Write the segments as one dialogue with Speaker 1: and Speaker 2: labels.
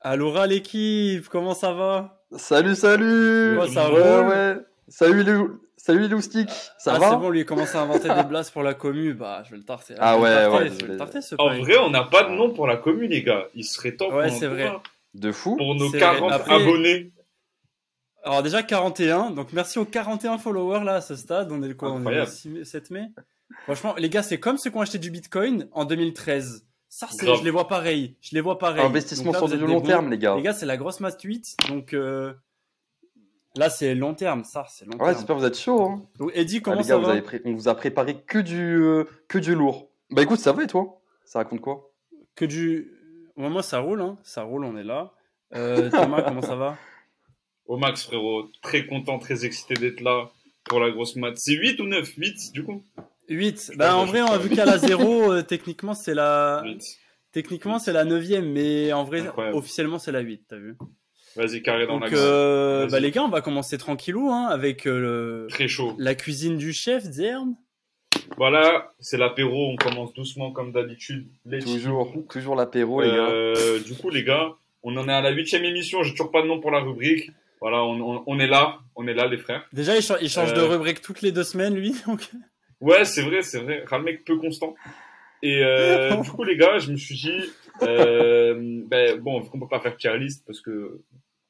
Speaker 1: Allora l'équipe, comment ça va
Speaker 2: Salut, salut
Speaker 1: Ouais, ça
Speaker 2: Ouais,
Speaker 1: roule.
Speaker 2: ouais. Salut, Lou... Salut Loustic, ça
Speaker 1: Ah,
Speaker 2: va
Speaker 1: c'est bon, lui il commence à inventer des blasts pour la commu, bah je vais le tarter.
Speaker 2: Ah
Speaker 1: je vais le
Speaker 2: ouais,
Speaker 1: tarter,
Speaker 2: ouais,
Speaker 1: je vais
Speaker 2: désolé.
Speaker 1: le tarter ce
Speaker 3: En
Speaker 1: pain.
Speaker 3: vrai, on n'a pas de nom pour la commune, les gars. Il serait temps
Speaker 1: Ouais,
Speaker 3: qu'on en
Speaker 1: c'est
Speaker 3: trouve
Speaker 1: vrai.
Speaker 3: un
Speaker 2: De fou
Speaker 3: pour nos
Speaker 1: C'est
Speaker 3: 40
Speaker 1: vrai. Après-
Speaker 3: abonnés.
Speaker 1: Alors déjà 41, donc merci aux 41 followers là à ce stade, on est le quoi On est le
Speaker 3: Incroyable.
Speaker 1: 6 mai- 7 mai Franchement, les gars, c'est comme ceux qui ont acheté du bitcoin en 2013. Ça, c'est-
Speaker 3: Grave.
Speaker 1: je les vois pareil, je les vois pareil.
Speaker 2: Investissement
Speaker 1: Donc là,
Speaker 2: sur
Speaker 1: vous
Speaker 2: du
Speaker 1: êtes des
Speaker 2: long
Speaker 1: bons.
Speaker 2: terme, les gars.
Speaker 1: Les gars, c'est la grosse masse 8, donc euh, là c'est long terme, ça c'est long
Speaker 2: ouais,
Speaker 1: terme.
Speaker 2: j'espère que vous êtes chaud. Hein.
Speaker 1: Donc Eddie,
Speaker 2: Ah,
Speaker 1: comment
Speaker 2: les gars,
Speaker 1: ça
Speaker 2: vous
Speaker 1: va
Speaker 2: avez pré- on vous a préparé que du, euh, que du lourd. Bah écoute, ça va et toi Ça raconte quoi
Speaker 1: Que du. Ouais, moi, ça roule, hein. Ça roule, on est là. Euh, Thomas, comment ça va
Speaker 3: Au max, frérot. Très content, très excité d'être là pour la grosse mat. C'est 8 ou 9 8, du coup
Speaker 1: 8.
Speaker 3: Putain,
Speaker 1: Bah, en
Speaker 3: je-
Speaker 1: vrai, on a vu qu'à la 0, euh, techniquement, c'est la.
Speaker 3: 8.
Speaker 1: Techniquement, c'est la 9 mais en vrai,
Speaker 3: Incroyable.
Speaker 1: officiellement, c'est la 8, t'as vu
Speaker 3: Vas-y, carré dans
Speaker 1: Donc,
Speaker 3: l'axe.
Speaker 1: euh,
Speaker 3: Vas-y.
Speaker 1: bah, les gars, on va commencer tranquillou, hein, avec euh, le-
Speaker 3: Très chaud.
Speaker 1: la cuisine du chef, Zerm.
Speaker 3: Voilà, c'est l'apéro. On commence doucement, comme d'habitude. Les
Speaker 2: Toujours,
Speaker 3: petits coups.
Speaker 2: toujours l'apéro, les gars.
Speaker 3: Euh, du coup, les gars, on en est à la huitième émission. J'ai toujours pas de nom pour la rubrique. Voilà, on, on- on est là. On est là, les frères.
Speaker 1: Déjà, il, cha- il change de
Speaker 3: Euh.
Speaker 1: rubrique toutes les deux semaines, lui. Donc...
Speaker 3: Ouais, c'est vrai, c'est vrai. Rah, le mec peu constant. Et euh, du coup, les gars, je me suis dit, euh, ben, bon, vu qu'on peut pas faire tier list parce que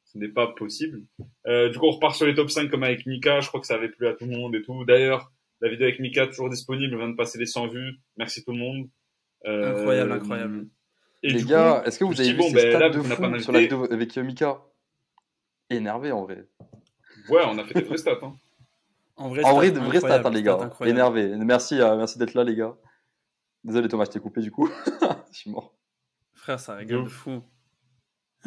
Speaker 3: ce n'est pas possible. Euh, du coup, on repart sur les top 5 comme avec Mika. Je crois que ça avait plu à tout le monde et tout. D'ailleurs, la vidéo avec Mika toujours disponible. On vient de passer les 100 vues. Merci tout le monde. Euh,
Speaker 1: Incroyable, incroyable.
Speaker 3: Et
Speaker 2: les
Speaker 3: du
Speaker 2: gars,
Speaker 3: coup,
Speaker 2: est-ce que vous
Speaker 3: je me
Speaker 2: avez
Speaker 3: suis
Speaker 2: vu
Speaker 3: dit,
Speaker 2: ces
Speaker 3: bon, ben,
Speaker 2: stats
Speaker 3: là,
Speaker 2: de
Speaker 3: vu qu'on n'a
Speaker 2: fou
Speaker 3: pas
Speaker 2: sur la
Speaker 3: d'invité-
Speaker 2: vidéo avec euh, Mika Énervé, en vrai.
Speaker 3: ouais, on a fait des vrais stats. Hein.
Speaker 1: En vrai,
Speaker 2: En vrai,
Speaker 1: stat
Speaker 2: de vrais stats, hein,
Speaker 1: incroyable,
Speaker 2: les gars.
Speaker 1: stat incroyable.
Speaker 2: Énervé. Merci, euh, merci d'être là, les gars. Désolé, Thomas, je t'ai coupé du coup. je suis mort.
Speaker 1: Frère, ça rigole
Speaker 3: De
Speaker 1: de fou.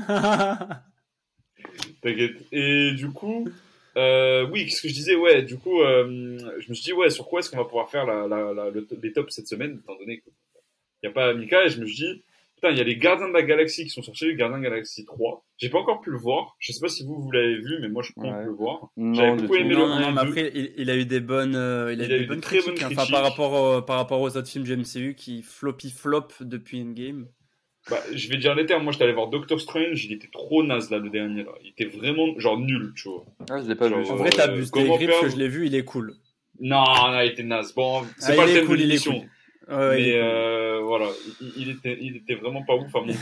Speaker 3: T'inquiète. Et du coup, euh, oui, qu'est-ce que je disais Ouais, du coup, euh, je me suis dit, ouais, sur quoi est-ce qu'on va pouvoir faire la, la, la- le to- les tops cette semaine, étant donné qu'il n'y a pas Mika, et je me suis dit, putain, il y a les Gardiens de la Galaxie qui sont sortis, les Gardiens de la Galaxie 3. J'ai pas encore pu le voir, je sais pas si vous, vous l'avez vu, mais moi, je compte
Speaker 2: Ouais.
Speaker 3: le voir.
Speaker 2: Non,
Speaker 3: J'avais
Speaker 2: du
Speaker 3: beaucoup
Speaker 2: tout.
Speaker 3: aimé
Speaker 1: non,
Speaker 3: le
Speaker 1: non,
Speaker 3: un,
Speaker 1: mais
Speaker 3: deux.
Speaker 1: après, il, il a eu des bonnes, euh, il a eu des, bonnes
Speaker 3: très
Speaker 1: critiques,
Speaker 3: bonnes
Speaker 1: hein, enfin,
Speaker 3: critiques.
Speaker 1: par rapport, au- par rapport aux autres films du MCU qui floppy flop depuis Endgame.
Speaker 3: Bah, je vais dire les termes, moi, j'étais allé voir Doctor Strange, il était trop naze, là, le dernier, là. Il était vraiment, genre, nul, tu vois.
Speaker 2: Ah, je l'ai pas vu.
Speaker 3: Genre,
Speaker 1: En
Speaker 2: celui-là.
Speaker 1: vrai, t'abuses.
Speaker 3: comment
Speaker 1: T'es parce que
Speaker 3: perdre
Speaker 1: je l'ai vu, il est cool.
Speaker 3: Non, non, il était naze. Bon, c'est
Speaker 1: Ah,
Speaker 3: pas
Speaker 1: il
Speaker 3: le
Speaker 1: est
Speaker 3: thème
Speaker 1: cool,
Speaker 3: de
Speaker 1: il est
Speaker 3: l'émission.
Speaker 1: cool. Ouais, ouais, il
Speaker 3: mais
Speaker 1: est cool.
Speaker 3: euh, voilà, il, il était, il était vraiment pas ouf à mon goût.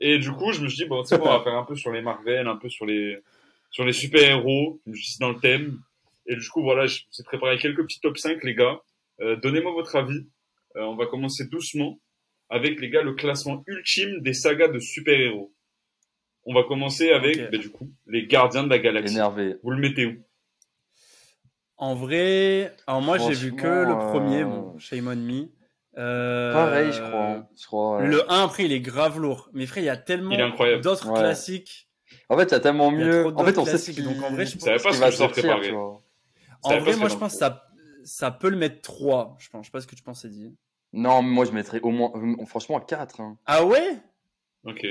Speaker 3: Et du coup, je me suis dit, bon, tu sais quoi, on va faire un peu sur les Marvel, un peu sur les, sur les super-héros. Je me suis dit, c'est dans le thème. Et du coup, voilà, je j'ai préparé quelques petits top 5, les gars. Euh, Donnez-moi votre avis. Euh, on va commencer doucement avec, les gars, le classement ultime des sagas de super-héros. On va commencer avec,
Speaker 1: Ok.
Speaker 3: ben, du coup, les Gardiens de la Galaxie.
Speaker 2: Énervé.
Speaker 3: Vous le mettez où
Speaker 1: En vrai, alors moi, j'ai vu que le
Speaker 2: Franchement,
Speaker 1: premier,
Speaker 2: euh,
Speaker 1: bon, Shame on Me. Euh,
Speaker 2: Pareil, je crois. hein. Je crois, ouais.
Speaker 1: Le 1, après, il est grave lourd. Mais frère, il y a tellement
Speaker 3: Il est incroyable.
Speaker 1: d'autres
Speaker 2: Ouais.
Speaker 1: classiques.
Speaker 2: En fait, il y a tellement
Speaker 1: Il y a
Speaker 2: mieux.
Speaker 1: trop
Speaker 2: en fait,
Speaker 1: d'autres
Speaker 2: on sait ce
Speaker 1: classiques,
Speaker 2: qui,
Speaker 1: donc en vrai, je
Speaker 2: ce
Speaker 1: pense-
Speaker 3: Je savais pas
Speaker 2: qui
Speaker 3: ce
Speaker 2: va
Speaker 3: que je t'ai
Speaker 2: sortir,
Speaker 3: préparé.
Speaker 2: tu vois.
Speaker 1: En
Speaker 3: savais pas
Speaker 1: vrai,
Speaker 3: ce
Speaker 1: moi,
Speaker 3: qu'il
Speaker 1: je
Speaker 3: en
Speaker 1: pense que
Speaker 3: faut.
Speaker 1: ça, ça peut le mettre 3. Je pense, je sais pas ce que tu penses, Eddie.
Speaker 2: Non, mais moi, je mettrais au moins, euh, franchement, 4.
Speaker 1: Ah ouais?
Speaker 3: Ok.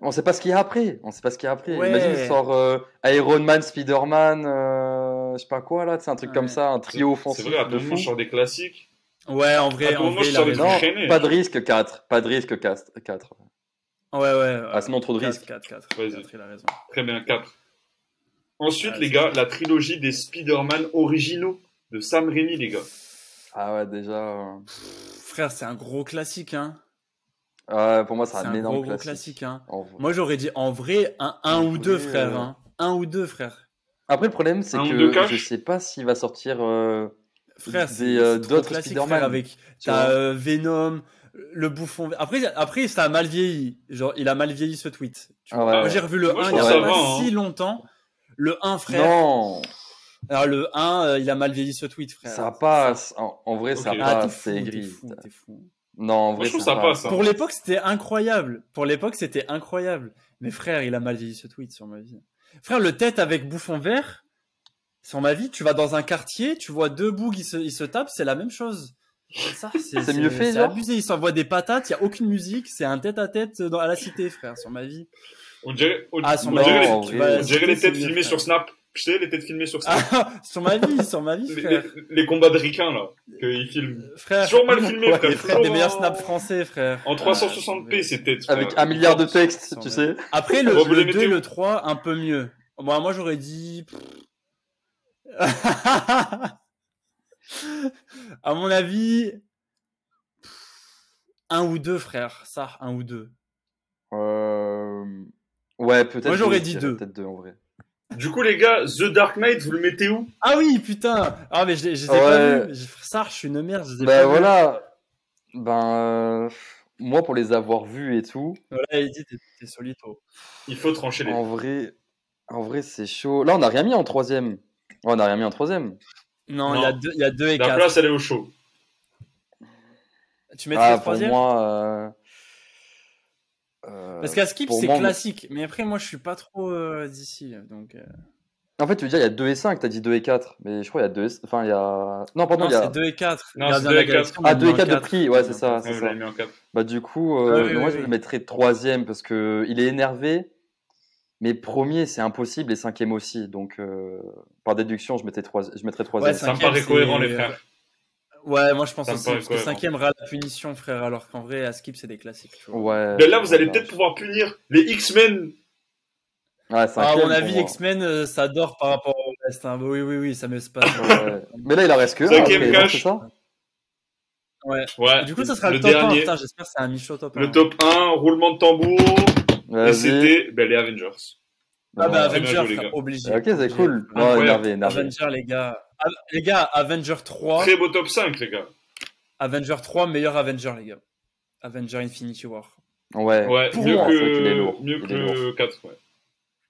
Speaker 2: On sait pas ce qu'il y a après. On sait pas ce qu'il y a après.
Speaker 1: Ouais.
Speaker 2: Imagine, il sort euh, Iron Man, Spider-Man, euh, je sais pas quoi, là. C'est un truc comme
Speaker 1: Ouais.
Speaker 2: ça, un trio
Speaker 3: C'est
Speaker 2: offensif.
Speaker 3: vrai, à tout
Speaker 2: de
Speaker 3: moment,
Speaker 2: fou.
Speaker 3: je sors des classiques.
Speaker 1: Ouais, en vrai,
Speaker 3: Attends,
Speaker 1: en
Speaker 3: moi,
Speaker 1: vrai,
Speaker 3: je
Speaker 1: il a
Speaker 3: savais
Speaker 1: raison.
Speaker 2: Non,
Speaker 3: Traîner.
Speaker 2: pas de risque, 4. Pas de risque, 4. 4.
Speaker 1: Ouais, ouais.
Speaker 2: Ah, sinon, trop de risques.
Speaker 1: 4, 4,
Speaker 3: Vas-y.
Speaker 1: 4, il a raison.
Speaker 3: Très bien, 4. Ensuite,
Speaker 1: Ah,
Speaker 3: les
Speaker 1: c'est
Speaker 3: gars,
Speaker 1: bon.
Speaker 3: la trilogie des Spider-Man originaux de Sam Raimi, les gars.
Speaker 2: Ah ouais, déjà. euh,
Speaker 1: Pff, Frère, c'est un gros classique, hein.
Speaker 2: ah, pour moi,
Speaker 1: C'est
Speaker 2: c'est
Speaker 1: un,
Speaker 2: un énorme
Speaker 1: gros, gros
Speaker 2: classique.
Speaker 1: classique, hein.
Speaker 2: En vrai.
Speaker 1: Moi, j'aurais dit en vrai un, un
Speaker 2: En
Speaker 1: ou deux,
Speaker 2: vrai,
Speaker 1: frère.
Speaker 2: euh,
Speaker 1: Hein. Un ou deux, frère.
Speaker 2: Après, le problème, c'est
Speaker 3: Un ou deux
Speaker 2: que
Speaker 3: cash
Speaker 2: je sais pas s'il va sortir. euh,
Speaker 1: Frère,
Speaker 2: Des,
Speaker 1: c'est
Speaker 2: euh,
Speaker 1: c'est trop
Speaker 2: d'autres
Speaker 1: classique,
Speaker 2: Spider-Man,
Speaker 1: frère, avec
Speaker 2: tu
Speaker 1: t'as
Speaker 2: vois.
Speaker 1: euh, Venom, le bouffon. Après, après, ça a mal vieilli. Genre, il a mal vieilli ce tweet. tu vois.
Speaker 2: Ah ouais.
Speaker 1: Moi, j'ai revu le
Speaker 3: Moi, je
Speaker 1: 1 il y a
Speaker 2: trouve ça
Speaker 1: pas
Speaker 3: va, hein.
Speaker 1: si longtemps. Le 1, frère.
Speaker 2: Non,
Speaker 1: Alors, le 1, euh, il a mal vieilli ce tweet, frère.
Speaker 2: ça passe. En, en vrai, ça
Speaker 3: Ok.
Speaker 1: Ah, t'es
Speaker 2: passe.
Speaker 1: fou,
Speaker 2: C'est
Speaker 1: t'es
Speaker 2: gris.
Speaker 1: fou, t'es fou.
Speaker 2: Non, en
Speaker 3: Moi,
Speaker 2: vrai,
Speaker 3: je trouve
Speaker 2: ça
Speaker 3: ça passe. hein.
Speaker 1: Pour l'époque, c'était incroyable. Pour l'époque, c'était incroyable. Mais frère, il a mal vieilli ce tweet sur ma vie. Frère, le tête avec bouffon vert, sur ma vie, tu vas dans un quartier, tu vois deux bougs, ils se, ils se tapent, c'est la même chose. Ça, c'est
Speaker 2: C'est mieux fait,
Speaker 1: C'est
Speaker 2: genre
Speaker 1: abusé, ils s'envoient des patates, il n'y a aucune musique, c'est un tête à tête dans, à la cité, frère, sur ma vie.
Speaker 3: On dirait, on,
Speaker 1: Ah, son euh,
Speaker 3: on
Speaker 2: mari,
Speaker 3: dirait,
Speaker 2: en
Speaker 3: les-
Speaker 2: vrai.
Speaker 3: on dirait les
Speaker 1: C'est
Speaker 3: têtes
Speaker 1: mieux,
Speaker 3: filmées
Speaker 1: frère.
Speaker 3: sur Snap. Tu sais, les têtes filmées sur ça.
Speaker 1: Ah, sur ma vie, sur ma vie,
Speaker 3: les,
Speaker 1: frère.
Speaker 3: les- les combats de ricains, là, qu'ils filment.
Speaker 1: Frère,
Speaker 3: Toujours mal filmé,
Speaker 1: les
Speaker 3: frère.
Speaker 1: frères des
Speaker 3: Toujours
Speaker 1: meilleurs Ah,
Speaker 3: en-
Speaker 1: snaps français, frère.
Speaker 3: En
Speaker 1: c'est...
Speaker 3: 360p, ces têtes. frère.
Speaker 2: Avec un milliard de textes, tu sais.
Speaker 1: Après, le,
Speaker 3: Bon, vous
Speaker 1: le
Speaker 3: les
Speaker 1: 2
Speaker 3: mettez où
Speaker 1: le 3, un peu mieux. Moi, moi j'aurais dit... à mon avis... Un ou deux, frère. Ça, un ou deux.
Speaker 2: Euh... Ouais, peut-être.
Speaker 1: Moi, j'aurais
Speaker 2: deux,
Speaker 1: dit
Speaker 2: je dirais
Speaker 1: deux.
Speaker 2: Peut-être deux en vrai.
Speaker 3: Du coup, les gars, The Dark Knight, vous le mettez où
Speaker 1: Ah oui, putain Ah, mais je, les- je les ai
Speaker 2: Ouais.
Speaker 1: pas vus. J'ai- Ça, je suis une merde, je les ai
Speaker 2: Bah
Speaker 1: pas vus.
Speaker 2: voilà. Ben euh, moi pour les avoir vus et tout,
Speaker 1: Voilà, il dit, t'es- t'es solito.
Speaker 3: Il faut trancher les.
Speaker 2: en vrai, en vrai c'est chaud. Là on n'a rien mis en troisième. Ouais, on n'a rien mis en troisième.
Speaker 1: Non,
Speaker 3: Non.
Speaker 1: il y a deux- il y a deux et
Speaker 3: La
Speaker 1: quatre.
Speaker 3: place, elle est au chaud.
Speaker 1: Tu mettrais
Speaker 2: Ah
Speaker 1: le
Speaker 2: pour
Speaker 1: troisième
Speaker 2: moi. euh, euh,
Speaker 1: Parce qu'à Skip,
Speaker 2: pour
Speaker 1: c'est
Speaker 2: moi, on-
Speaker 1: classique. Mais après, moi, je suis pas trop euh, d'ici. Donc, euh,
Speaker 2: En fait tu veux dire il y a 2 et 5, t'as dit 2 et 4, mais je crois il y a 2 et... Enfin il y a... Non pardon
Speaker 1: non,
Speaker 2: il y a...
Speaker 1: c'est 2 et 4.
Speaker 3: Non,
Speaker 1: Gardien
Speaker 3: c'est
Speaker 1: de la
Speaker 3: deux et
Speaker 1: Galaxie, on
Speaker 2: Ah
Speaker 1: a
Speaker 2: 2
Speaker 1: mis
Speaker 2: et
Speaker 1: un
Speaker 2: 4 de
Speaker 1: quatre.
Speaker 2: prix, ouais c'est ça,
Speaker 3: Ouais,
Speaker 2: c'est
Speaker 3: vous
Speaker 2: ça.
Speaker 3: l'avez mis en quatre.
Speaker 2: Bah du coup,
Speaker 1: Ah
Speaker 2: euh,
Speaker 1: oui, oui,
Speaker 2: moi
Speaker 1: oui.
Speaker 2: je le mettrais troisième parce que il est énervé, mais premier c'est impossible et cinquième aussi. Donc euh, par déduction, je mettrais trois, je mettrais troisième.
Speaker 1: Ouais,
Speaker 3: Ça me
Speaker 1: Cinquième,
Speaker 3: paraît cohérent,
Speaker 1: c'est-
Speaker 3: les frères.
Speaker 1: Ouais, moi, je pense
Speaker 3: Ça me
Speaker 1: aussi.
Speaker 3: paraît
Speaker 1: Parce que
Speaker 3: cohérent.
Speaker 1: 5ème râle la punition, frère. Alors qu'en vrai, à Skip, c'est des classiques. tu vois.
Speaker 2: Ouais.
Speaker 3: Mais là, vous allez
Speaker 2: ouais,
Speaker 3: peut-être pouvoir punir les X-Men.
Speaker 2: Ouais,
Speaker 1: Ah, à
Speaker 2: cinquième
Speaker 1: mon
Speaker 2: pour
Speaker 1: avis,
Speaker 2: moi.
Speaker 1: X-Men, euh, ça dort par rapport au reste. hein. Oui, oui, oui, ça me se passe.
Speaker 2: Ouais. Mais là, il en reste que un,
Speaker 3: Cinquième
Speaker 2: après, non,
Speaker 3: cache.
Speaker 2: c'est ça
Speaker 3: Ouais.
Speaker 1: Et Du coup, ça sera le, top 1.
Speaker 3: dernier.
Speaker 1: Putain, j'espère que c'est un Michaud top 1.
Speaker 3: Le top 1, roulement de tambour. Et
Speaker 2: Vas-y.
Speaker 3: c'était ben, les Avengers.
Speaker 1: Ah, bah,
Speaker 2: Ouais.
Speaker 3: Très bien
Speaker 1: Avenger,
Speaker 3: joué, les
Speaker 1: frère,
Speaker 3: gars.
Speaker 1: obligé.
Speaker 2: Ah, Ok, c'est cool.
Speaker 1: Ouais.
Speaker 2: Non,
Speaker 3: Incroyable.
Speaker 2: énervé, énervé.
Speaker 1: Avenger, les gars. Ah, Les gars, Avenger 3.
Speaker 3: Très beau top 5, les gars.
Speaker 1: Avenger 3, meilleur Avenger, les gars. Avenger Infinity War.
Speaker 2: Ouais.
Speaker 3: Ouais,
Speaker 1: Pour
Speaker 3: mieux
Speaker 1: moi,
Speaker 2: c'est vrai qu'il est lourd.
Speaker 3: que, mieux
Speaker 2: Il est lourd.
Speaker 3: que 4. Ouais.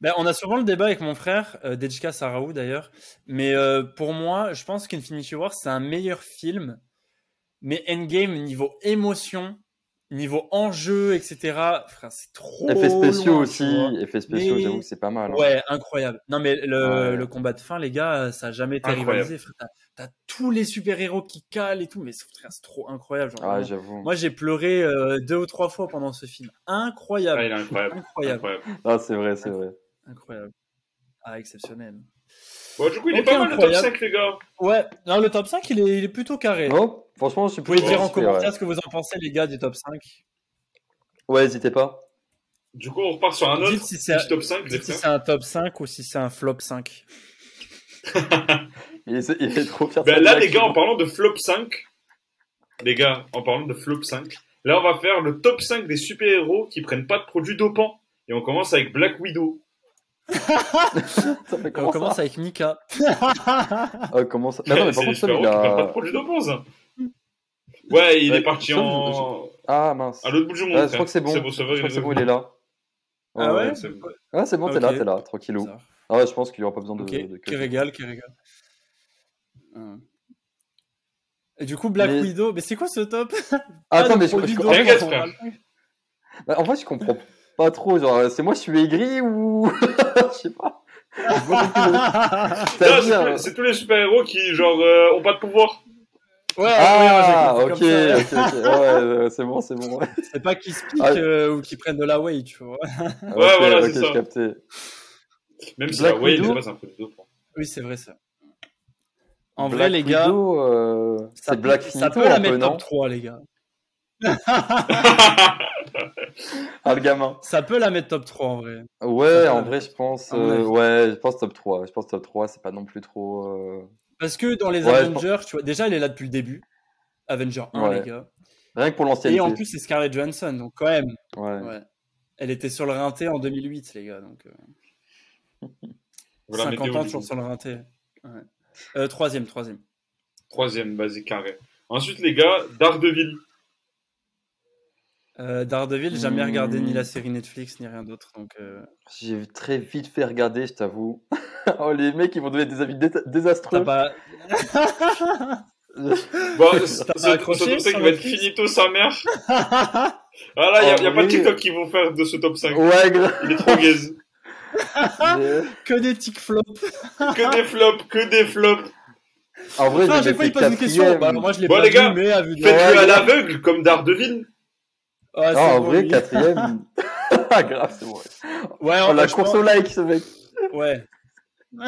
Speaker 1: Ben, on a souvent le débat avec mon frère, euh, Dedjika Saraou d'ailleurs, mais euh, pour moi, je pense qu'Infinity War, c'est un meilleur film, mais Endgame, niveau émotion, niveau enjeu, etc., frère, c'est trop
Speaker 2: Effets spéciaux
Speaker 1: loin, tu
Speaker 2: aussi.
Speaker 1: vois.
Speaker 2: Effets spéciaux,
Speaker 1: Mais-
Speaker 2: j'avoue que c'est pas mal. hein.
Speaker 1: Ouais, incroyable. Non, mais le,
Speaker 2: Ouais.
Speaker 1: le combat de fin, les gars, euh, ça n'a jamais été
Speaker 3: Incroyable.
Speaker 1: rivalisé. frère. T'as t'as tous les super-héros qui calent et tout, mais c'est frère, c'est trop incroyable. genre,
Speaker 2: Ah,
Speaker 1: vraiment.
Speaker 2: j'avoue.
Speaker 1: Moi, j'ai pleuré euh, deux ou trois fois pendant ce film.
Speaker 3: Ah,
Speaker 1: Incroyable,
Speaker 3: il est incroyable.
Speaker 1: incroyable,
Speaker 3: incroyable.
Speaker 2: Ah, c'est vrai, c'est vrai.
Speaker 1: incroyable. Ah, exceptionnel.
Speaker 3: Bon, du coup, il est
Speaker 1: Ok,
Speaker 3: pas mal le top
Speaker 1: incroyable.
Speaker 3: 5, les gars.
Speaker 1: Ouais, non, le top 5, il est, il est plutôt carré. Vous
Speaker 2: Non, franchement, je suis
Speaker 1: pouvez
Speaker 2: Oh, plutôt
Speaker 1: dire en
Speaker 2: satisfait,
Speaker 1: commentaire
Speaker 2: ouais.
Speaker 1: ce que vous en pensez, les gars, du top 5.
Speaker 2: Ouais, n'hésitez pas.
Speaker 3: Du coup, on repart sur un autre
Speaker 1: Dites si c'est
Speaker 3: petit top 5, les
Speaker 1: Dites si
Speaker 3: frères.
Speaker 1: c'est un top 5 ou si c'est un flop 5.
Speaker 2: Il est, il est trop fier. de
Speaker 3: Ben
Speaker 2: sa
Speaker 3: là,
Speaker 2: blague.
Speaker 3: les gars, en parlant de flop 5, les gars, en parlant de flop 5, là, on va faire le top 5 des super-héros qui prennent pas de produits dopants. Et on commence avec Black Widow.
Speaker 2: Ça fait
Speaker 1: On Euh,
Speaker 2: comment ça
Speaker 1: commence avec Mika.
Speaker 2: Ah, comment ça Ah non, mais par
Speaker 3: C'est les
Speaker 2: contre,
Speaker 3: super-héros
Speaker 2: celui,
Speaker 3: qui prennent pas de
Speaker 2: là
Speaker 3: produits dopants, ça.
Speaker 1: Hmm.
Speaker 3: Ouais, il
Speaker 2: Ouais,
Speaker 3: est parti
Speaker 2: ça,
Speaker 3: en...
Speaker 2: Ah mince.
Speaker 3: à l'autre bout du monde.
Speaker 2: Ah, je
Speaker 3: frère.
Speaker 2: crois que c'est bon.
Speaker 3: C'est bon,
Speaker 2: Je
Speaker 3: ça va,
Speaker 2: crois
Speaker 3: il
Speaker 2: que
Speaker 3: est
Speaker 2: c'est bon,
Speaker 3: revenu.
Speaker 2: il est là.
Speaker 1: Ah ouais,
Speaker 2: Ouais,
Speaker 3: c'est bon.
Speaker 2: Ah, c'est bon, t'es là,
Speaker 1: Ok.
Speaker 2: t'es là, tranquillou.
Speaker 1: Bizarre.
Speaker 2: Ah ouais, je pense qu'il n'y aura pas besoin de.
Speaker 1: Ok,
Speaker 2: de- que-
Speaker 1: qui régale, qui régale. Hum. Et du coup, Black
Speaker 2: Mais-
Speaker 1: Widow, mais c'est quoi ce top
Speaker 2: Ah,
Speaker 1: Pas
Speaker 2: attends,
Speaker 1: de
Speaker 2: mais je,
Speaker 1: produits
Speaker 2: je-
Speaker 1: dopants,
Speaker 2: en,
Speaker 3: Régale,
Speaker 2: fait,
Speaker 1: on
Speaker 3: frère.
Speaker 1: parle plus.
Speaker 2: en fait, je comprends pas trop. Genre, euh, c'est moi, je suis aigri ou. Je sais pas. hein. Je vois pas ce que-
Speaker 3: Là,
Speaker 2: C'est-à-dire-
Speaker 3: c'est tous les- C'est tous les super-héros qui, genre, euh, ont pas de pouvoir.
Speaker 1: Ouais,
Speaker 2: Ah,
Speaker 1: ouais, ouais, j'ai
Speaker 2: ok,
Speaker 1: compris comme ça, ouais.
Speaker 2: ok, ok. Ouais, euh, c'est bon, c'est bon. Ouais,
Speaker 1: C'est pas qu'ils se piquent
Speaker 2: Ah.
Speaker 1: euh, ou qu'ils prennent de la way, tu vois.
Speaker 2: Ok,
Speaker 3: voilà,
Speaker 2: ok,
Speaker 3: c'est ça.
Speaker 2: j'ai capté.
Speaker 3: Même si ah
Speaker 2: Black
Speaker 3: la Wave
Speaker 2: Widow.
Speaker 3: n'est pas un produit dopant.
Speaker 1: Oui, c'est vrai ça. En
Speaker 2: Black
Speaker 1: vrai, les gars,
Speaker 2: Widow, euh,
Speaker 1: ça,
Speaker 2: c'est Black
Speaker 1: peut, ça
Speaker 2: Finito
Speaker 1: peut la
Speaker 2: un
Speaker 1: mettre
Speaker 2: peu, non
Speaker 1: top 3, les gars.
Speaker 2: Ah, le gamin.
Speaker 1: Ça peut la mettre top 3 en vrai.
Speaker 2: Ouais,
Speaker 1: Ça peut
Speaker 2: en
Speaker 1: la
Speaker 2: vrai, je pense.
Speaker 1: à mon
Speaker 2: euh,
Speaker 1: avis.
Speaker 2: ouais, je pense top 3. Je pense top 3, c'est pas non plus trop. euh,
Speaker 1: Parce que dans les
Speaker 2: Ouais, je
Speaker 1: Avengers, tu vois, déjà elle est là depuis le début. Avenger 1,
Speaker 2: Ouais.
Speaker 1: les gars.
Speaker 2: Rien que pour
Speaker 1: Et
Speaker 2: l'ancienneté.
Speaker 1: en plus, c'est Scarlett Johansson, donc quand même.
Speaker 2: Ouais.
Speaker 1: Ouais. Elle était sur le rinté en 2008, les gars. Donc, euh,
Speaker 3: Vous la
Speaker 1: 50
Speaker 3: mettez où,
Speaker 1: ans
Speaker 3: du
Speaker 1: toujours
Speaker 3: coup
Speaker 1: sur le rinté. Ouais. Euh, troisième, troisième.
Speaker 3: Troisième, basique, carré. Ensuite, les gars, Daredevil.
Speaker 1: Euh, Daredevil, jamais
Speaker 2: Hmm.
Speaker 1: regardé ni la série Netflix ni rien d'autre. Donc, euh,
Speaker 2: J'ai très vite fait regarder, je t'avoue. oh, les mecs, ils vont donner des avis déta-
Speaker 1: t'as
Speaker 2: désastreux.
Speaker 1: pas.
Speaker 3: Bon,
Speaker 2: T'as
Speaker 3: ce
Speaker 1: pas
Speaker 3: top
Speaker 1: accroché
Speaker 3: 5
Speaker 1: sur
Speaker 3: va être
Speaker 1: Netflix
Speaker 3: finito sa mère. Ah là, il n'y a,
Speaker 2: Oh,
Speaker 3: pas de
Speaker 2: oui.
Speaker 3: TikTok qui vont faire de ce top 5.
Speaker 2: Ouais, grave.
Speaker 3: Il est trop gaze.
Speaker 2: mais-
Speaker 1: que des tic flops.
Speaker 3: Que des flops, que des flops.
Speaker 2: En vrai,
Speaker 1: Enfin, à
Speaker 2: j'ai
Speaker 1: chaque fois,
Speaker 2: fait
Speaker 1: il pose une question.
Speaker 2: quatrième.
Speaker 1: Bah, moi, je l'ai
Speaker 3: Bon,
Speaker 1: pas
Speaker 3: les
Speaker 1: vu,
Speaker 3: gars,
Speaker 1: mais à vue de-
Speaker 3: Faites-le
Speaker 2: Ouais,
Speaker 3: à
Speaker 2: ouais.
Speaker 3: l'aveugle, comme Daredevil.
Speaker 1: Ah,
Speaker 2: Ah,
Speaker 1: c'est
Speaker 2: en
Speaker 1: bon,
Speaker 2: vrai,
Speaker 1: lui.
Speaker 2: quatrième. ah, grave, c'est vrai.
Speaker 1: Ouais,
Speaker 2: Oh,
Speaker 1: en-
Speaker 2: la
Speaker 1: je
Speaker 2: course
Speaker 1: pense-
Speaker 2: au like, ce mec.
Speaker 1: Ouais.
Speaker 2: Bon,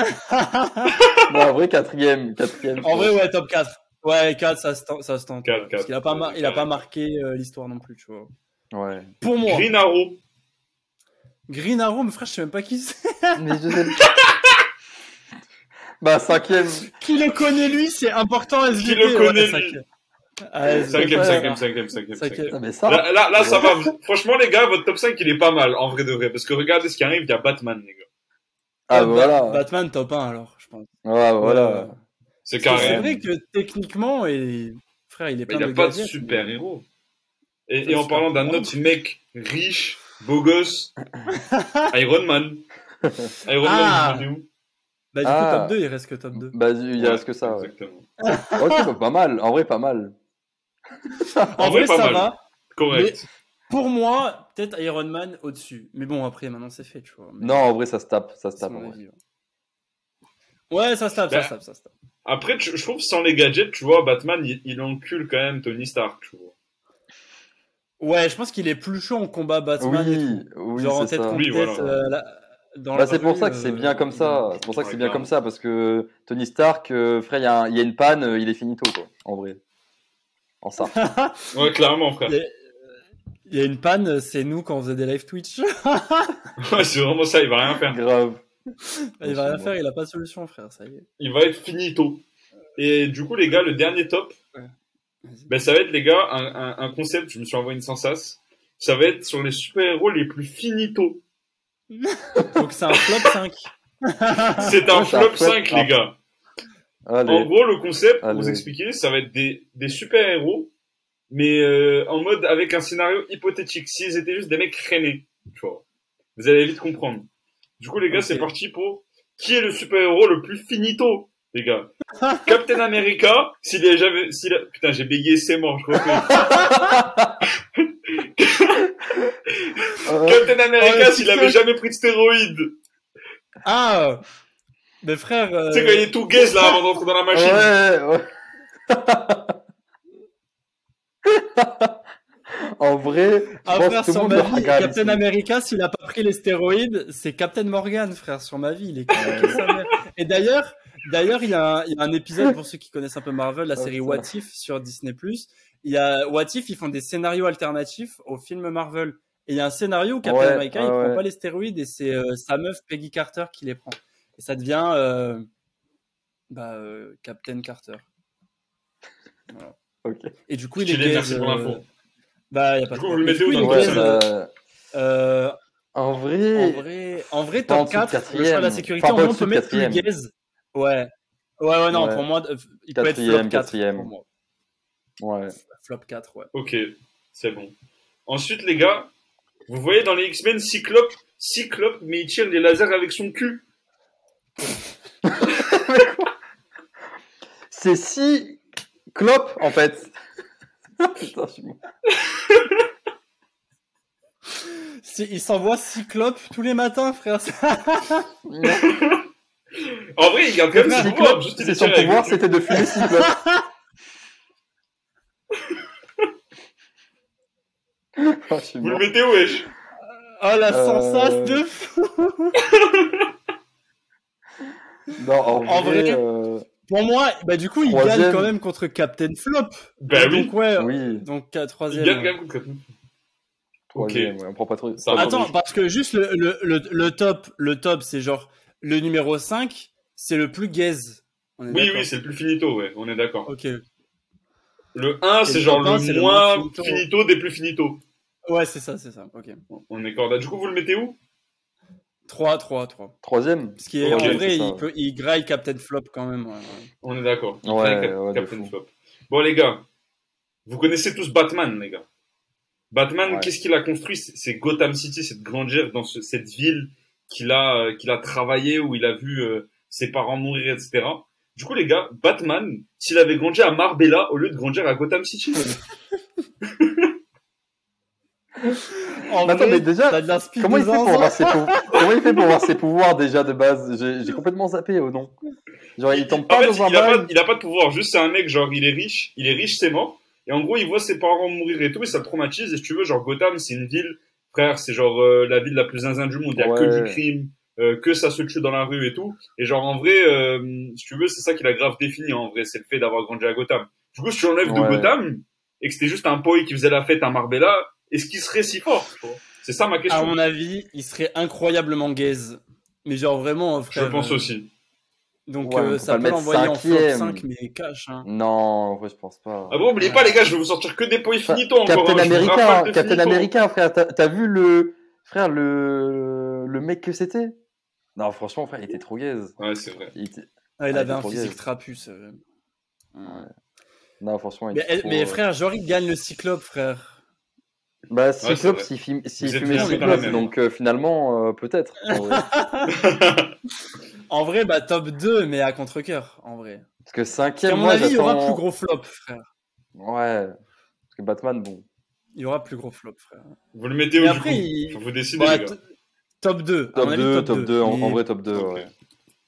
Speaker 2: en vrai, quatrième. quatrième
Speaker 1: En vrai, ouais, top 4. Ouais, 4, ça se tente. Ça se tente.
Speaker 3: Quatre,
Speaker 1: Parce
Speaker 3: quatre.
Speaker 1: qu'il a pas, mar- il a pas hein. marqué euh, l'histoire non plus, tu vois.
Speaker 2: ouais.
Speaker 1: Pour moi, Green,
Speaker 3: Green Arrow.
Speaker 1: Arrow, mais frère, je sais même pas qui c'est.
Speaker 2: Mais je sais pas. Bah, cinquième.
Speaker 1: Qui le connaît, lui, c'est important, SVP.
Speaker 3: le connaît,
Speaker 1: ouais,
Speaker 3: lui
Speaker 1: cinquième. Ah,
Speaker 3: Cinquième,
Speaker 2: pas,
Speaker 3: cinquième,
Speaker 1: là.
Speaker 3: cinquième, cinquième,
Speaker 1: Cinquième.
Speaker 3: cinquième.
Speaker 2: Ah, mais ça.
Speaker 3: Là, là, là, ça va. Franchement, les gars, votre top 5, il est pas mal, en vrai de vrai. Parce que regardez ce qui arrive, il y a Batman, les gars.
Speaker 2: Ah,
Speaker 1: Ba-
Speaker 2: voilà.
Speaker 1: Batman top 1, alors, je pense.
Speaker 2: Ouais, voilà.
Speaker 3: C'est
Speaker 1: Parce que
Speaker 3: carré.
Speaker 1: C'est vrai que techniquement, et... frère, il est
Speaker 3: Mais
Speaker 1: plein
Speaker 3: il n'y a
Speaker 1: de
Speaker 3: pas de
Speaker 1: gadgets,
Speaker 3: super
Speaker 1: mais-
Speaker 3: héros.
Speaker 1: Pas
Speaker 3: Et,
Speaker 1: de
Speaker 3: et en
Speaker 1: super
Speaker 3: parlant d'un
Speaker 1: héros.
Speaker 3: autre mec riche, beau gosse, Iron Man. Iron
Speaker 1: Ah.
Speaker 3: Man, il est où
Speaker 1: Bah, du coup,
Speaker 2: Ah.
Speaker 1: top 2, il reste que top 2.
Speaker 2: Bah, il y a ce que ça. Ouais.
Speaker 3: Exactement.
Speaker 2: Ok, bah, pas mal. En vrai, pas mal.
Speaker 1: En, vrai,
Speaker 3: vrai, pas
Speaker 1: ça
Speaker 3: mal.
Speaker 1: va.
Speaker 3: Correct.
Speaker 1: Pour moi, peut-être Iron Man au-dessus. Mais bon, après, maintenant, c'est fait, tu vois. Mais
Speaker 2: Non, en vrai, ça se tape. Ça se
Speaker 1: c'est
Speaker 2: tape.
Speaker 1: mon
Speaker 2: en vrai.
Speaker 1: avis, ouais. Ouais, ça se tape, ça
Speaker 3: Bah.
Speaker 1: se tape, ça se tape.
Speaker 3: Après, tu- je trouve que sans les gadgets, tu vois, Batman, il, il encule quand même Tony Stark, tu vois.
Speaker 1: Ouais, je pense qu'il est plus chaud en combat Batman et tout.
Speaker 2: Oui, oui,
Speaker 1: Genre en
Speaker 2: c'est
Speaker 1: tête
Speaker 2: ça.
Speaker 1: contre
Speaker 3: Oui,
Speaker 1: tête.
Speaker 3: voilà.
Speaker 1: euh, la- dans
Speaker 2: Bah,
Speaker 1: la
Speaker 2: c'est pour
Speaker 1: rue,
Speaker 2: ça que c'est
Speaker 1: euh,
Speaker 2: bien comme
Speaker 1: il-
Speaker 2: ça. C'est pour ça que
Speaker 3: Ouais,
Speaker 2: c'est bien
Speaker 3: clairement.
Speaker 2: comme ça parce que Tony Stark, euh, frère, il y, a un- il y a une panne, euh, il est finito quoi. En vrai, en ça.
Speaker 3: Ouais, clairement, frère.
Speaker 1: Il y a- il y a une panne, c'est nous quand on faisait des live Twitch.
Speaker 3: Ouais, c'est vraiment ça, il va rien faire.
Speaker 2: Grave.
Speaker 1: il va rien faire, il a pas de solution, frère, ça y est.
Speaker 3: Il va être finito. Et du coup, les gars, le dernier top,
Speaker 1: Ouais. Vas-y.
Speaker 3: ben, ça va être, les gars, un, un- un concept, je me suis envoyé une sensace. Ça va être sur les super-héros les plus finito.
Speaker 1: Donc c'est un flop 5.
Speaker 3: C'est un
Speaker 2: Ouais, c'est un
Speaker 3: flop
Speaker 2: flop.
Speaker 3: 5, les gars. En
Speaker 2: Allez.
Speaker 3: gros, le concept, pour
Speaker 2: Allez.
Speaker 3: vous expliquer, ça va être des, des super-héros, mais euh, en mode avec un scénario hypothétique. S'ils étaient juste des mecs traînés, tu vois. Vous allez vite comprendre. Du coup, les gars,
Speaker 1: Ok.
Speaker 3: c'est parti pour qui est le super-héros le plus finito, les gars. Captain America, s'il est jamais, s'il a- putain, j'ai bégayé, c'est mort, je refais.
Speaker 2: Euh,
Speaker 1: Oh,
Speaker 2: Oh,
Speaker 3: Captain America,
Speaker 1: Ouais,
Speaker 3: s'il
Speaker 1: putain.
Speaker 3: avait jamais pris de stéroïdes.
Speaker 1: Ah Mais frère. euh,
Speaker 3: Tu sais, quand il est tout gaze, là, avant d'entrer dans la machine.
Speaker 2: ouais, ouais. en vrai, je
Speaker 1: Ah
Speaker 2: pense
Speaker 1: frère,
Speaker 2: que tout le
Speaker 1: sur
Speaker 2: monde
Speaker 1: ma
Speaker 2: le
Speaker 1: vie,
Speaker 2: regarde.
Speaker 1: Captain America, s'il a pas pris les stéroïdes, c'est Captain Morgan, frère, sur ma vie, il est claqué, sa mère. Et d'ailleurs, d'ailleurs, il y, a un- il y a un épisode, pour ceux qui connaissent un peu Marvel, la
Speaker 2: Oh,
Speaker 1: série
Speaker 2: putain.
Speaker 1: What If sur Disney+. Il y a What If, ils font des scénarios alternatifs au film Marvel. Et il y a un scénario où Captain
Speaker 2: Ouais,
Speaker 1: America, il
Speaker 2: ouais,
Speaker 1: prend
Speaker 2: ouais.
Speaker 1: pas les stéroïdes et c'est euh, sa meuf Peggy Carter qui les prend. Et ça devient euh, bah, euh, Captain Carter.
Speaker 2: Ok.
Speaker 1: Et du coup, il est gaze,
Speaker 3: Stylé, merci pour l'info.
Speaker 1: Bah, il y a pas
Speaker 3: Du
Speaker 1: de
Speaker 3: coup, vous
Speaker 1: problème.
Speaker 3: le
Speaker 1: Et
Speaker 3: mettez
Speaker 1: du
Speaker 3: où
Speaker 1: coup, il
Speaker 2: Ouais,
Speaker 3: dans
Speaker 1: est
Speaker 3: le
Speaker 1: gaze,
Speaker 2: bah,
Speaker 1: euh,
Speaker 2: en
Speaker 1: En
Speaker 2: vrai,
Speaker 1: vrai, en vrai
Speaker 2: Euh, Pas en
Speaker 1: top
Speaker 2: dessous de
Speaker 1: 4, le choix de la
Speaker 2: quatrième.
Speaker 1: sécurité,
Speaker 2: Enfin,
Speaker 1: en vrai,
Speaker 2: pas
Speaker 1: on
Speaker 2: au-dessus
Speaker 1: peut
Speaker 2: de
Speaker 1: mettre plus
Speaker 2: quatrième.
Speaker 1: gaze. Ouais. Ouais, ouais, non,
Speaker 2: Ouais.
Speaker 1: pour moi, euh, il peut être
Speaker 2: Quatrième,
Speaker 1: flop 4.
Speaker 2: quatrième.
Speaker 1: Pour moi.
Speaker 2: ouais.
Speaker 1: Flop 4, ouais.
Speaker 3: Ok, c'est bon. Ensuite, les gars, vous voyez dans les X-Men Cyclope, Cyclope, mais il tire les lasers avec son cul.
Speaker 2: C'est si clope en fait. Putain, je suis mort.
Speaker 1: Si- il s'envoie Cyclope tous les matins, frère.
Speaker 3: En vrai, il garde quand même son
Speaker 2: Cyclope,
Speaker 3: pouvoir. Juste, il
Speaker 2: c'est
Speaker 3: les
Speaker 2: son
Speaker 3: tire avec
Speaker 2: pouvoir,
Speaker 3: le cul.
Speaker 2: c'était de fumer Cyclope. Oh, je suis
Speaker 3: Vous le
Speaker 2: mort.
Speaker 3: mettez où, wesh
Speaker 1: Oh, la
Speaker 2: Euh,
Speaker 1: sensace de fou.
Speaker 2: Non, en,
Speaker 1: En
Speaker 2: vrai,
Speaker 1: vrai,
Speaker 2: euh,
Speaker 1: Pour moi, bah, du coup, il gagne
Speaker 2: Troisième.
Speaker 1: quand même contre Captain Flop.
Speaker 3: Bah oui,
Speaker 1: Donc, ouais.
Speaker 2: oui,
Speaker 1: Donc, euh,
Speaker 3: il garde
Speaker 1: troisième.
Speaker 3: quand même Ah, contre Cyclope.
Speaker 2: troisième, ouais, on prend pas trop.
Speaker 3: Ça va.
Speaker 1: Attends, parce que juste le, le, le, le top, le top, c'est genre le numéro 5, c'est le plus gaze. On est
Speaker 3: Oui,
Speaker 1: d'accord
Speaker 3: oui, c'est le plus finito, ouais, on est d'accord.
Speaker 1: Ok.
Speaker 3: Le 1,
Speaker 1: le
Speaker 3: c'est genre
Speaker 1: un, c'est
Speaker 3: le
Speaker 1: le
Speaker 3: moins
Speaker 1: moins finito.
Speaker 3: finito. des plus finitos.
Speaker 1: Ouais, c'est ça, c'est ça. Ok.
Speaker 3: On est corda. Du coup, vous le mettez où
Speaker 1: 3, 3, 3.
Speaker 2: Troisième
Speaker 1: Ce qui est
Speaker 3: Ok,
Speaker 1: en vrai,
Speaker 2: c'est ça,
Speaker 1: il,
Speaker 2: ouais.
Speaker 1: peut, il graille Captain Flop quand même. ouais, ouais.
Speaker 3: On est d'accord.
Speaker 2: Ouais,
Speaker 3: Avec
Speaker 2: ouais, de
Speaker 3: Captain
Speaker 2: fou.
Speaker 3: Flop. Bon, les gars, vous connaissez tous Batman, les gars. Batman,
Speaker 2: Ouais.
Speaker 3: qu'est-ce qu'il a construit C'est- C'est Gotham City, cette grandeur dans ce- cette ville qu'il a, euh, qu'il a travaillé, où il a vu euh, ses parents mourir, etc. Du coup, les gars, Batman, s'il avait grandi à Marbella au lieu de grandir à Gotham City,
Speaker 1: En
Speaker 2: Mais Attends,
Speaker 1: vrai,
Speaker 2: Bah, mais déjà,
Speaker 1: t'as de l'inspiration.
Speaker 2: comment il, fait pour avoir ses pou- comment il fait pour avoir ses pouvoirs déjà de base J'ai j'ai complètement zappé au nom. Genre, il tombe
Speaker 3: En
Speaker 2: pas
Speaker 3: fait,
Speaker 2: dans un
Speaker 3: il a pas,
Speaker 2: bail.
Speaker 3: il a pas de pouvoir. Juste, c'est un mec, genre, il est riche, il est riche, c'est mort. Et en gros, il voit ses parents mourir et tout, et ça le traumatise. Et si tu veux, genre, Gotham, c'est une ville, frère, c'est genre euh, la ville la plus zinzin du monde. Il y a
Speaker 2: Ouais.
Speaker 3: que du crime, euh, que ça se tue dans la rue et tout. Et genre, en vrai, euh, si tu veux, c'est ça qu'il a grave défini, en vrai, c'est le fait d'avoir grandi à Gotham. Du coup, si tu enlèves de
Speaker 2: Ouais.
Speaker 3: Gotham, et que c'était juste un boy qui faisait la fête à Marbella, est-ce qu'il serait si fort tu vois C'est ça ma
Speaker 1: À
Speaker 3: question.
Speaker 2: Ah,
Speaker 1: mon avis, il serait incroyablement gaze. Mais genre vraiment,
Speaker 3: Je
Speaker 1: frère.
Speaker 3: pense
Speaker 1: euh,
Speaker 3: aussi.
Speaker 1: Donc
Speaker 2: Ouais,
Speaker 1: euh,
Speaker 2: on peut
Speaker 1: ça
Speaker 2: pas le
Speaker 1: peut
Speaker 2: mettre
Speaker 1: l'envoyer en flop
Speaker 2: cinquième.
Speaker 1: 5, mais cash. Hein.
Speaker 2: Non, en vrai, je pense pas.
Speaker 3: Ah bon, n'oubliez pas, les gars, je vais vous sortir que des points
Speaker 2: Enfin,
Speaker 3: finito encore.
Speaker 2: Captain
Speaker 3: hein, je vous
Speaker 2: America,
Speaker 3: rafale
Speaker 2: hein,
Speaker 3: de
Speaker 2: Captain
Speaker 3: finito.
Speaker 2: America, frère. T'as t'as vu le frère le le mec que c'était Non, franchement, frère, il était trop gaze.
Speaker 3: Ouais, c'est vrai.
Speaker 2: Il était-
Speaker 1: Ah, il
Speaker 2: Ah, il
Speaker 1: avait
Speaker 2: est
Speaker 1: un
Speaker 2: trop
Speaker 1: physique
Speaker 2: gaze.
Speaker 1: trapus. euh.
Speaker 2: Non, franchement, il
Speaker 1: Mais,
Speaker 2: était trop,
Speaker 1: mais
Speaker 2: euh,
Speaker 1: frère, genre il gagne le cyclope, frère.
Speaker 2: Bah,
Speaker 3: Ouais, c'est
Speaker 2: Cyclops,
Speaker 3: vrai.
Speaker 2: s'il fume- s'il
Speaker 3: Vous êtes
Speaker 2: fumait
Speaker 1: bien dans la
Speaker 2: Cyclops,
Speaker 1: même.
Speaker 2: donc euh, finalement, euh, peut-être. en vrai.
Speaker 1: En vrai, bah top 2, mais à contre-coeur, en vrai.
Speaker 2: Parce que
Speaker 1: À
Speaker 2: cinquième,
Speaker 1: mon
Speaker 2: moi,
Speaker 1: avis, il y aura
Speaker 2: j'attends-
Speaker 1: plus gros flop, frère.
Speaker 2: Ouais. Parce que Batman, bon.
Speaker 1: Il y aura plus gros flop, frère.
Speaker 3: Vous le mettez où
Speaker 1: Mais
Speaker 3: du
Speaker 1: après,
Speaker 3: coup
Speaker 1: il- Bah,
Speaker 3: Faut vous décider,
Speaker 1: Ouais,
Speaker 3: les gars.
Speaker 1: t- top 2. à
Speaker 2: Top
Speaker 1: mon avis,
Speaker 2: 2,
Speaker 1: top,
Speaker 2: top 2, en, en
Speaker 1: Mais-
Speaker 2: vrai, top 2.
Speaker 3: Ok.
Speaker 2: Ouais.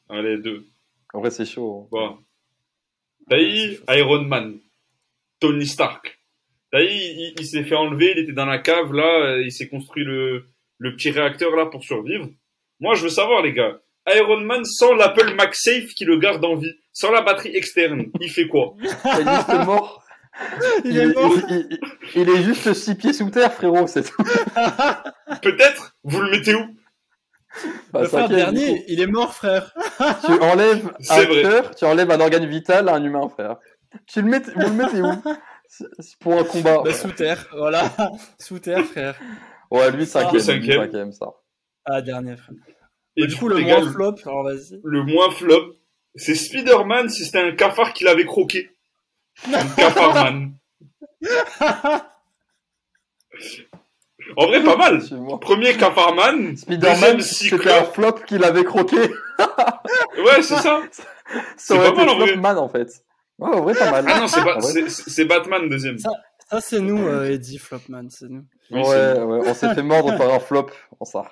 Speaker 3: Allez, deux.
Speaker 2: En vrai, c'est chaud. hein.
Speaker 3: Bon.
Speaker 1: Ouais,
Speaker 3: Taï,
Speaker 1: Ah, c'est chaud.
Speaker 3: Iron Man, Tony Stark. Taï, il, il s'est fait enlever, il était dans la cave, là, euh, il s'est construit le, le petit réacteur, là, pour survivre. Moi, je veux savoir, les gars, Iron Man sans l'Apple MagSafe qui le garde en vie, sans la batterie externe, il fait quoi
Speaker 2: hein. Il est juste mort.
Speaker 1: Il est mort.
Speaker 2: il- il- il est juste six pieds sous terre, frérot, c'est tout.
Speaker 3: Peut-être Vous le mettez où
Speaker 2: Bah,
Speaker 1: Le frère
Speaker 2: cinquième, du
Speaker 1: dernier, il est mort, frère.
Speaker 2: coup, Tu enlèves
Speaker 3: C'est
Speaker 2: un
Speaker 3: vrai.
Speaker 2: cœur, tu enlèves un organe vital à un humain, frère. Tu le mets, vous le mettez où C'est- c'est Pour un combat.
Speaker 1: Bah, sous terre, voilà. sous terre, frère.
Speaker 2: Ouais, lui, cinquième. lui,
Speaker 3: cinquième.
Speaker 2: cinquième, ça.
Speaker 1: Ah, dernier, frère.
Speaker 3: Et
Speaker 1: Et Bah, du coup, le
Speaker 3: les gars,
Speaker 1: moins flop, alors vas-y.
Speaker 3: le moins flop, c'est Spider-Man si c'était un cafard qui l'avait croqué. Un cafard-man. en vrai, pas mal.
Speaker 2: Suis-moi.
Speaker 3: Premier Cafarman,
Speaker 2: Spider-Man,
Speaker 3: deuxième
Speaker 2: c'était un
Speaker 3: Cyclope.
Speaker 2: flop qu'il avait croqué.
Speaker 3: Ouais, c'est ça.
Speaker 2: Ça aurait
Speaker 3: pas mal,
Speaker 2: été
Speaker 3: en vrai.
Speaker 2: Flopman, en fait. Ouais, en vrai, pas mal.
Speaker 3: Ah non, c'est
Speaker 2: En
Speaker 3: Ba-
Speaker 2: vrai,
Speaker 3: c'est- c'est- c'est Batman deuxième.
Speaker 1: Ça- Ça, c'est nous, euh, Eddie Flopman, c'est nous.
Speaker 3: Oui,
Speaker 2: ouais,
Speaker 3: c'est-
Speaker 2: ouais, on s'est fait mordre par un flop en ça.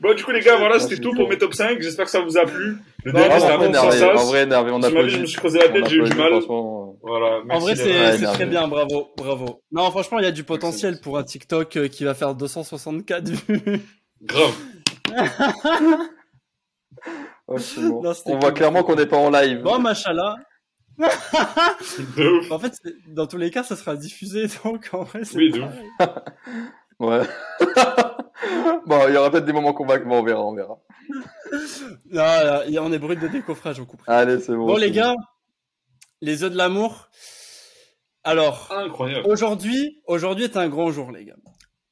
Speaker 3: Bon, du coup, les gars, voilà,
Speaker 2: Ouais,
Speaker 3: c'était
Speaker 2: c'est
Speaker 3: tout
Speaker 2: bon.
Speaker 3: pour mes top 5. J'espère que ça vous a plu. Le
Speaker 1: Non,
Speaker 3: dernier,
Speaker 1: vraiment,
Speaker 3: c'était un
Speaker 2: en vrai,
Speaker 3: bon
Speaker 2: énervé, en
Speaker 3: sens.
Speaker 2: vrai, énervé, on a
Speaker 3: Tu m'as dit, je me suis creusé la tête, j'ai eu du mal. Voilà,
Speaker 1: En
Speaker 3: merci
Speaker 1: vrai,
Speaker 3: les
Speaker 1: c'est
Speaker 3: gars.
Speaker 2: Ouais,
Speaker 1: c'est
Speaker 2: non,
Speaker 1: très
Speaker 2: mais-
Speaker 1: bien, bravo, bravo. Non, franchement, il y a du potentiel
Speaker 3: Merci.
Speaker 1: pour un TikTok euh, qui va faire 264 vues.
Speaker 3: Grave.
Speaker 1: Non, c'était
Speaker 2: on voit
Speaker 1: cool.
Speaker 2: clairement qu'on n'est pas en live.
Speaker 1: Bon, machallah.
Speaker 3: De ouf.
Speaker 1: En fait, c'est- dans tous les cas, ça sera diffusé, donc en vrai, c'est
Speaker 3: Oui, de ouf.
Speaker 1: pareil.
Speaker 2: Ouais. bon, il y aura peut-être des moments qu'on va... Bon, on verra, on verra.
Speaker 1: Là, là, on est brut de décoffrage, on coupe.
Speaker 2: Allez, c'est bon.
Speaker 1: Bon, les
Speaker 2: Oh, c'est
Speaker 1: gars, les œufs de l'amour. Alors,
Speaker 3: Incroyable.
Speaker 1: Aujourd'hui, aujourd'hui est un grand jour, les gars.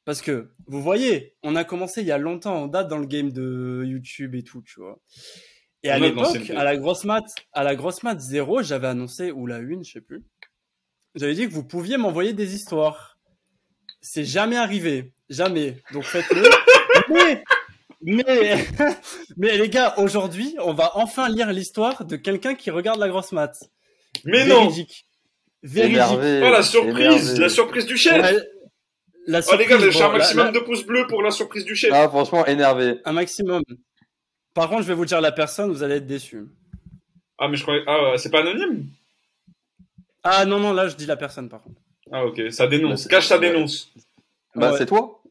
Speaker 1: Parce que, vous voyez, on a commencé il y a longtemps en date dans le game de YouTube et tout, tu vois. Et à
Speaker 3: On a de
Speaker 1: l'époque,
Speaker 3: l'ancienneté.
Speaker 1: à la grosse mat, à la grosse mat 0, j'avais annoncé, ou la une, je sais plus. J'avais dit que vous pouviez m'envoyer des histoires. C'est jamais arrivé. Jamais. Donc faites-le. mais, mais, mais les gars, aujourd'hui, on va enfin lire l'histoire de quelqu'un qui regarde la grosse mat.
Speaker 3: Mais non.
Speaker 1: Véridique.
Speaker 2: bon.
Speaker 1: Véridique.
Speaker 2: Énervé.
Speaker 3: Oh, la surprise.
Speaker 2: énervé.
Speaker 3: La surprise du chef.
Speaker 1: Ouais, la
Speaker 3: Oh, les gars,
Speaker 1: surprise,
Speaker 3: j'ai un
Speaker 1: bon, la-
Speaker 3: maximum
Speaker 1: la-
Speaker 3: de pouces bleus pour la surprise du chef.
Speaker 2: Ah, franchement, énervé.
Speaker 1: un maximum. Par contre, je vais vous dire la personne, vous allez être déçus.
Speaker 3: Ah, mais je croyais. Ah, c'est pas anonyme
Speaker 1: Ah non, non, là, je dis la personne, par contre.
Speaker 3: Ah, ok. Ça
Speaker 2: Bah,
Speaker 3: dénonce.
Speaker 2: c'est-
Speaker 3: Cache, ça
Speaker 2: ouais.
Speaker 3: dénonce.
Speaker 2: Bah,
Speaker 1: Ouais.
Speaker 2: c'est toi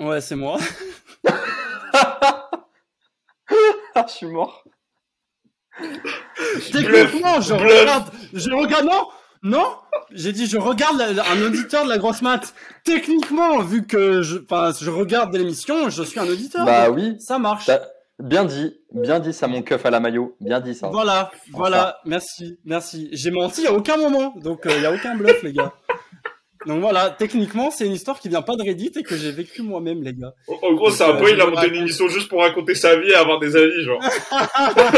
Speaker 1: Ouais, c'est moi.
Speaker 2: Ah, je suis mort.
Speaker 1: Techniquement, je
Speaker 3: Bluff.
Speaker 1: regarde. Je regarde. Non Non J'ai dit, je regarde la- la- un auditeur de la grosse mat. Techniquement, vu que je, enfin, je regarde l'émission, je suis un auditeur.
Speaker 2: Bah
Speaker 1: donc
Speaker 2: oui.
Speaker 1: Ça marche.
Speaker 2: T'as- Bien dit. Bien dit, ça, mon keuf à la maillot. Bien dit, ça.
Speaker 1: Voilà, voilà, merci, merci. J'ai menti à aucun moment, donc il n'y a aucun bluff, les gars. Donc voilà, techniquement, c'est une histoire qui vient pas de Reddit et que j'ai vécu moi-même, les gars.
Speaker 3: En- En gros, c'est un
Speaker 1: Euh,
Speaker 3: peu, il a
Speaker 1: je
Speaker 3: monté une
Speaker 1: raconte.
Speaker 3: émission juste pour raconter sa vie et avoir des avis, genre.
Speaker 2: Ah,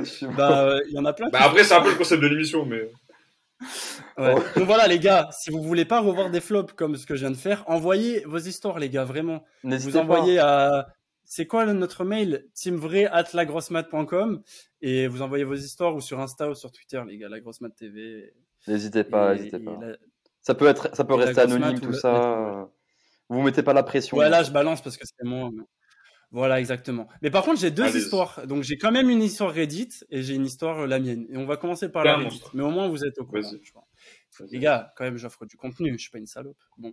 Speaker 2: je suis mort.
Speaker 1: Bah, euh, il y en a plein. qui-
Speaker 3: bah après, c'est un peu le concept de l'émission, mais.
Speaker 1: Ouais. Donc voilà, les gars, si vous voulez pas revoir des flops comme ce que je viens de faire, envoyez vos histoires, les gars, vraiment.
Speaker 2: N'hésitez
Speaker 1: Vous
Speaker 2: pas.
Speaker 1: envoyez à. C'est quoi le- notre mail teamvray@lagrossemat.com et vous envoyez vos histoires ou sur Insta ou sur Twitter, les gars, la grosse mat TV.
Speaker 2: N'hésitez pas,
Speaker 1: Et-
Speaker 2: n'hésitez
Speaker 1: et
Speaker 2: pas.
Speaker 1: la-
Speaker 2: Ça peut être, ça peut
Speaker 1: Et la
Speaker 2: rester
Speaker 1: grosse
Speaker 2: anonyme,
Speaker 1: mat ou
Speaker 2: tout
Speaker 1: le-
Speaker 2: ça. Vous mettez pas la pression.
Speaker 1: Ouais, là, je balance parce que c'est moi. mais- Voilà, exactement. Mais par contre, j'ai deux
Speaker 3: Allez.
Speaker 1: histoires. Donc, j'ai quand même une histoire Reddit et j'ai une histoire euh, la mienne. Et on va commencer par
Speaker 3: T'es
Speaker 1: la
Speaker 3: un
Speaker 1: Reddit.
Speaker 3: monstre.
Speaker 1: Mais au moins, vous êtes au courant.
Speaker 3: Vas-y.
Speaker 1: je crois. Les gars, quand même, j'offre du contenu. Je suis pas une salope. Bon.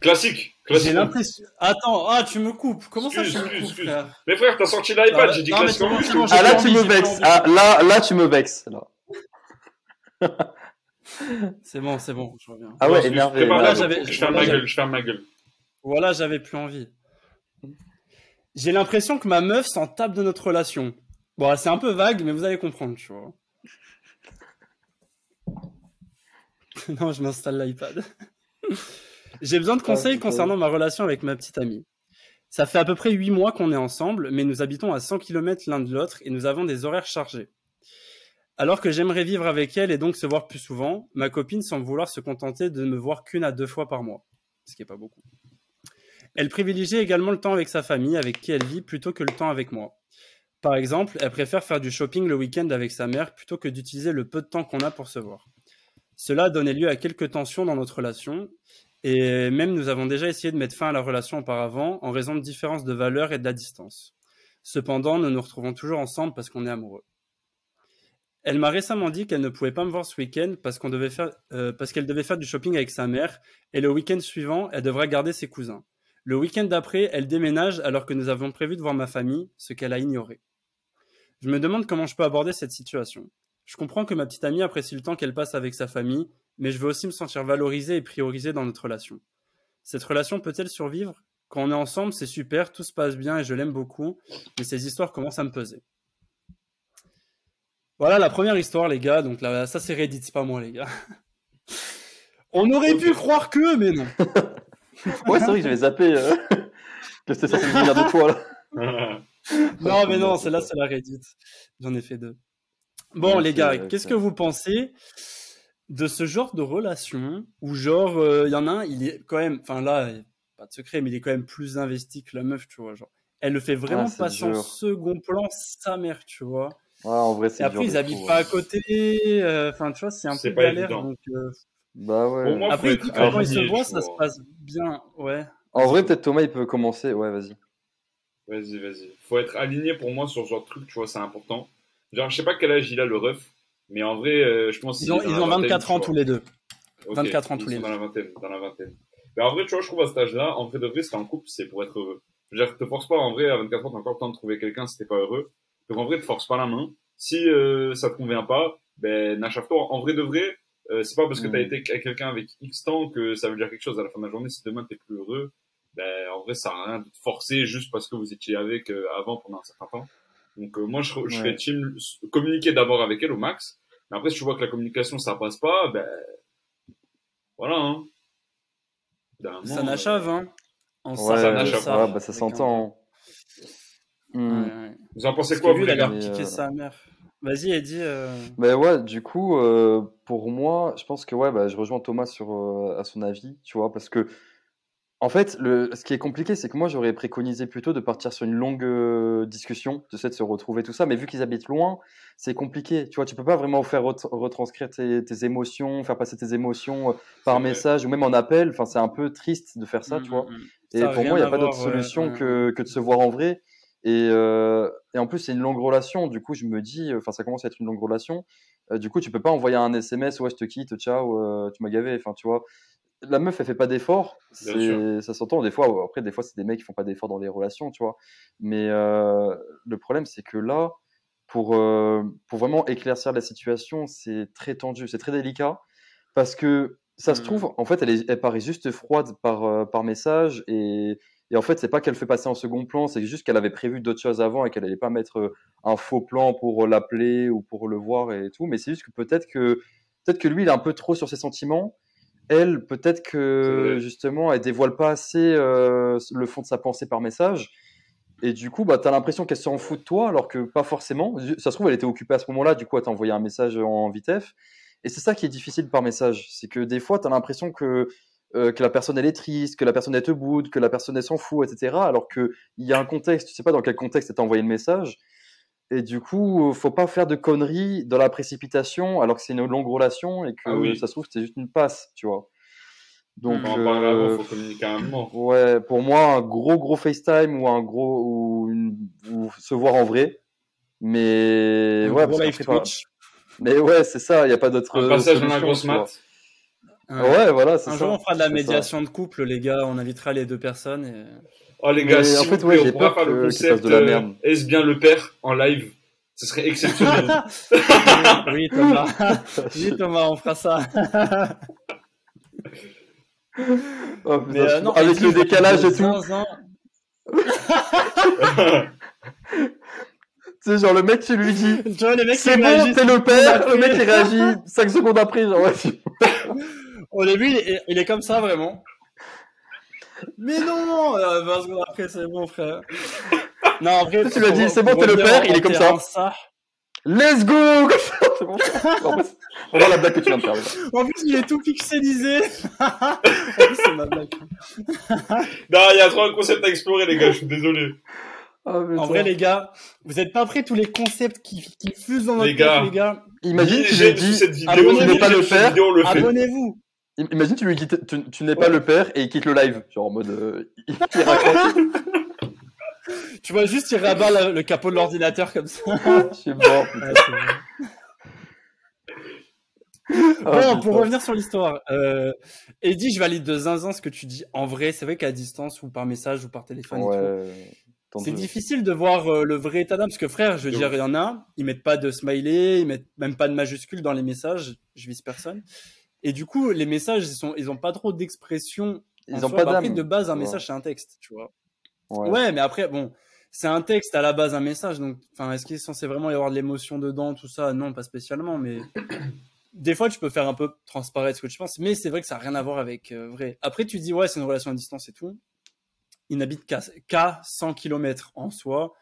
Speaker 3: Classique,
Speaker 1: J'ai
Speaker 3: classique.
Speaker 1: l'impression. Attends, ah, tu me coupes. Comment ça, je
Speaker 3: Excuse,
Speaker 1: me
Speaker 3: excuse,
Speaker 1: coupe,
Speaker 3: excuse.
Speaker 1: frère
Speaker 3: Mais frère, t'as sorti l'iPad,
Speaker 1: Non,
Speaker 3: j'ai dit
Speaker 1: non, mais
Speaker 3: classique
Speaker 1: c'est
Speaker 3: en
Speaker 1: bon,
Speaker 3: plus.
Speaker 1: c'est bon, j'ai
Speaker 2: Ah là,
Speaker 1: pas
Speaker 2: tu
Speaker 1: envie,
Speaker 2: me
Speaker 1: j'ai pas
Speaker 2: vexes.
Speaker 1: envie.
Speaker 2: Ah là, là, tu me vexes. là.
Speaker 1: C'est bon, c'est bon, je reviens.
Speaker 2: Ah
Speaker 3: Non,
Speaker 2: ouais,
Speaker 3: excuse,
Speaker 2: énervé.
Speaker 3: prépare
Speaker 1: Là,
Speaker 2: énervé.
Speaker 3: la-
Speaker 1: j'avais-
Speaker 3: Je ferme ma
Speaker 1: j'avais-
Speaker 3: gueule, je ferme ma gueule.
Speaker 1: Voilà, j'avais plus envie. J'ai l'impression que ma meuf s'en tape de notre relation. Bon, c'est un peu vague, mais vous allez comprendre, tu vois. non, je m'installe l'iPad. J'ai besoin de conseils
Speaker 2: Ah, c'est pas
Speaker 1: concernant ma relation avec ma petite amie. Ça fait à peu près 8 mois qu'on est ensemble, mais nous habitons à 100 km l'un de l'autre et nous avons des horaires chargés. Alors que j'aimerais vivre avec elle et donc se voir plus souvent, ma copine semble vouloir se contenter de ne me voir qu'une à deux fois par mois, ce qui n'est pas beaucoup. Elle privilégie également le temps avec sa famille, avec qui elle vit, plutôt que le temps avec moi. Par exemple, elle préfère faire du shopping le week-end avec sa mère plutôt que d'utiliser le peu de temps qu'on a pour se voir. Cela a donné lieu à quelques tensions dans notre relation, et même nous avons déjà essayé de mettre fin à la relation auparavant en raison de différences de valeurs et de la distance. Cependant, nous nous retrouvons toujours ensemble parce qu'on est amoureux. Elle m'a récemment dit qu'elle ne pouvait pas me voir ce week-end parce qu'on devait faire- euh, parce qu'elle devait faire du shopping avec sa mère, et le week-end suivant, elle devra garder ses cousins. Le week-end d'après, elle déménage alors que nous avions prévu de voir ma famille, ce qu'elle a ignoré. Je me demande comment je peux aborder cette situation. Je comprends que ma petite amie apprécie le temps qu'elle passe avec sa famille, mais je veux aussi me sentir valorisé et priorisé dans notre relation. Cette relation peut-elle survivre Quand on est ensemble, c'est super, tout se passe bien et je l'aime beaucoup, mais ces histoires commencent à me peser. Voilà la première histoire, les gars. Donc là, ça c'est Reddit, c'est pas moi, les gars. On aurait pu croire que, mais non.
Speaker 2: Ouais, c'est vrai que j'avais zappé. euh, que c'était censé me venir de toi, là.
Speaker 1: Non, mais non, celle-là, c'est la Reddit. J'en ai fait deux. Bon,
Speaker 2: Ok,
Speaker 1: les gars,
Speaker 2: ok.
Speaker 1: qu'est-ce que vous pensez de ce genre de relation où, genre, euh, il y en a un, il est quand même, enfin là, euh, pas de secret, mais il est quand même plus investi que la meuf, tu vois. Genre, elle le fait vraiment
Speaker 2: Ah, c'est
Speaker 1: passer en
Speaker 2: dur.
Speaker 1: second plan sa mère, tu vois.
Speaker 2: Ouais, Ah, en vrai, c'est
Speaker 1: Et après,
Speaker 2: dur de
Speaker 1: ils
Speaker 2: fou, hein.
Speaker 1: habitent
Speaker 2: ouais.
Speaker 1: pas à côté, euh, enfin, tu vois, c'est un
Speaker 3: C'est
Speaker 1: peu
Speaker 3: pas
Speaker 1: galère.
Speaker 3: évident.
Speaker 1: Donc, euh,
Speaker 2: Bah ouais.
Speaker 3: Au moins,
Speaker 1: Après,
Speaker 3: faut
Speaker 1: il dit
Speaker 3: être
Speaker 1: que quand ils se
Speaker 3: aligné,
Speaker 1: voient,
Speaker 3: tu
Speaker 1: ça se
Speaker 3: vois.
Speaker 1: passe bien, ouais.
Speaker 2: En vrai, peut-être Thomas, il peut commencer. Ouais, vas-y.
Speaker 3: Vas-y, vas-y. Faut être aligné pour moi sur ce genre de truc, tu vois, c'est important. Genre, je sais pas quel âge il a le ref, mais en vrai, euh, je pense
Speaker 1: Ils ont,
Speaker 3: qu'il est dans
Speaker 1: ils
Speaker 3: la
Speaker 1: ont
Speaker 3: vingtaine,
Speaker 1: 24
Speaker 3: tu
Speaker 1: ans
Speaker 3: vois.
Speaker 1: tous les deux.
Speaker 3: Ok,
Speaker 1: 24 ans tous
Speaker 3: ils
Speaker 1: les
Speaker 3: sont
Speaker 1: deux.
Speaker 3: Dans la vingtaine, dans la vingtaine. Mais en vrai, tu vois, je trouve à cet âge-là, en vrai de vrai, c'est en couple, c'est pour être heureux. Je veux dire, te force pas, en vrai, à 24 ans, t'as encore le temps de trouver quelqu'un si t'es pas heureux. Donc en vrai, te force pas la main. Si euh, ça te convient pas, ben n'achève-toi. En vrai de vrai, euh, c'est pas parce que t'as
Speaker 2: Mm.
Speaker 1: Hmm.
Speaker 3: été avec quelqu'un avec X temps que ça veut dire quelque chose à la fin de la journée. Si demain t'es plus heureux, ben en vrai, ça a rien de te forcer juste parce que vous étiez avec euh, avant pendant un certain temps. Donc euh, moi, je, je
Speaker 2: Ouais.
Speaker 3: fais team communiquer d'abord avec elle au max. Mais après, si tu vois que la communication ça passe pas, ben voilà. Hein. euh, D'un
Speaker 1: Ça
Speaker 3: moment,
Speaker 1: n'achève, hein. En
Speaker 2: Ouais,
Speaker 1: sortant de
Speaker 3: n'achève
Speaker 2: ouais, bah, ça
Speaker 1: avec un-
Speaker 2: s'entend. hein.
Speaker 1: Ouais,
Speaker 2: Hmm.
Speaker 1: ouais.
Speaker 3: euh, Vous en pensez
Speaker 1: Parce
Speaker 3: quoi,
Speaker 1: que
Speaker 3: vous
Speaker 1: lui, il a
Speaker 3: les gars
Speaker 1: l'air
Speaker 2: Mais,
Speaker 1: piqué
Speaker 2: euh,
Speaker 1: sa mère. Vas-y, Eddie. euh,
Speaker 2: Ben ouais, du coup, euh, pour moi, je pense que ouais, bah, je rejoins Thomas sur, euh, à son avis, tu vois, parce que, en fait, le, ce qui est compliqué, c'est que moi, j'aurais préconisé plutôt de partir sur une longue euh, discussion, de, de se retrouver, tout ça, mais vu qu'ils habitent loin, c'est compliqué, tu vois, tu peux pas vraiment faire ret- retranscrire tes, tes émotions, faire passer tes émotions euh, par
Speaker 3: C'est vrai.
Speaker 2: message ou même en appel, enfin, c'est un peu triste de faire ça, tu vois.
Speaker 1: mm, mm.
Speaker 2: Et
Speaker 1: Ça a
Speaker 2: pour
Speaker 1: rien
Speaker 2: moi, il n'y
Speaker 1: à
Speaker 2: a pas d'autre
Speaker 1: voir, ouais, Mm,
Speaker 2: solution
Speaker 1: ouais.
Speaker 2: Que, que de se voir en vrai. Et, euh, et en plus, c'est une longue relation. Du coup, je me dis, enfin, ça commence à être une longue relation. Euh, du coup, tu peux pas envoyer un SMS, ouais, je te quitte, ciao, euh, tu m'as gavé. Enfin, tu vois, la meuf, elle fait pas d'efforts.
Speaker 3: Bien
Speaker 2: c'est-
Speaker 3: sûr.
Speaker 2: Ça s'entend. Des fois, ouais, après, des fois, c'est des mecs qui font pas d'efforts dans les relations, tu vois. Mais euh, le problème, c'est que là, pour, euh, pour vraiment éclaircir la situation, c'est très tendu, c'est très délicat. Parce que ça se
Speaker 3: Mmh.
Speaker 1: Mhm.
Speaker 2: trouve, en fait, elle, est- elle paraît juste froide par, euh, par message. Et, et en fait, c'est pas qu'elle fait passer en second plan, c'est juste qu'elle avait prévu d'autres choses avant et qu'elle allait pas mettre euh, un faux plan pour euh, l'appeler ou pour le voir et tout. Mais c'est juste que peut-être que, peut-être que lui, il est un peu trop sur ses sentiments elle, peut-être
Speaker 3: C'est
Speaker 2: que
Speaker 3: vrai.
Speaker 2: justement, elle dévoile pas assez euh, le fond de sa pensée par message. Et du coup, bah, tu as l'impression qu'elle s'en fout de toi, alors que pas forcément. Ça se trouve, elle était occupée à ce moment-là, du coup, elle t'a envoyé un message en vitef. Et c'est ça qui est difficile par message. C'est que des fois, tu as l'impression que, euh, que la personne, elle est triste, que la personne, elle te boude, que la personne, elle s'en fout, etc. Alors qu'il y a un contexte, tu sais pas dans quel contexte elle t'a envoyé le message. Et du coup, euh, faut pas faire de conneries dans la précipitation, alors que c'est une longue relation et que
Speaker 3: Ah oui.
Speaker 2: ça se trouve, c'était juste une passe, tu vois. Donc,
Speaker 3: Enfin, par là,
Speaker 2: euh,
Speaker 3: faut communiquer à un moment.
Speaker 2: ouais, pour moi, un gros, gros FaceTime ou un gros. ou, une- ou se voir en vrai. Mais
Speaker 1: Un
Speaker 2: ouais,
Speaker 1: gros
Speaker 2: parce
Speaker 1: live
Speaker 2: qu'après, voilà.
Speaker 1: Twitch.
Speaker 2: Mais ouais, c'est ça, il n'y a pas d'autre. euh,
Speaker 3: Un passage dans
Speaker 2: solution,
Speaker 3: la grosse
Speaker 2: tu vois.
Speaker 3: mat.
Speaker 1: Ouais.
Speaker 2: Ouais, voilà, c'est
Speaker 1: Un
Speaker 2: ça.
Speaker 1: jour, on fera de la
Speaker 2: C'est ça.
Speaker 1: médiation de couple, les gars. On invitera les deux personnes. Et...
Speaker 3: Oh les
Speaker 2: Ah, Mais
Speaker 3: gars,
Speaker 2: en
Speaker 3: si
Speaker 2: fait,
Speaker 3: vous
Speaker 2: ouais,
Speaker 3: voulez,
Speaker 2: j'ai
Speaker 3: on
Speaker 2: peur
Speaker 3: pourra faire
Speaker 2: que-
Speaker 3: le
Speaker 2: qu'ils
Speaker 3: concept
Speaker 2: fassent de la
Speaker 3: euh,
Speaker 2: merde.
Speaker 3: Est-ce bien le père en live Ce serait exceptionnel.
Speaker 1: oui, Thomas. oui, Thomas, on fera ça.
Speaker 2: Oh, putain,
Speaker 1: Mais, euh,
Speaker 2: je-
Speaker 1: non,
Speaker 2: avec
Speaker 1: Eddie,
Speaker 2: le décalage et tout.
Speaker 1: zinzin.
Speaker 2: Tu sais, genre le mec, tu lui dis
Speaker 1: Tu vois, les mecs,
Speaker 2: C'est
Speaker 1: ils
Speaker 2: bon,
Speaker 1: réagissent.
Speaker 2: t'es le père. Le
Speaker 1: après.
Speaker 2: mec, il réagit 5 secondes après. Genre, ouais, tu-
Speaker 1: Au début, il est, il est comme ça, vraiment. Mais non euh, 20 secondes après, c'est bon, frère. Non, en vrai,
Speaker 2: Tu lui as dit,
Speaker 1: pour-
Speaker 2: c'est bon,
Speaker 1: pour
Speaker 2: t'es le
Speaker 1: revenir
Speaker 2: père,
Speaker 1: en-
Speaker 2: il est
Speaker 1: en
Speaker 2: comme ça.
Speaker 1: terrain
Speaker 2: Let's go Comme ça, c'est bon. En fait, On voit la blague que tu viens de faire. déjà.
Speaker 1: En plus, il est tout pixelisé. en plus, c'est ma blague.
Speaker 3: non, il y a trop un concept à explorer, les gars. Je suis désolé.
Speaker 2: Ah, putain.
Speaker 1: En vrai, les gars, vous êtes pas prêts tous les concepts qui, qui fusent dans notre
Speaker 3: Les gars.
Speaker 1: tête, les gars.
Speaker 2: Imagine,
Speaker 3: Mille
Speaker 2: tu lui
Speaker 3: j'aime sous
Speaker 2: dis
Speaker 3: cette vidéo,
Speaker 1: abonnez-vous,
Speaker 3: mille
Speaker 1: ne pas
Speaker 3: j'aime
Speaker 2: le
Speaker 3: sous cette
Speaker 2: faire.
Speaker 3: vidéo, on le fait.
Speaker 1: Abonnez-vous.
Speaker 2: im- Imagine, tu lui dis Tu, tu n'es pas le père et il quitte le live. Genre en mode. euh, il il raccroche.
Speaker 1: Tu vois, juste, il rabat la- le capot de l'ordinateur comme ça.
Speaker 2: Je suis mort. putain. Ah,
Speaker 1: Bon,
Speaker 2: putain.
Speaker 1: pour revenir sur l'histoire, euh, Eddie, je valide de zinzin ce que tu dis. En vrai, c'est vrai qu'à distance ou par message ou par téléphone, et tout,
Speaker 2: Ouais. tant
Speaker 1: c'est
Speaker 2: de-
Speaker 1: difficile de voir euh, le vrai état d'âme. Parce que frère, je veux
Speaker 3: De
Speaker 1: dire,
Speaker 3: ouf.
Speaker 1: il y en a, un, ils mettent pas de smiley, ils mettent même pas de majuscule dans les messages. Je vise personne. Et du coup, les messages, ils sont, ils ont pas trop d'expression. en
Speaker 2: Ils ont
Speaker 1: soi.
Speaker 2: pas
Speaker 1: Bah, après,
Speaker 2: d'âme.
Speaker 1: De base, un
Speaker 2: tu vois.
Speaker 1: message, c'est un texte, tu vois.
Speaker 2: Ouais.
Speaker 1: Ouais. mais après, bon, c'est un texte à la base, un message. Donc, enfin, est-ce qu'il est censé vraiment y avoir de l'émotion dedans, tout ça Non, pas spécialement, mais des fois, tu peux faire un peu transparaître ce que tu penses. Mais c'est vrai que ça n'a rien à voir avec euh, vrai. Après, tu dis, ouais, c'est une relation à distance et tout. Il n'habite qu'à qu'à 100 km en soi.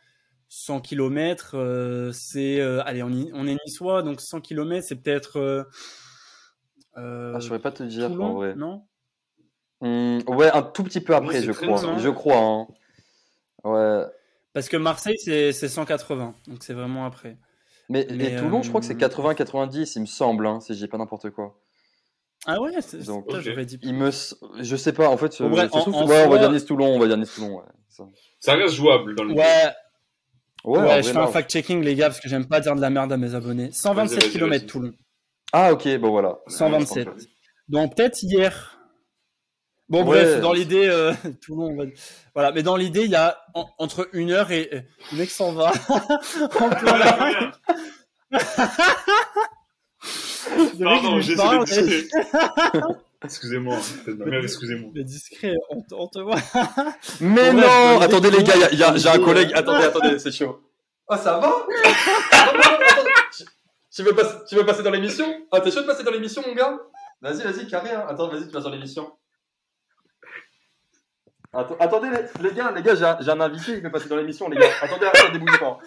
Speaker 1: 100 km, c'est. euh, allez, on, y- on est niçois, donc 100 km, c'est peut-être. Euh, euh,
Speaker 2: Ah, je saurais pas te dire
Speaker 1: Toulon,
Speaker 2: en vrai.
Speaker 1: non
Speaker 2: Hum, ouais, un tout petit peu après,
Speaker 3: c'est
Speaker 2: je
Speaker 3: très
Speaker 2: crois.
Speaker 3: loin.
Speaker 2: Je crois. hein. Ouais.
Speaker 1: Parce que Marseille, c'est c'est 180, donc c'est vraiment après.
Speaker 2: Mais,
Speaker 1: Mais,
Speaker 2: et Toulon, je crois que c'est
Speaker 1: euh,
Speaker 2: 80-90, il me semble, hein, si je dis pas n'importe quoi.
Speaker 1: Ah ouais, c'est-
Speaker 2: Donc,
Speaker 1: putain,
Speaker 3: ok.
Speaker 1: j'aurais dit.
Speaker 2: Il me, s- je sais pas, en fait,
Speaker 1: En
Speaker 2: euh,
Speaker 1: vrai,
Speaker 2: ça se
Speaker 1: en-
Speaker 2: trouve-
Speaker 1: en
Speaker 2: ouais, on va
Speaker 1: soi-
Speaker 2: dire Nice Toulon, on va dire Nice Toulon. Ouais, ça.
Speaker 3: Ça reste jouable dans le jeu.
Speaker 1: Ouais,
Speaker 2: Ouais,
Speaker 1: ouais,
Speaker 2: en vrai,
Speaker 1: je fais un
Speaker 2: large.
Speaker 1: fact-checking, les gars, parce que j'aime pas dire de la merde à mes abonnés. 127
Speaker 3: Vas-y, vas-y,
Speaker 1: km
Speaker 3: vas-y.
Speaker 1: Toulon.
Speaker 2: Ah ok, bon voilà.
Speaker 1: 127. Donc peut-être hier. Bon,
Speaker 2: Ouais.
Speaker 1: bref, dans l'idée, euh, Toulon, on va dire. Voilà, mais dans l'idée, il y a en- entre une heure et. euh, Le mec s'en va. en plein live. Le mec, il
Speaker 3: Pardon,
Speaker 1: lui
Speaker 3: j'essaie
Speaker 1: parle,
Speaker 3: de toucher. Excusez-moi, hein, peut-être ma mère, excusez-moi.
Speaker 1: mais discret, hein. on, te- on te voit. Ouais,
Speaker 2: Mais non,
Speaker 1: bonne idée,
Speaker 2: attendez les
Speaker 1: Toulon.
Speaker 2: gars, y a- y a- j'ai un
Speaker 1: Idée,
Speaker 2: collègue.
Speaker 1: ouais.
Speaker 2: Attendez, attendez, c'est chaud. Ah ça va Attends, tu- Tu veux passer, tu veux passer dans l'émission Ah t'es chaud de passer dans l'émission mon gars Vas-y, vas-y, carré. hein. Attends, vas-y, tu passes dans l'émission. Atten- attendez les, les gars, les gars, j'ai un, j'ai un invité, il veut passer dans l'émission les gars. Attendez, attendez, bougez pas.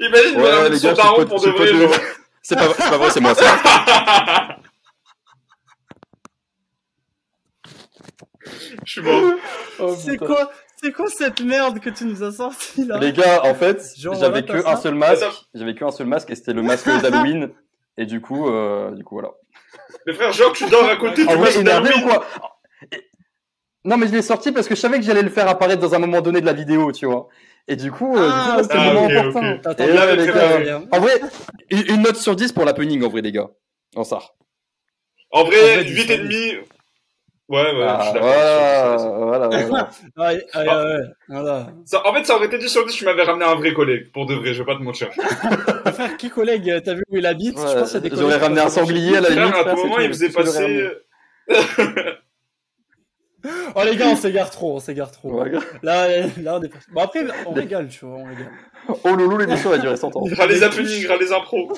Speaker 3: Imagine,
Speaker 2: Ouais,
Speaker 3: voilà,
Speaker 2: les
Speaker 3: son
Speaker 2: gars,
Speaker 3: tarot
Speaker 2: c'est
Speaker 3: pour
Speaker 2: pas-
Speaker 3: de
Speaker 2: c'est pas
Speaker 3: vrai.
Speaker 2: de-
Speaker 3: genre.
Speaker 2: C'est pas, c'est pas vrai, c'est moi ça.
Speaker 3: Je suis mort. Oh,
Speaker 2: Oh,
Speaker 1: c'est quoi, c'est quoi cette merde que tu nous as sorti là
Speaker 2: Les gars, en fait,
Speaker 1: Genre,
Speaker 2: j'avais
Speaker 1: voilà, t'as
Speaker 2: que
Speaker 1: ça
Speaker 2: un seul masque.
Speaker 3: Attends.
Speaker 2: J'avais que un seul masque et c'était le masque d'Halloween. Et du coup, euh, du coup, voilà.
Speaker 3: Mais frère, genre, tu dors à côté
Speaker 2: En
Speaker 3: du
Speaker 2: vrai,
Speaker 3: match
Speaker 2: énervé ou
Speaker 3: d'Halloween.
Speaker 2: quoi Et- Non, mais je l'ai sorti parce que je savais que j'allais le faire apparaître dans un moment donné de la vidéo, tu vois. Et du coup, euh,
Speaker 1: Ah,
Speaker 2: du coup, là, c'était
Speaker 3: ok.
Speaker 2: le moment
Speaker 3: Ah, ok,
Speaker 2: important.
Speaker 3: ok.
Speaker 1: T'attends,
Speaker 2: Et
Speaker 1: il
Speaker 2: là,
Speaker 1: avait
Speaker 2: les
Speaker 1: fait
Speaker 2: gars,
Speaker 1: mal, d'ailleurs.
Speaker 2: En vrai, une une note sur 10 pour la punning, en vrai, les gars. En ça.
Speaker 3: En
Speaker 1: En
Speaker 3: vrai,
Speaker 1: fait,
Speaker 3: 8
Speaker 1: c'est-
Speaker 3: et demi. Ouais, ouais, je
Speaker 2: Ah,
Speaker 3: suis
Speaker 2: voilà,
Speaker 3: d'accord.
Speaker 2: voilà, voilà.
Speaker 1: Ah, ouais, ouais,
Speaker 3: Ah.
Speaker 1: ouais, voilà.
Speaker 3: Ça- En fait, ça aurait été 10 sur 10, tu m'avais ramené un vrai collègue. Pour de vrai, je vais pas te mentir.
Speaker 1: Frère, qui collègue euh, T'as vu où il habite
Speaker 2: Ouais,
Speaker 1: Je pense qu'il y a des
Speaker 2: J'aurais
Speaker 1: collègues-
Speaker 2: ramené un sanglier à la limite.
Speaker 3: Frère, à
Speaker 2: frère,
Speaker 3: tout
Speaker 2: c'est
Speaker 3: moment,
Speaker 2: tout.
Speaker 3: il faisait
Speaker 2: Je l'aurais ramené.
Speaker 3: passer. euh,
Speaker 1: Oh les gars, on s'égare trop, on s'égare trop.
Speaker 2: Ouais, gars.
Speaker 1: Là, euh, là, on est parti. Bon après, on régale, tu vois, on régale.
Speaker 2: Oh loulou, l'émission va durer 100 ans.
Speaker 3: Ah, les happenings, ah, les impros.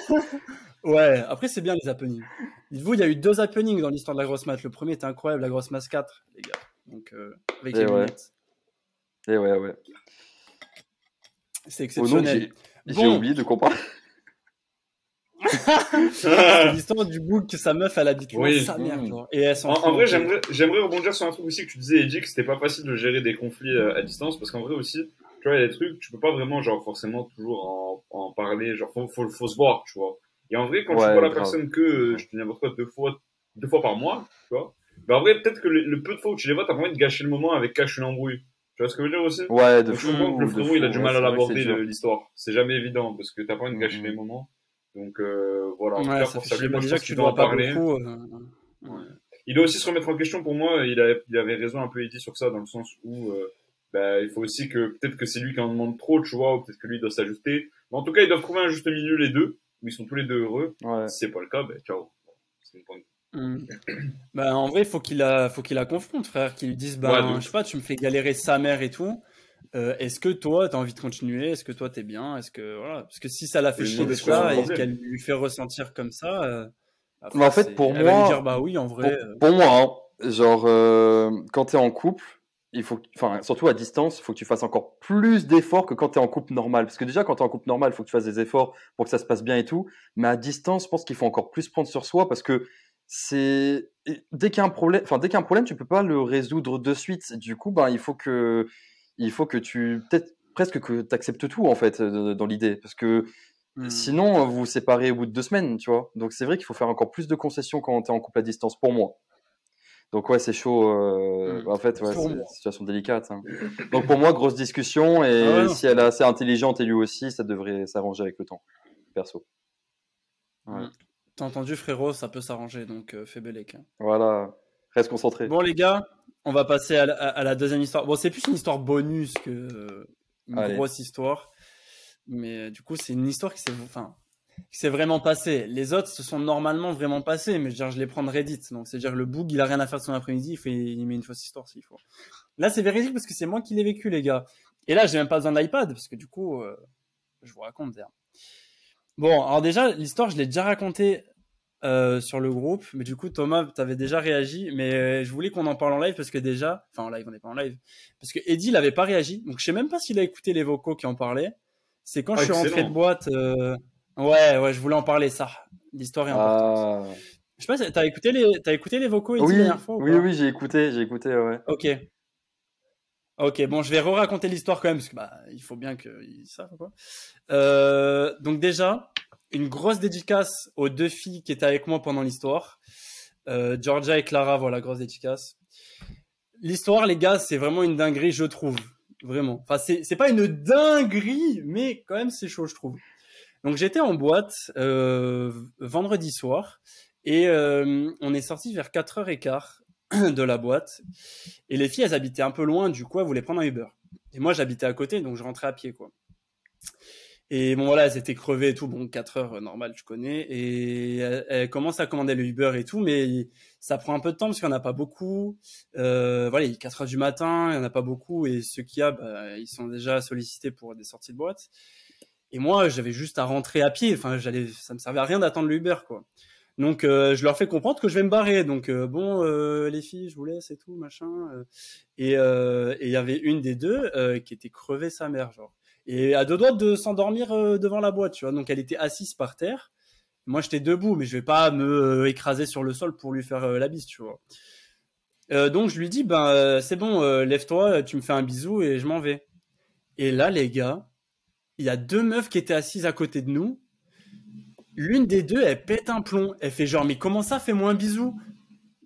Speaker 1: Ouais, après c'est bien les happenings. Dites-vous, il y a eu deux happenings dans l'histoire de la grosse mat. Le premier était incroyable, la grosse mat 4, les gars. Donc euh, avec
Speaker 2: Et
Speaker 1: les
Speaker 2: ouais.
Speaker 1: lunettes.
Speaker 2: Et Eh ouais, ouais.
Speaker 1: C'est
Speaker 2: Oh non, j'ai
Speaker 1: exceptionnel.
Speaker 2: j'ai
Speaker 1: Bon.
Speaker 2: oublié de comparer.
Speaker 1: C'est l'histoire du book que sa meuf elle habite loin de
Speaker 3: Oui.
Speaker 1: sa mère,
Speaker 2: Mmh.
Speaker 1: genre. Et elle s'en
Speaker 3: En, en
Speaker 1: fout,
Speaker 3: vrai,
Speaker 1: donc,
Speaker 3: j'aimerais j'aimerais rebondir sur un truc aussi que tu disais, Edgy, que c'était pas facile de gérer des conflits euh, à distance, parce qu'en vrai aussi, tu vois, il y a des trucs, tu peux pas vraiment, genre, forcément toujours en, en parler, genre, faut, faut, faut se voir, tu vois. Et en vrai, quand tu
Speaker 2: Ouais,
Speaker 3: vois la
Speaker 2: grave.
Speaker 3: personne que, euh, je te dis n'importe quoi, deux fois, deux fois par mois, tu vois. Mais en vrai, peut-être que le, le peu de fois où tu les vois, t'as pas envie de gâcher le moment avec cache une embrouille. Tu vois ce que je veux dire aussi
Speaker 2: Ouais, de
Speaker 3: Donc, Je
Speaker 2: fou.
Speaker 3: comprends que le
Speaker 2: de
Speaker 3: frérot, il a
Speaker 2: fou,
Speaker 3: du
Speaker 2: ouais,
Speaker 3: mal
Speaker 2: c'est vrai
Speaker 3: à
Speaker 2: que
Speaker 3: l'aborder
Speaker 2: c'est dur.
Speaker 3: le- l'histoire. C'est jamais évident parce que t'as pas envie de gâcher
Speaker 2: Mhm.
Speaker 3: les moments. Donc euh, voilà, en tout
Speaker 1: Ouais,
Speaker 3: cas,
Speaker 1: ça
Speaker 3: force
Speaker 1: fait
Speaker 3: à lui.
Speaker 1: chier.
Speaker 3: Moi,
Speaker 1: Bah,
Speaker 3: je
Speaker 1: déjà
Speaker 3: pense
Speaker 1: que
Speaker 3: qu'il
Speaker 1: tu
Speaker 3: doit
Speaker 1: dois
Speaker 3: en
Speaker 1: pas
Speaker 3: parler.
Speaker 1: beaucoup. euh,
Speaker 3: Il doit aussi se remettre en question pour moi. Il, a- il avait raison un peu Eddie sur ça, dans le sens où euh, bah, il faut aussi que peut-être que c'est lui qui en demande trop, tu vois, ou peut-être que lui doit s'ajuster. Mais en tout cas, ils doivent trouver un juste milieu les deux, où ils sont tous les deux heureux.
Speaker 2: Ouais.
Speaker 3: Si c'est pas le cas, ben ciao. C'est une bonne-
Speaker 1: Hmm.
Speaker 2: Mm.
Speaker 1: Bah, en vrai, il faut qu'il la, faut qu'il la confronte, frère, qu'il lui dise,
Speaker 3: Ouais, de
Speaker 1: ben,
Speaker 3: ouf.
Speaker 1: je sais pas, tu me fais galérer sa mère et tout. Euh, Est-ce que toi, t'as envie de continuer Est-ce que toi, t'es bien Est-ce que voilà Parce que si ça la fait
Speaker 3: Oui,
Speaker 1: chier
Speaker 3: non,
Speaker 1: de
Speaker 3: c'est quoi son
Speaker 1: ça et
Speaker 3: problème
Speaker 1: qu'elle lui fait ressentir comme ça, euh, bah,
Speaker 2: Mais en
Speaker 1: frère,
Speaker 2: fait,
Speaker 1: c'est-
Speaker 2: pour
Speaker 1: elle va lui
Speaker 2: moi-
Speaker 1: dire, bah oui, en vrai,
Speaker 2: Pour,
Speaker 1: euh,
Speaker 2: pour moi, hein, genre, euh, quand t'es en couple, il faut, que- enfin, surtout à distance, il faut que tu fasses encore plus d'efforts que quand t'es en couple normal. Parce que déjà, quand t'es en couple normal, il faut que tu fasses des efforts pour que ça se passe bien et tout. Mais à distance, je pense qu'il faut encore plus prendre sur soi parce que c'est et dès qu'il y a un problème, enfin, dès qu'il y a un problème, tu peux pas le résoudre de suite. Du coup, ben, il faut que, il faut que tu, peut-être presque que t'acceptes tout en fait euh, dans l'idée, parce que
Speaker 1: hmm.
Speaker 2: Sinon, euh, vous vous séparez au bout de deux semaines, tu vois. Donc c'est vrai qu'il faut faire encore plus de concessions quand t'es en couple à distance, pour moi. Donc ouais, c'est chaud. euh,
Speaker 1: Mm.
Speaker 2: En fait, ouais,
Speaker 1: Pour
Speaker 2: c'est
Speaker 1: moi.
Speaker 2: une situation délicate. hein. Donc pour moi, grosse discussion.
Speaker 1: Ah
Speaker 2: Et
Speaker 1: ouais, non,
Speaker 2: si elle est assez intelligente et lui aussi, ça devrait s'arranger avec le temps, perso. Ouais.
Speaker 1: Mm. t'as entendu, frérot, ça peut s'arranger, donc euh, fais bellec. hein.
Speaker 2: Voilà. Reste concentré.
Speaker 1: Bon, les gars, on va passer à la, à- à la deuxième histoire. Bon, c'est plus une histoire bonus que euh, une
Speaker 2: Allez.
Speaker 1: grosse histoire. Mais euh, du coup, c'est une histoire qui s'est enfin, qui s'est vraiment passée. Les autres se sont normalement vraiment passées, mais genre, je les prends de Reddit. Donc, c'est-à-dire, le boug, il a rien à faire son après-midi, il, fait, il met une fausse histoire s'il faut. Là, c'est véridique parce que c'est moi qui l'ai vécu, les gars. Et là, j'ai même pas besoin d'iPad parce que du coup, euh, je vous raconte derrière. Bon, alors déjà, l'histoire, je l'ai déjà racontée euh, sur le groupe, mais du coup, Thomas, t'avais déjà réagi, mais euh, je voulais qu'on en parle en live parce que déjà, enfin en live, on n'est pas en live, parce que Eddie, il avait pas réagi, donc je sais même pas s'il a écouté les vocaux qui en parlaient. C'est quand
Speaker 3: Ah,
Speaker 1: je suis rentré
Speaker 3: excellent.
Speaker 1: de boîte, euh, ouais, ouais, je voulais en parler, ça. L'histoire est importante.
Speaker 2: Ah.
Speaker 1: Je sais pas, t'as écouté les, t'as écouté les vocaux Eddie
Speaker 2: Oui,
Speaker 1: la dernière fois ou
Speaker 2: oui,
Speaker 1: pas
Speaker 2: oui, j'ai écouté, j'ai écouté, ouais.
Speaker 1: Ok. Ok, bon, je vais re-raconter l'histoire quand même, parce que bah, il faut bien qu'ils savent, quoi. Euh, donc déjà, une grosse dédicace aux deux filles qui étaient avec moi pendant l'histoire. Euh, Georgia et Clara, voilà, grosse dédicace. L'histoire, les gars, c'est vraiment une dinguerie, je trouve. Vraiment. Enfin, c'est c'est pas une dinguerie, mais quand même, c'est chaud, je trouve. Donc j'étais en boîte euh, vendredi soir, et euh, on est sorti vers 4h15 de la boîte. Et les filles, elles habitaient un peu loin, du coup, elles voulaient prendre un Uber. Et moi, j'habitais à côté, donc je rentrais à pied, quoi. Et bon, voilà, elles étaient crevées et tout. Bon, 4 heures, euh, normal, tu connais. Et elles, elles commencent à commander le Uber et tout, mais ça prend un peu de temps parce qu'il n'y en a pas beaucoup. Euh, voilà, il est 4 heures du matin, il n'y en a pas beaucoup. Et ceux qu'il y a, bah, ils sont déjà sollicités pour des sorties de boîte. Et moi, j'avais juste à rentrer à pied. Enfin, j'allais, ça me servait à rien d'attendre le Uber, quoi. Donc euh, je leur fais comprendre que je vais me barrer. Donc euh, bon, euh, les filles, je vous laisse et tout, machin. euh. Et euh, et il y avait une des deux euh, qui était crevée sa mère, genre. Et à deux doigts de s'endormir euh, devant la boîte, tu vois. Donc elle était assise par terre. Moi j'étais debout, mais je vais pas me euh, écraser sur le sol pour lui faire euh, la bise, tu vois. Euh, donc je lui dis, ben euh, c'est bon, euh, lève-toi, tu me fais un bisou et je m'en vais. Et là les gars, il y a deux meufs qui étaient assises à côté de nous L'une des deux, elle pète un plomb. Elle fait genre, mais comment ça, fais-moi un bisou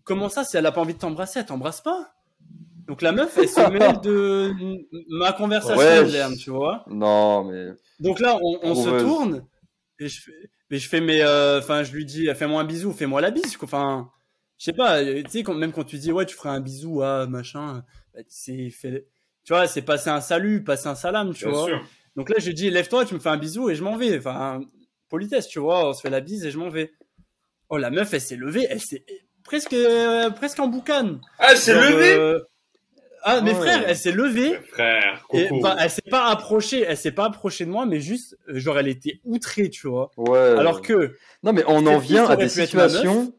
Speaker 1: Comment ça, si elle a pas envie de t'embrasser, elle t'embrasse pas Donc la meuf, elle se mêle de ma conversation
Speaker 2: Ouais.
Speaker 1: moderne, tu vois.
Speaker 2: Non, mais.
Speaker 1: Donc là, on, on se
Speaker 2: Prouveuse.
Speaker 1: tourne, et je fais, mais je fais, mais euh, enfin, je lui dis, fais-moi un bisou, fais-moi la bise, quoi. Enfin, je sais pas, euh, tu sais, quand, même quand tu dis, ouais, tu ferais un bisou à machin, bah, c'est, fait- tu vois, c'est passer un salut, passer un salam, tu
Speaker 3: Bien
Speaker 1: vois.
Speaker 3: sûr.
Speaker 1: Donc là, je lui dis, lève-toi, tu me fais un bisou et je m'en vais. Enfin, politesse, tu vois, on se fait la bise et je m'en vais. Oh, la meuf, elle s'est levée, elle s'est presque, euh, presque en boucane.
Speaker 3: Ah, c'est
Speaker 1: Genre,
Speaker 3: levé Eh,
Speaker 1: euh, Ah, mes
Speaker 2: Ouais.
Speaker 1: frères, elle s'est levée.
Speaker 3: Frère,
Speaker 1: Et,
Speaker 3: coco.
Speaker 1: enfin, elle s'est pas approchée, elle s'est pas approchée de moi, mais juste, euh, genre, elle était outrée, tu vois.
Speaker 2: Ouais.
Speaker 1: Alors que,
Speaker 2: Non, mais on
Speaker 1: Cette
Speaker 2: en
Speaker 1: fille
Speaker 2: vient à
Speaker 1: aurait
Speaker 2: des
Speaker 1: pu être ma meuf.
Speaker 2: situations.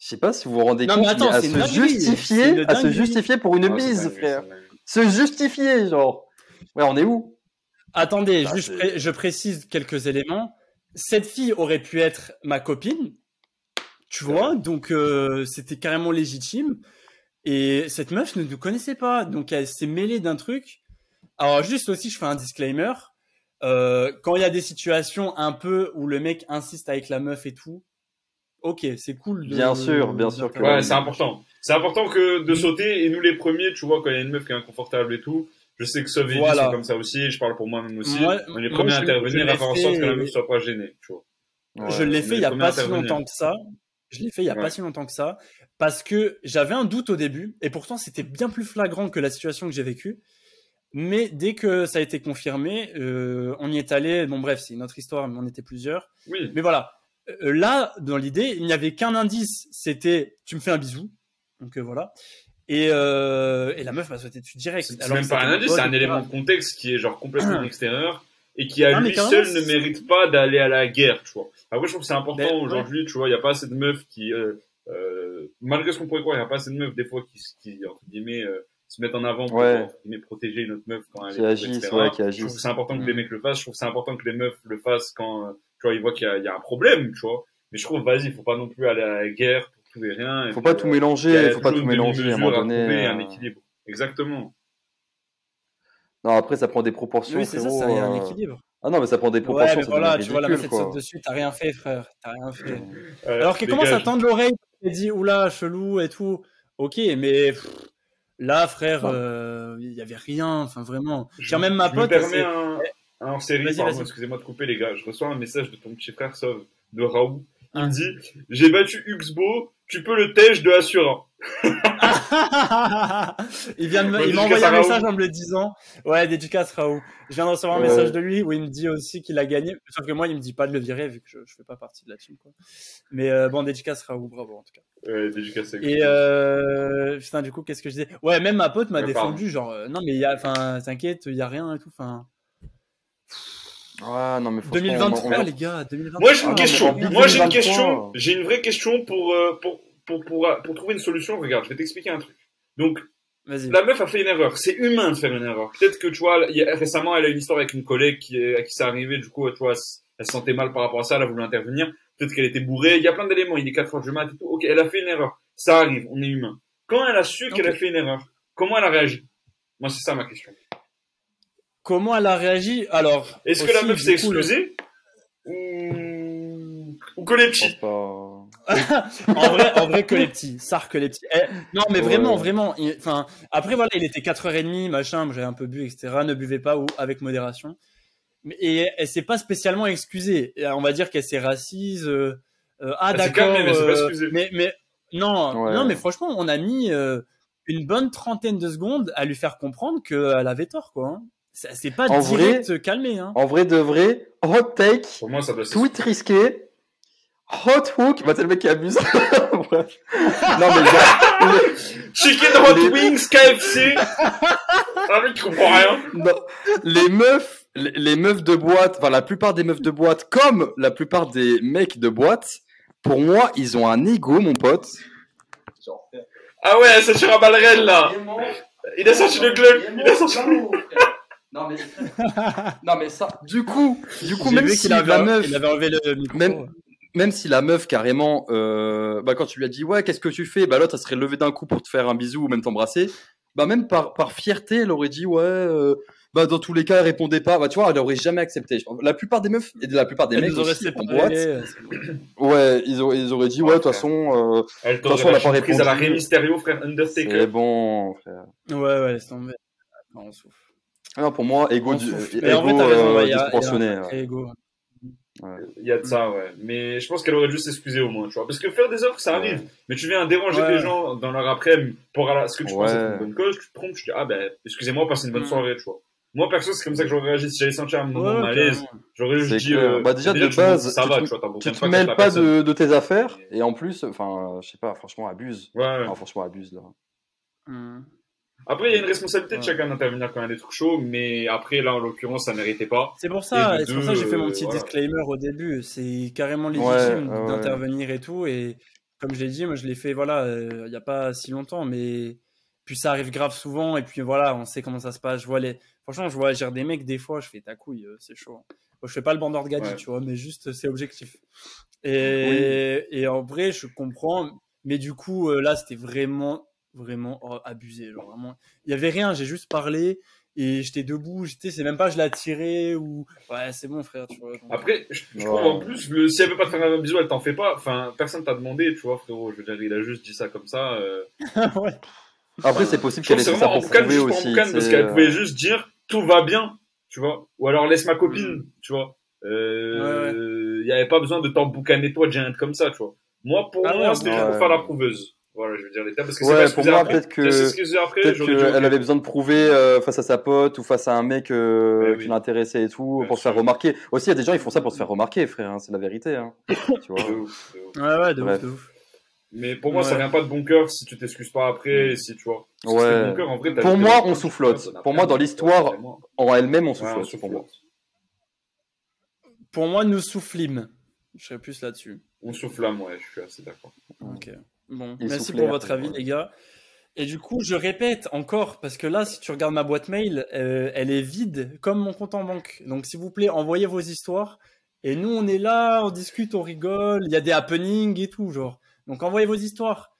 Speaker 2: Je sais pas si vous vous rendez
Speaker 1: Non, mais
Speaker 2: compte,
Speaker 1: attends,
Speaker 2: mais à
Speaker 1: c'est une
Speaker 2: se
Speaker 1: dinguerie, c'est
Speaker 2: justifier,
Speaker 1: une
Speaker 2: à se
Speaker 1: dinguerie.
Speaker 2: justifier pour une
Speaker 3: Ah, c'est
Speaker 2: bise,
Speaker 3: dingue,
Speaker 2: frère.
Speaker 3: c'est dingue.
Speaker 2: Se justifier, genre. Ouais, on est où
Speaker 1: attendez,
Speaker 2: Ah,
Speaker 1: juste,
Speaker 2: c'est-
Speaker 1: pré- je précise quelques éléments. Cette fille aurait pu être ma copine, tu vois, donc euh, c'était carrément légitime. Et cette meuf ne nous connaissait pas, donc elle s'est mêlée d'un truc. Alors juste aussi, je fais un disclaimer. Euh, quand il y a des situations un peu où le mec insiste avec la meuf et tout, ok, c'est cool. de-
Speaker 2: Bien sûr, bien sûr que-
Speaker 3: Ouais, c'est important. C'est important que de sauter et nous les premiers, tu vois, quand il y a une meuf qui est inconfortable et tout. Je sais que Sov et Eddie
Speaker 1: Voilà.
Speaker 3: sont comme ça aussi, je parle pour moi-même aussi.
Speaker 1: Moi-
Speaker 3: on est les
Speaker 1: moi,
Speaker 3: premiers
Speaker 1: je-
Speaker 3: à
Speaker 1: je euh,
Speaker 3: intervenir
Speaker 1: l'ai
Speaker 3: à faire en sorte
Speaker 1: fait,
Speaker 3: que la
Speaker 1: mais-
Speaker 3: meuf soit pas gênée, tu vois.
Speaker 1: je l'ai fait il y a
Speaker 3: mais
Speaker 1: pas
Speaker 3: faut bien
Speaker 1: si longtemps que ça. Je l'ai fait il y a
Speaker 3: Ouais.
Speaker 1: pas si longtemps que ça parce que j'avais un doute au début et pourtant c'était bien plus flagrant que la situation que j'ai vécue. Mais dès que ça a été confirmé, euh, on y est allé. Bon bref, c'est une autre histoire, mais on était plusieurs.
Speaker 3: Oui.
Speaker 1: Mais voilà, Euh, là dans l'idée, il n'y avait qu'un indice, c'était tu me fais un bisou. Donc euh, voilà. Et, euh, et la meuf m'a sauté dessus direct.
Speaker 3: C'est
Speaker 1: Alors
Speaker 3: même
Speaker 1: que
Speaker 3: pas
Speaker 1: c'était
Speaker 3: un
Speaker 1: mon
Speaker 3: indice,
Speaker 1: pote,
Speaker 3: c'est un
Speaker 1: etc.
Speaker 3: élément de contexte qui est genre
Speaker 2: Ah.
Speaker 3: complètement extérieur et qui à
Speaker 1: Ah, mais
Speaker 3: lui
Speaker 1: carrément,
Speaker 3: seul
Speaker 1: c'est-
Speaker 3: ne mérite pas d'aller à la guerre, tu vois. Après, je trouve que c'est
Speaker 1: Ben,
Speaker 3: important
Speaker 1: ouais.
Speaker 3: aujourd'hui, tu vois, il n'y a pas assez de meufs qui, euh, euh, malgré ce qu'on pourrait croire, il n'y a pas assez de meufs des fois qui, qui entre guillemets, euh, se mettent en avant pour
Speaker 2: Ouais.
Speaker 3: entre guillemets, protéger une autre meuf quand elle
Speaker 2: Qui
Speaker 3: est
Speaker 2: agissent,
Speaker 3: etc.
Speaker 2: ouais, qui
Speaker 3: Je trouve que
Speaker 2: agissent.
Speaker 3: c'est important que
Speaker 2: Mm.
Speaker 3: les mecs le fassent, je trouve que c'est important que les meufs le fassent quand, euh, tu vois, ils voient qu'il y, a- il y a un problème, tu vois. Mais je trouve, vas-y, faut pas non plus aller à la guerre pour tout et rien. et
Speaker 2: Faut
Speaker 3: puis,
Speaker 2: pas
Speaker 3: euh,
Speaker 2: tout
Speaker 3: il y a
Speaker 2: mélanger, faut pas
Speaker 3: toujours
Speaker 2: tout
Speaker 3: une
Speaker 2: mélanger à un
Speaker 3: demi-mesure
Speaker 2: moment donné.
Speaker 3: trouver, un
Speaker 2: euh,
Speaker 3: équilibre. Exactement.
Speaker 2: Non, après, ça prend des proportions,
Speaker 1: Oui, c'est ça,
Speaker 2: frérot,
Speaker 1: ça il y a un
Speaker 2: euh,
Speaker 1: équilibre.
Speaker 2: Ah non, mais ça prend des proportions.
Speaker 1: Ouais, mais
Speaker 2: ça
Speaker 1: voilà,
Speaker 2: devient
Speaker 1: tu vois, la meuf elle
Speaker 2: ridicule,
Speaker 1: te saute
Speaker 2: quoi.
Speaker 1: dessus, t'as rien fait, frère, t'as rien fait.
Speaker 3: Euh,
Speaker 1: Alors qu'elle commence à
Speaker 3: dégage.
Speaker 1: tendre l'oreille, elle dit oula, chelou et tout. Ok, mais pff, là, frère,
Speaker 2: Ouais.
Speaker 1: euh, il y avait rien, enfin vraiment.
Speaker 3: Je-
Speaker 1: Tiens, même ma
Speaker 3: je
Speaker 1: pote,
Speaker 3: Me
Speaker 1: elle
Speaker 3: permets
Speaker 1: s'est-
Speaker 3: un, un hors série,
Speaker 1: Vas-y,
Speaker 3: pardon,
Speaker 1: vas-y.
Speaker 3: excusez-moi de couper, les gars. Je reçois un message de ton petit frère, Sauve, de Raoult. Il
Speaker 1: Ah.
Speaker 3: me dit J'ai battu Uxbo, tu peux le tèche de Assura.
Speaker 1: il vient de me-
Speaker 3: Bonne
Speaker 1: il m'a
Speaker 3: dédicace
Speaker 1: envoyé
Speaker 3: à
Speaker 1: un
Speaker 3: Raoult.
Speaker 1: message en me le disant. Ouais, dédicace Raoult. Je viens de recevoir un
Speaker 2: Ouais.
Speaker 1: message de lui où il me dit aussi qu'il a gagné. Sauf que moi, il me dit pas de le virer vu que je, je fais pas partie de la team. Quoi. Mais euh, bon, dédicace Raoult, bravo en tout cas.
Speaker 3: Euh, dédicace à
Speaker 1: Et euh, putain, du coup, qu'est-ce que je disais Ouais, même ma pote m'a
Speaker 3: Ouais,
Speaker 1: défendu, genre, euh, non, mais il y a, enfin, t'inquiète, il y a rien et tout. Enfin,
Speaker 2: Ouais, non, mais franchement, on-
Speaker 1: 2023,
Speaker 2: on-
Speaker 1: les gars, 2023.
Speaker 3: Moi, j'ai une
Speaker 2: Ah,
Speaker 3: question.
Speaker 2: mais en
Speaker 3: Moi, j'ai
Speaker 2: 2023.
Speaker 3: une question. J'ai une vraie question pour, euh, pour, pour, pour, pour trouver une solution. Regarde, je vais t'expliquer un truc. Donc,
Speaker 1: Vas-y.
Speaker 3: La meuf a fait une erreur. C'est humain de faire une erreur. Peut-être que tu vois, il y a- récemment, elle a eu une histoire avec une collègue qui, est- à qui c'est arrivé. Du coup, tu vois, elle se sentait mal par rapport à ça. Elle a voulu intervenir. Peut-être qu'elle était bourrée. Il y a plein d'éléments. Il est 4 heures du mat et tout. Ok, elle a fait une erreur. Ça arrive. On est humain. Quand elle a su qu'elle a fait une erreur, comment elle a réagi Moi, c'est ça ma question.
Speaker 1: Comment elle a réagi Alors,
Speaker 3: Est-ce que
Speaker 1: aussi,
Speaker 3: la meuf
Speaker 1: du
Speaker 3: s'est
Speaker 1: coup, le-
Speaker 3: excusée ou ou que les
Speaker 2: je
Speaker 3: petits
Speaker 2: pense pas.
Speaker 1: En vrai, en vrai, que les petits, Sarre que les petits. Eh, non, mais
Speaker 2: Ouais.
Speaker 1: vraiment, vraiment. il- Enfin, après voilà, il était 4h30, machin, moi, j'avais un peu bu, etc. Ne buvez pas ou avec modération. Mais- Et elle s'est pas spécialement excusée. Et, euh, On va dire qu'elle s'est racise. euh, euh, ah
Speaker 3: Elle s'est
Speaker 1: d'accord.
Speaker 3: calmée, mais elle s'est pas
Speaker 1: euh,
Speaker 3: excusée.
Speaker 1: mais mais non,
Speaker 2: Ouais.
Speaker 1: non, mais franchement, on a mis euh, une bonne trentaine de secondes à lui faire comprendre qu'elle avait tort, quoi. hein. Ça c'est pas
Speaker 2: En
Speaker 1: direct calmé, hein.
Speaker 2: En vrai de vrai, hot take,
Speaker 3: Pour moi, ça doit s'excuser.
Speaker 2: tweet risqué, hot hook. Bah, c'est le mec qui abuse. Bref. Non, mais genre, les-
Speaker 3: Chicken Hot
Speaker 2: Les-
Speaker 3: Wings KFC. Ah, mais tu comprends rien.
Speaker 2: Non. Les meufs, les, les meufs de boîte, enfin la plupart des meufs de boîte, comme la plupart des mecs de boîte, pour moi, ils ont un ego, mon pote.
Speaker 3: Ah ouais, ça tire à balles réelles,
Speaker 1: Ah.
Speaker 3: là. Il a sorti le club. Il a sorti le
Speaker 2: Non mais, non mais ça. Du coup, du coup,
Speaker 1: J'ai
Speaker 2: même
Speaker 1: vu
Speaker 2: si
Speaker 1: qu'il avait,
Speaker 2: la meuf,
Speaker 1: il avait enlevé le micro.
Speaker 2: Même- même si la meuf carrément, euh, bah quand tu lui as dit ouais, qu'est-ce que tu fais, bah l'autre, elle serait levée d'un coup pour te faire un bisou ou même t'embrasser. Bah même par par fierté, elle aurait dit ouais, euh, bah dans tous les cas, elle répondait pas. Bah tu vois, elle aurait jamais accepté. Je pense- La plupart des meufs et de la plupart des
Speaker 1: Elle
Speaker 2: mecs
Speaker 1: nous aurait
Speaker 2: aussi, en
Speaker 1: séparés,
Speaker 2: boîte,
Speaker 1: euh,
Speaker 2: ouais, ils, auraient- ils auraient dit ouais, de toute façon, euh,
Speaker 3: Elle
Speaker 2: toute façon,
Speaker 3: t'aurait
Speaker 2: elle a
Speaker 3: pas
Speaker 2: pas
Speaker 3: prise à la
Speaker 2: répondu.
Speaker 3: Rey Mysterio, frère
Speaker 2: c'est
Speaker 3: Undertaker.
Speaker 2: bon. frère.
Speaker 1: Ouais, ouais, laisse tomber. Non, on souffle.
Speaker 2: Ah Non, pour moi, ego,
Speaker 1: On
Speaker 2: du,
Speaker 1: souffle.
Speaker 2: euh,
Speaker 1: Mais en vrai,
Speaker 2: ego,
Speaker 1: t'as raison,
Speaker 2: euh,
Speaker 1: ouais, il y a-
Speaker 2: disproportionné,
Speaker 1: il y a un
Speaker 2: ouais.
Speaker 1: sacré ego.
Speaker 3: Il y a de ça, ouais. Mais je pense qu'elle aurait dû s'excuser au moins, tu vois. Parce que faire des offres, ça arrive. Mais tu viens déranger
Speaker 1: Ouais.
Speaker 3: des gens dans leur après-midi pour aller à ce que tu penses
Speaker 2: Ouais.
Speaker 3: être une bonne cause, tu te trompes, tu dis, ah ben, excusez-moi, passez une bonne
Speaker 1: Mm.
Speaker 3: soirée, tu vois. Moi, perso, c'est comme ça que j'aurais réagi. Si j'avais senti un moment de
Speaker 1: Ouais,
Speaker 3: malaise,
Speaker 1: carrément.
Speaker 3: j'aurais juste
Speaker 2: C'est
Speaker 3: dit,
Speaker 2: clair.
Speaker 3: euh,
Speaker 2: Bah, déjà, de
Speaker 3: tu me dis,
Speaker 2: base,
Speaker 3: ça
Speaker 2: tu
Speaker 3: va,
Speaker 2: te-
Speaker 3: tu vois, t'as
Speaker 2: Tu te
Speaker 3: contact avec
Speaker 2: mêles
Speaker 3: la
Speaker 2: pas
Speaker 3: personne.
Speaker 2: de, de tes affaires et en plus, enfin, euh, je sais pas, franchement, abuse.
Speaker 3: Ouais.
Speaker 2: Ah, franchement, abuse là.
Speaker 1: Mm.
Speaker 3: Après, il y a une responsabilité de
Speaker 1: Ouais.
Speaker 3: chacun d'intervenir quand il y a des trucs chauds, mais après, là, en l'occurrence, ça méritait pas.
Speaker 1: C'est pour ça,
Speaker 3: Et de
Speaker 1: c'est pour ça que j'ai fait mon
Speaker 3: deux,
Speaker 1: petit
Speaker 3: euh, voilà.
Speaker 1: disclaimer au début. C'est carrément
Speaker 2: Ouais,
Speaker 1: légitime
Speaker 2: ouais, ouais.
Speaker 1: d'intervenir et tout. Et comme je l'ai dit, moi je l'ai fait, voilà, euh, il n'y a pas si longtemps, mais puis ça arrive grave souvent. Et puis voilà, on sait comment ça se passe. Je vois les, franchement, je vois agir des mecs des fois. Je fais ta couille, euh, c'est chaud. Bon, je fais pas le bandeur de gadget,
Speaker 3: Ouais.
Speaker 1: tu vois, mais juste euh, c'est objectif. Et, et en vrai, je comprends. Mais du coup, euh, là, c'était vraiment, vraiment oh, abusé. Genre, vraiment, il y avait rien. J'ai juste parlé. et j'étais debout, j'étais, c'est même pas je l'ai tiré ou ouais, c'est bon frère, tu vois.
Speaker 3: Après, je, je
Speaker 2: Ouais.
Speaker 3: trouve en plus, le, si elle veut pas te faire un bisou, elle t'en fait pas. Enfin, personne t'a demandé, tu vois, frérot. Je veux dire, il a juste dit ça comme ça. euh.
Speaker 1: Ouais.
Speaker 2: Après, c'est possible
Speaker 3: Je
Speaker 2: qu'elle
Speaker 3: trouve que
Speaker 2: ait
Speaker 3: c'est
Speaker 2: fait ça
Speaker 3: vraiment en
Speaker 2: pour
Speaker 3: boucane,
Speaker 2: prouver
Speaker 3: juste en
Speaker 2: aussi.
Speaker 3: boucane, parce
Speaker 2: c'est,
Speaker 3: qu'elle
Speaker 2: euh,
Speaker 3: pouvait juste dire tout va bien, tu vois. Ou alors laisse ma copine,
Speaker 2: Mm.
Speaker 3: tu vois. Euh, il y avait pas besoin de t'emboucaner toi, Giant, comme ça, tu vois. Moi, pour
Speaker 1: Ah ouais,
Speaker 3: moi, c'était juste pour
Speaker 2: ouais.
Speaker 3: faire la prouveuse. Voilà, je veux dire les termes, parce que c'est pas
Speaker 2: Ouais,
Speaker 3: ce que
Speaker 2: pour
Speaker 3: j'ai
Speaker 2: moi,
Speaker 3: après.
Speaker 2: peut-être
Speaker 3: C'est
Speaker 2: que.
Speaker 3: ce que j'ai après,
Speaker 2: Peut-être
Speaker 3: j'aurais dit, ok.
Speaker 2: qu'elle avait besoin de prouver euh, face à sa pote ou face à un mec euh,
Speaker 3: Ouais, Eh oui.
Speaker 2: qui l'intéressait et tout,
Speaker 3: Bien
Speaker 2: pour se faire
Speaker 3: sûr.
Speaker 2: remarquer. Aussi, il y a des gens, ils font ça pour se faire remarquer, frère, hein, c'est la vérité. Hein. tu vois.
Speaker 3: De ouf, de ouf.
Speaker 1: Ouais, ouais, de
Speaker 2: Bref.
Speaker 1: ouf, de ouf.
Speaker 3: Mais pour moi, ça
Speaker 1: Ouais.
Speaker 3: vient pas de bon cœur si tu t'excuses pas après, et si tu vois. Parce que
Speaker 2: Ouais.
Speaker 3: c'était de bon cœur, en vrai, t'as
Speaker 2: Pour
Speaker 3: juste
Speaker 2: moi,
Speaker 3: des gens
Speaker 2: on
Speaker 3: qui
Speaker 2: soufflote.
Speaker 3: sont là,
Speaker 2: Pour moi, dans
Speaker 3: ouais,
Speaker 2: l'histoire,
Speaker 3: vraiment.
Speaker 2: En elle-même, on
Speaker 3: Ouais, on
Speaker 2: souffle. pour moi.
Speaker 3: soufflote.
Speaker 1: Pour moi, nous soufflîmes. Je serais plus là-dessus.
Speaker 3: On souffle là, moi, je suis assez d'accord.
Speaker 1: Ok. Bon,
Speaker 2: Il
Speaker 1: merci
Speaker 2: soufflait
Speaker 1: pour
Speaker 2: après,
Speaker 1: votre avis,
Speaker 2: ouais.
Speaker 1: les gars. Et du coup, je répète encore, parce que là, si tu regardes ma boîte mail, euh, elle est vide, comme mon compte en banque. Donc, s'il vous plaît, envoyez vos histoires. Et nous, on est là, on discute, on rigole. Il y a des happenings et tout, genre. Donc, envoyez vos histoires.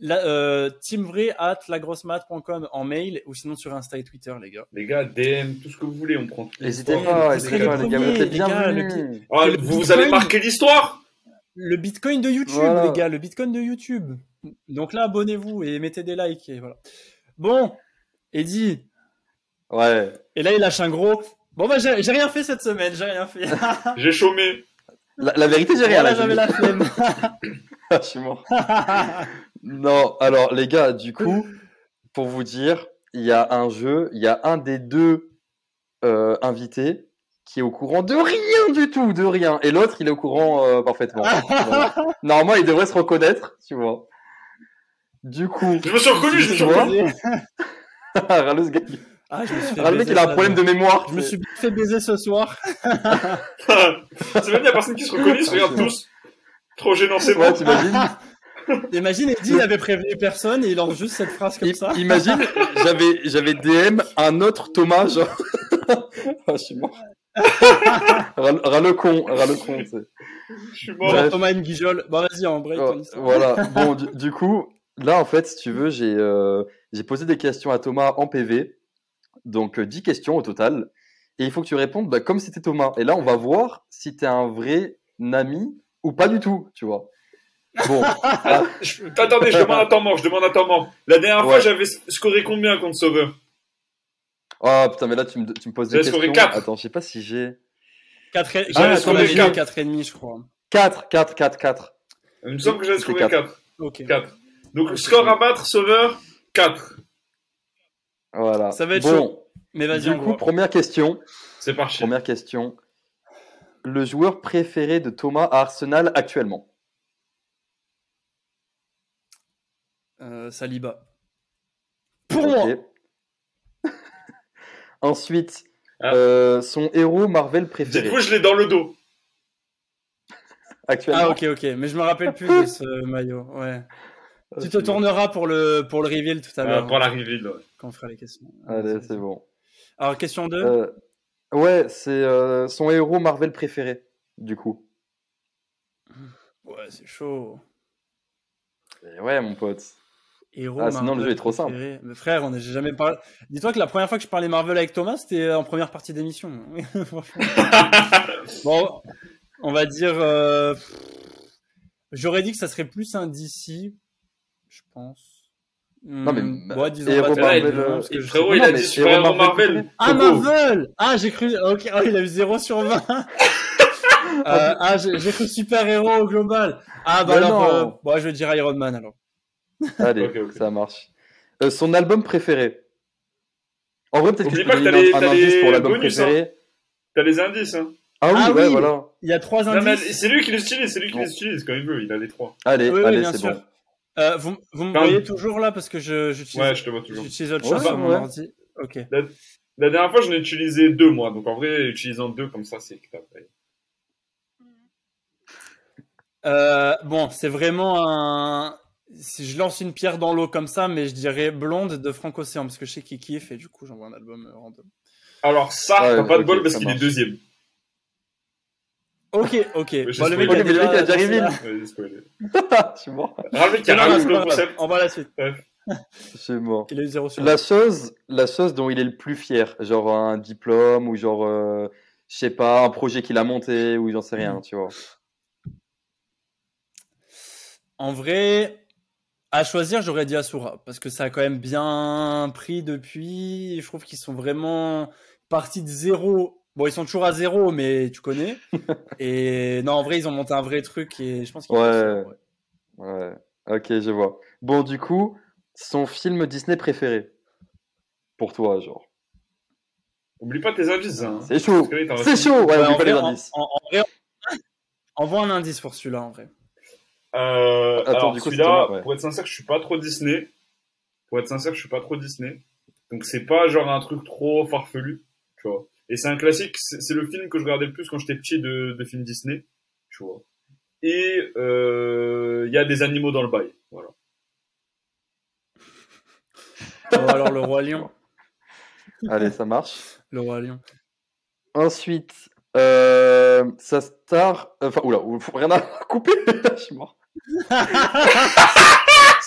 Speaker 1: La, euh, teamvray at lagrossemat.com en mail ou sinon sur Insta et Twitter, les gars.
Speaker 3: Les gars, DM, tout ce que vous voulez, on prend tout.
Speaker 2: N'hésitez
Speaker 1: Ouais,
Speaker 2: pas,
Speaker 1: vous
Speaker 2: n'hésitez
Speaker 3: serez
Speaker 2: pas,
Speaker 3: les
Speaker 2: les gars, vous
Speaker 1: premiers,
Speaker 2: êtes
Speaker 1: les gars, le
Speaker 2: bienvenus.
Speaker 3: Ah,
Speaker 1: Que le
Speaker 3: vous, vous
Speaker 1: Bitcoin-
Speaker 3: avez marqué l'histoire
Speaker 1: Le Bitcoin de YouTube,
Speaker 2: Voilà.
Speaker 1: les gars, le Bitcoin de YouTube. Donc là, abonnez-vous et mettez des likes et voilà. Bon, Eddie,
Speaker 2: Ouais.
Speaker 1: Et là, il lâche un gros. Bon, bah, j'ai j'ai rien fait cette semaine, j'ai rien fait.
Speaker 2: Ah.
Speaker 3: J'ai chômé.
Speaker 2: La, la vérité, j'ai rien.
Speaker 1: là,
Speaker 2: là, j'ai
Speaker 1: j'avais
Speaker 2: mis-
Speaker 1: la flemme. Ah,
Speaker 2: Je suis mort. Non, alors les gars, du coup, pour vous dire, il y a un jeu, il y a un des deux euh, invités qui est au courant de rien du tout, de rien. Et l'autre, il est au courant euh, parfaitement. Voilà. Normalement, il devrait se reconnaître, tu vois. Du coup,
Speaker 3: Je me suis reconnu, je me suis
Speaker 2: Tu vois
Speaker 3: reconnu.
Speaker 2: Raleigh, ce gars, il-
Speaker 1: ah, je me suis fait
Speaker 2: Raleigh,
Speaker 1: baiser,
Speaker 2: il a
Speaker 1: ça,
Speaker 2: un problème de mémoire.
Speaker 1: Je me
Speaker 2: c'est-
Speaker 1: suis bien fait baiser ce soir.
Speaker 3: c'est même, il y a personne qui se reconnaissent, regarde tous. Trop gênant, c'est
Speaker 2: Ouais,
Speaker 3: bon.
Speaker 2: t'imagines
Speaker 1: Imagine, Eddie, il avait prévenu personne et il enregistre juste cette phrase comme
Speaker 2: I-
Speaker 1: ça.
Speaker 2: Imagine, j'avais, j'avais DM un autre Thomas. Genre... Ah, je suis mort. Ras- ras le con, ras le con. tu sais.
Speaker 3: Je suis
Speaker 1: Genre,
Speaker 3: mort.
Speaker 2: bref.
Speaker 1: Thomas une guijole. Bon, vas-y, en break.
Speaker 2: Oh,
Speaker 1: ton histoire.
Speaker 2: voilà. Bon, du, du coup, là, en fait, si tu veux, j'ai euh, j'ai posé des questions à Thomas en PV. Donc, euh, 10 questions au total. Et il faut que tu répondes bah, comme si t'es Thomas. Et là, on va voir si t'es un vrai ami ou pas du tout, tu vois. Bon,
Speaker 3: Ah, je- Attendez, je demande à temps mort, je demande à temps mort. La dernière fois,
Speaker 2: Ouais.
Speaker 3: j'avais scoré combien contre Sauveur
Speaker 2: ah putain, mais là tu me, tu me poses des
Speaker 3: J'ai scoré
Speaker 2: questions.
Speaker 3: quatre.
Speaker 2: Attends, je sais pas si j'ai
Speaker 1: Quatre et...
Speaker 3: J'avais
Speaker 1: Ah,
Speaker 3: sur
Speaker 1: Thomas,
Speaker 3: les
Speaker 1: il
Speaker 3: quatre.
Speaker 1: est quatre et demi, je crois.
Speaker 2: 4, 4, 4, 4.
Speaker 3: Il me semble que j'avais
Speaker 2: C'est
Speaker 3: scoré
Speaker 2: quatre.
Speaker 3: 4.
Speaker 1: Ok.
Speaker 3: 4. Donc, score à battre, Sauveur, 4.
Speaker 2: Voilà.
Speaker 1: Ça va être
Speaker 2: bon.
Speaker 1: chaud. Mais vas-y,
Speaker 2: Du
Speaker 1: en
Speaker 2: coup,
Speaker 1: gros.
Speaker 2: première question.
Speaker 3: C'est parti.
Speaker 2: Première question. Le joueur préféré de Thomas à Arsenal actuellement
Speaker 1: Euh, Saliba. Pour
Speaker 2: Ok.
Speaker 1: moi.
Speaker 2: Ensuite,
Speaker 3: Ah.
Speaker 2: euh, son héros Marvel préféré
Speaker 3: Dites-vous, je l'ai dans le dos.
Speaker 2: actuellement.
Speaker 1: Ah, ok, ok. Mais je me rappelle plus de ce maillot. Ouais.
Speaker 2: Ah,
Speaker 1: Tu te
Speaker 2: c'est bon.
Speaker 1: tourneras pour le, pour le reveal
Speaker 2: Ah,
Speaker 1: tout à
Speaker 3: Euh,
Speaker 1: l'heure.
Speaker 3: pour la reveal, ouais.
Speaker 1: Quand on fera les questions.
Speaker 2: Allez, c'est bon.
Speaker 1: Alors, question 2.
Speaker 2: Euh, ouais, c'est euh, son héros Marvel préféré, du coup.
Speaker 1: Ouais, c'est chaud.
Speaker 2: Et Eh ouais, mon pote.
Speaker 1: Héros,
Speaker 2: Ah, sinon,
Speaker 1: Marvel
Speaker 2: le jeu est trop simple.
Speaker 1: préféré. Mais frère, on n'a jamais parlé. Dis-toi que la première fois que je parlais Marvel avec Thomas, c'était en première partie d'émission. Franchement. bon, on va dire. euh, J'aurais dit que ça serait plus un DC, je pense.
Speaker 2: Non, mais- bah,
Speaker 1: Hmm, ouais, disons
Speaker 2: héros
Speaker 1: Batman,
Speaker 3: Marvel,
Speaker 1: disons,
Speaker 2: euh,
Speaker 1: parce que
Speaker 3: Et
Speaker 1: je-
Speaker 3: frérot,
Speaker 2: sais
Speaker 3: il
Speaker 2: pas,
Speaker 3: a
Speaker 2: mais
Speaker 3: dit
Speaker 2: héros
Speaker 3: super héros
Speaker 2: Marvel
Speaker 3: Marvel.
Speaker 1: Ah,
Speaker 3: Coco.
Speaker 1: Marvel Ah, j'ai cru. Ok, ah, il a eu 0 sur 20. Euh, ah, j'ai j'ai cru super-héros au global. Ah, bah
Speaker 2: Mais
Speaker 1: alors,
Speaker 2: non.
Speaker 1: euh, bon, je vais dire Iron Man alors.
Speaker 2: Allez,
Speaker 3: Ok, ok.
Speaker 2: ça marche. Euh, son album préféré En vrai, peut-être que
Speaker 3: Oublie
Speaker 2: je
Speaker 3: pas
Speaker 2: peux
Speaker 3: que
Speaker 2: donner
Speaker 3: t'as les-
Speaker 2: un, un
Speaker 3: t'as
Speaker 2: indice
Speaker 3: les
Speaker 2: pour l'album
Speaker 3: bonus, hein.
Speaker 2: préféré.
Speaker 3: T'as les indices, hein.
Speaker 2: Ah oui,
Speaker 1: Ah
Speaker 2: ouais,
Speaker 1: oui.
Speaker 2: voilà.
Speaker 1: Il y a trois
Speaker 3: Non, mais
Speaker 1: indices.
Speaker 3: c'est lui qui les utilise, c'est lui qui
Speaker 2: Bon.
Speaker 3: les utilise quand il veut, il a les trois.
Speaker 2: Allez,
Speaker 1: Oui, oui,
Speaker 2: allez,
Speaker 1: bien
Speaker 2: c'est
Speaker 1: sûr.
Speaker 2: bon.
Speaker 1: Euh, vous vous me
Speaker 3: Pardon.
Speaker 1: voyez toujours là parce que je- j'utilise
Speaker 3: Ouais, je te vois toujours.
Speaker 1: j'utilise autre
Speaker 2: Ouais,
Speaker 1: chose sur mon
Speaker 2: ouais.
Speaker 1: ordi. Ok.
Speaker 3: La dernière fois, j'en ai utilisé deux, moi. Donc, en vrai, utilisant deux comme ça, c'est équitable.
Speaker 1: Euh, bon, c'est vraiment un. Si je lance une pierre dans l'eau comme ça, mais je dirais blonde de Franck Océan parce que je sais qu'il kiffe et du coup j'envoie un album euh, random.
Speaker 3: Alors, ça,
Speaker 2: Ouais,
Speaker 3: t'as pas de
Speaker 2: ok,
Speaker 3: bol parce
Speaker 2: ça
Speaker 3: qu'il est
Speaker 2: marche.
Speaker 3: deuxième.
Speaker 1: Ok, ok.
Speaker 3: j'ai
Speaker 1: Bon, le mec a
Speaker 3: spoilé.
Speaker 2: Ok, mais le
Speaker 1: déjà
Speaker 2: mec a déjà
Speaker 1: lancé
Speaker 2: reveal.
Speaker 1: la-
Speaker 3: Ouais, j'ai spoilé.
Speaker 2: je suis mort.
Speaker 3: Rappelez qu'il y
Speaker 1: Non,
Speaker 3: a
Speaker 1: non,
Speaker 3: un
Speaker 1: c'est pas
Speaker 3: le
Speaker 1: grave.
Speaker 3: concept.
Speaker 1: On voit la suite.
Speaker 3: Ouais.
Speaker 2: C'est mort.
Speaker 1: Il a eu zéro sur
Speaker 2: La chose, la chose dont il est le plus fier, genre un diplôme ou genre, euh, je sais pas, un projet qu'il a monté ou j'en sais rien, tu vois.
Speaker 1: En vrai, à choisir, j'aurais dit Asura, parce que ça a quand même bien pris depuis. et Je trouve qu'ils sont vraiment partis de zéro. Bon, ils sont toujours à zéro, mais tu connais. et non, en vrai, ils ont monté un vrai truc et je pense qu'ils
Speaker 2: Ouais.
Speaker 1: réussiront, ouais.
Speaker 2: Ouais. Ok, je vois. Bon, du coup, son film Disney préféré pour toi, genre.
Speaker 3: Oublie pas tes indices, hein.
Speaker 2: C'est chaud.
Speaker 3: Parce que là, il t'en
Speaker 2: C'est
Speaker 3: reste-
Speaker 2: chaud. Ouais,
Speaker 1: euh, Ouais,
Speaker 2: oublie
Speaker 1: en
Speaker 2: pas
Speaker 1: vrai,
Speaker 2: les
Speaker 1: en-
Speaker 2: indices.
Speaker 1: en- en vrai, envoie un indice pour celui-là, en vrai.
Speaker 3: Euh,
Speaker 2: Attends,
Speaker 3: alors,
Speaker 2: du coup, c'est
Speaker 3: celui-là,
Speaker 2: Thomas, ouais.
Speaker 3: pour être sincère, je suis pas trop Disney. Pour être sincère, je suis pas trop Disney. Donc c'est pas genre un truc trop farfelu, tu vois. Et c'est un classique, c'est c'est le film que je regardais le plus quand j'étais petit de, de films Disney, tu vois. Et euh, il y a des animaux dans le bail, voilà.
Speaker 1: Bon, alors, le Roi Lion.
Speaker 2: Allez, ça marche.
Speaker 1: Le Roi Lion.
Speaker 2: Ensuite, euh, sa star. Enfin, oula, ouf, rien à couper. Je suis mort.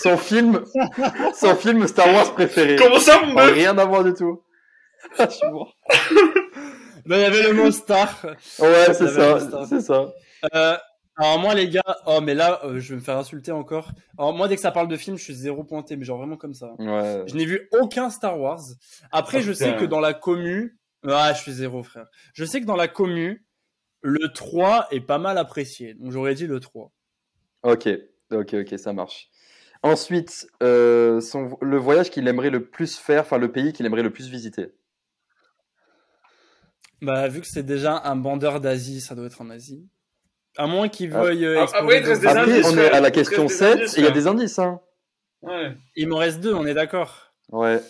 Speaker 2: son film, son film Star Wars préféré.
Speaker 3: Comment ça, mon
Speaker 2: Oh,
Speaker 3: meuf
Speaker 2: rien à voir du tout. Je suis mort.
Speaker 1: Là, Bah, il y avait le mot star.
Speaker 2: Ouais, c'est
Speaker 1: La
Speaker 2: ça,
Speaker 3: hein.
Speaker 1: Star.
Speaker 2: c'est ça.
Speaker 1: Euh, alors moi les gars, oh mais là euh, je vais me faire insulter encore. Alors moi dès que ça parle de film, je suis zéro pointé, mais genre vraiment comme ça.
Speaker 2: Ouais.
Speaker 1: Je n'ai vu aucun Star Wars. Après
Speaker 3: Oh,
Speaker 1: je
Speaker 3: putain.
Speaker 1: sais que dans la commu, ah je suis zéro frère. Je sais que dans la commu, le 3 est pas mal apprécié. Donc j'aurais dit le 3.
Speaker 2: Ok, ok, ok, ça marche. Ensuite, euh, son, le voyage qu'il aimerait le plus faire, enfin le pays qu'il aimerait le plus visiter.
Speaker 1: Bah vu que c'est déjà un bandeur d'Asie, ça doit être en Asie. À moins qu'il
Speaker 2: Ah.
Speaker 1: veuille euh,
Speaker 3: Ah, ah,
Speaker 1: explorer
Speaker 3: ouais, il te reste
Speaker 1: d'autres-
Speaker 3: Des
Speaker 2: Après,
Speaker 3: indices,
Speaker 2: on est à
Speaker 3: frère.
Speaker 2: la question
Speaker 3: Des
Speaker 2: 7
Speaker 3: indices,
Speaker 2: et il y a
Speaker 3: frère.
Speaker 2: des indices, hein.
Speaker 3: Ouais.
Speaker 1: Il m'en reste deux, on est d'accord.
Speaker 2: Ouais.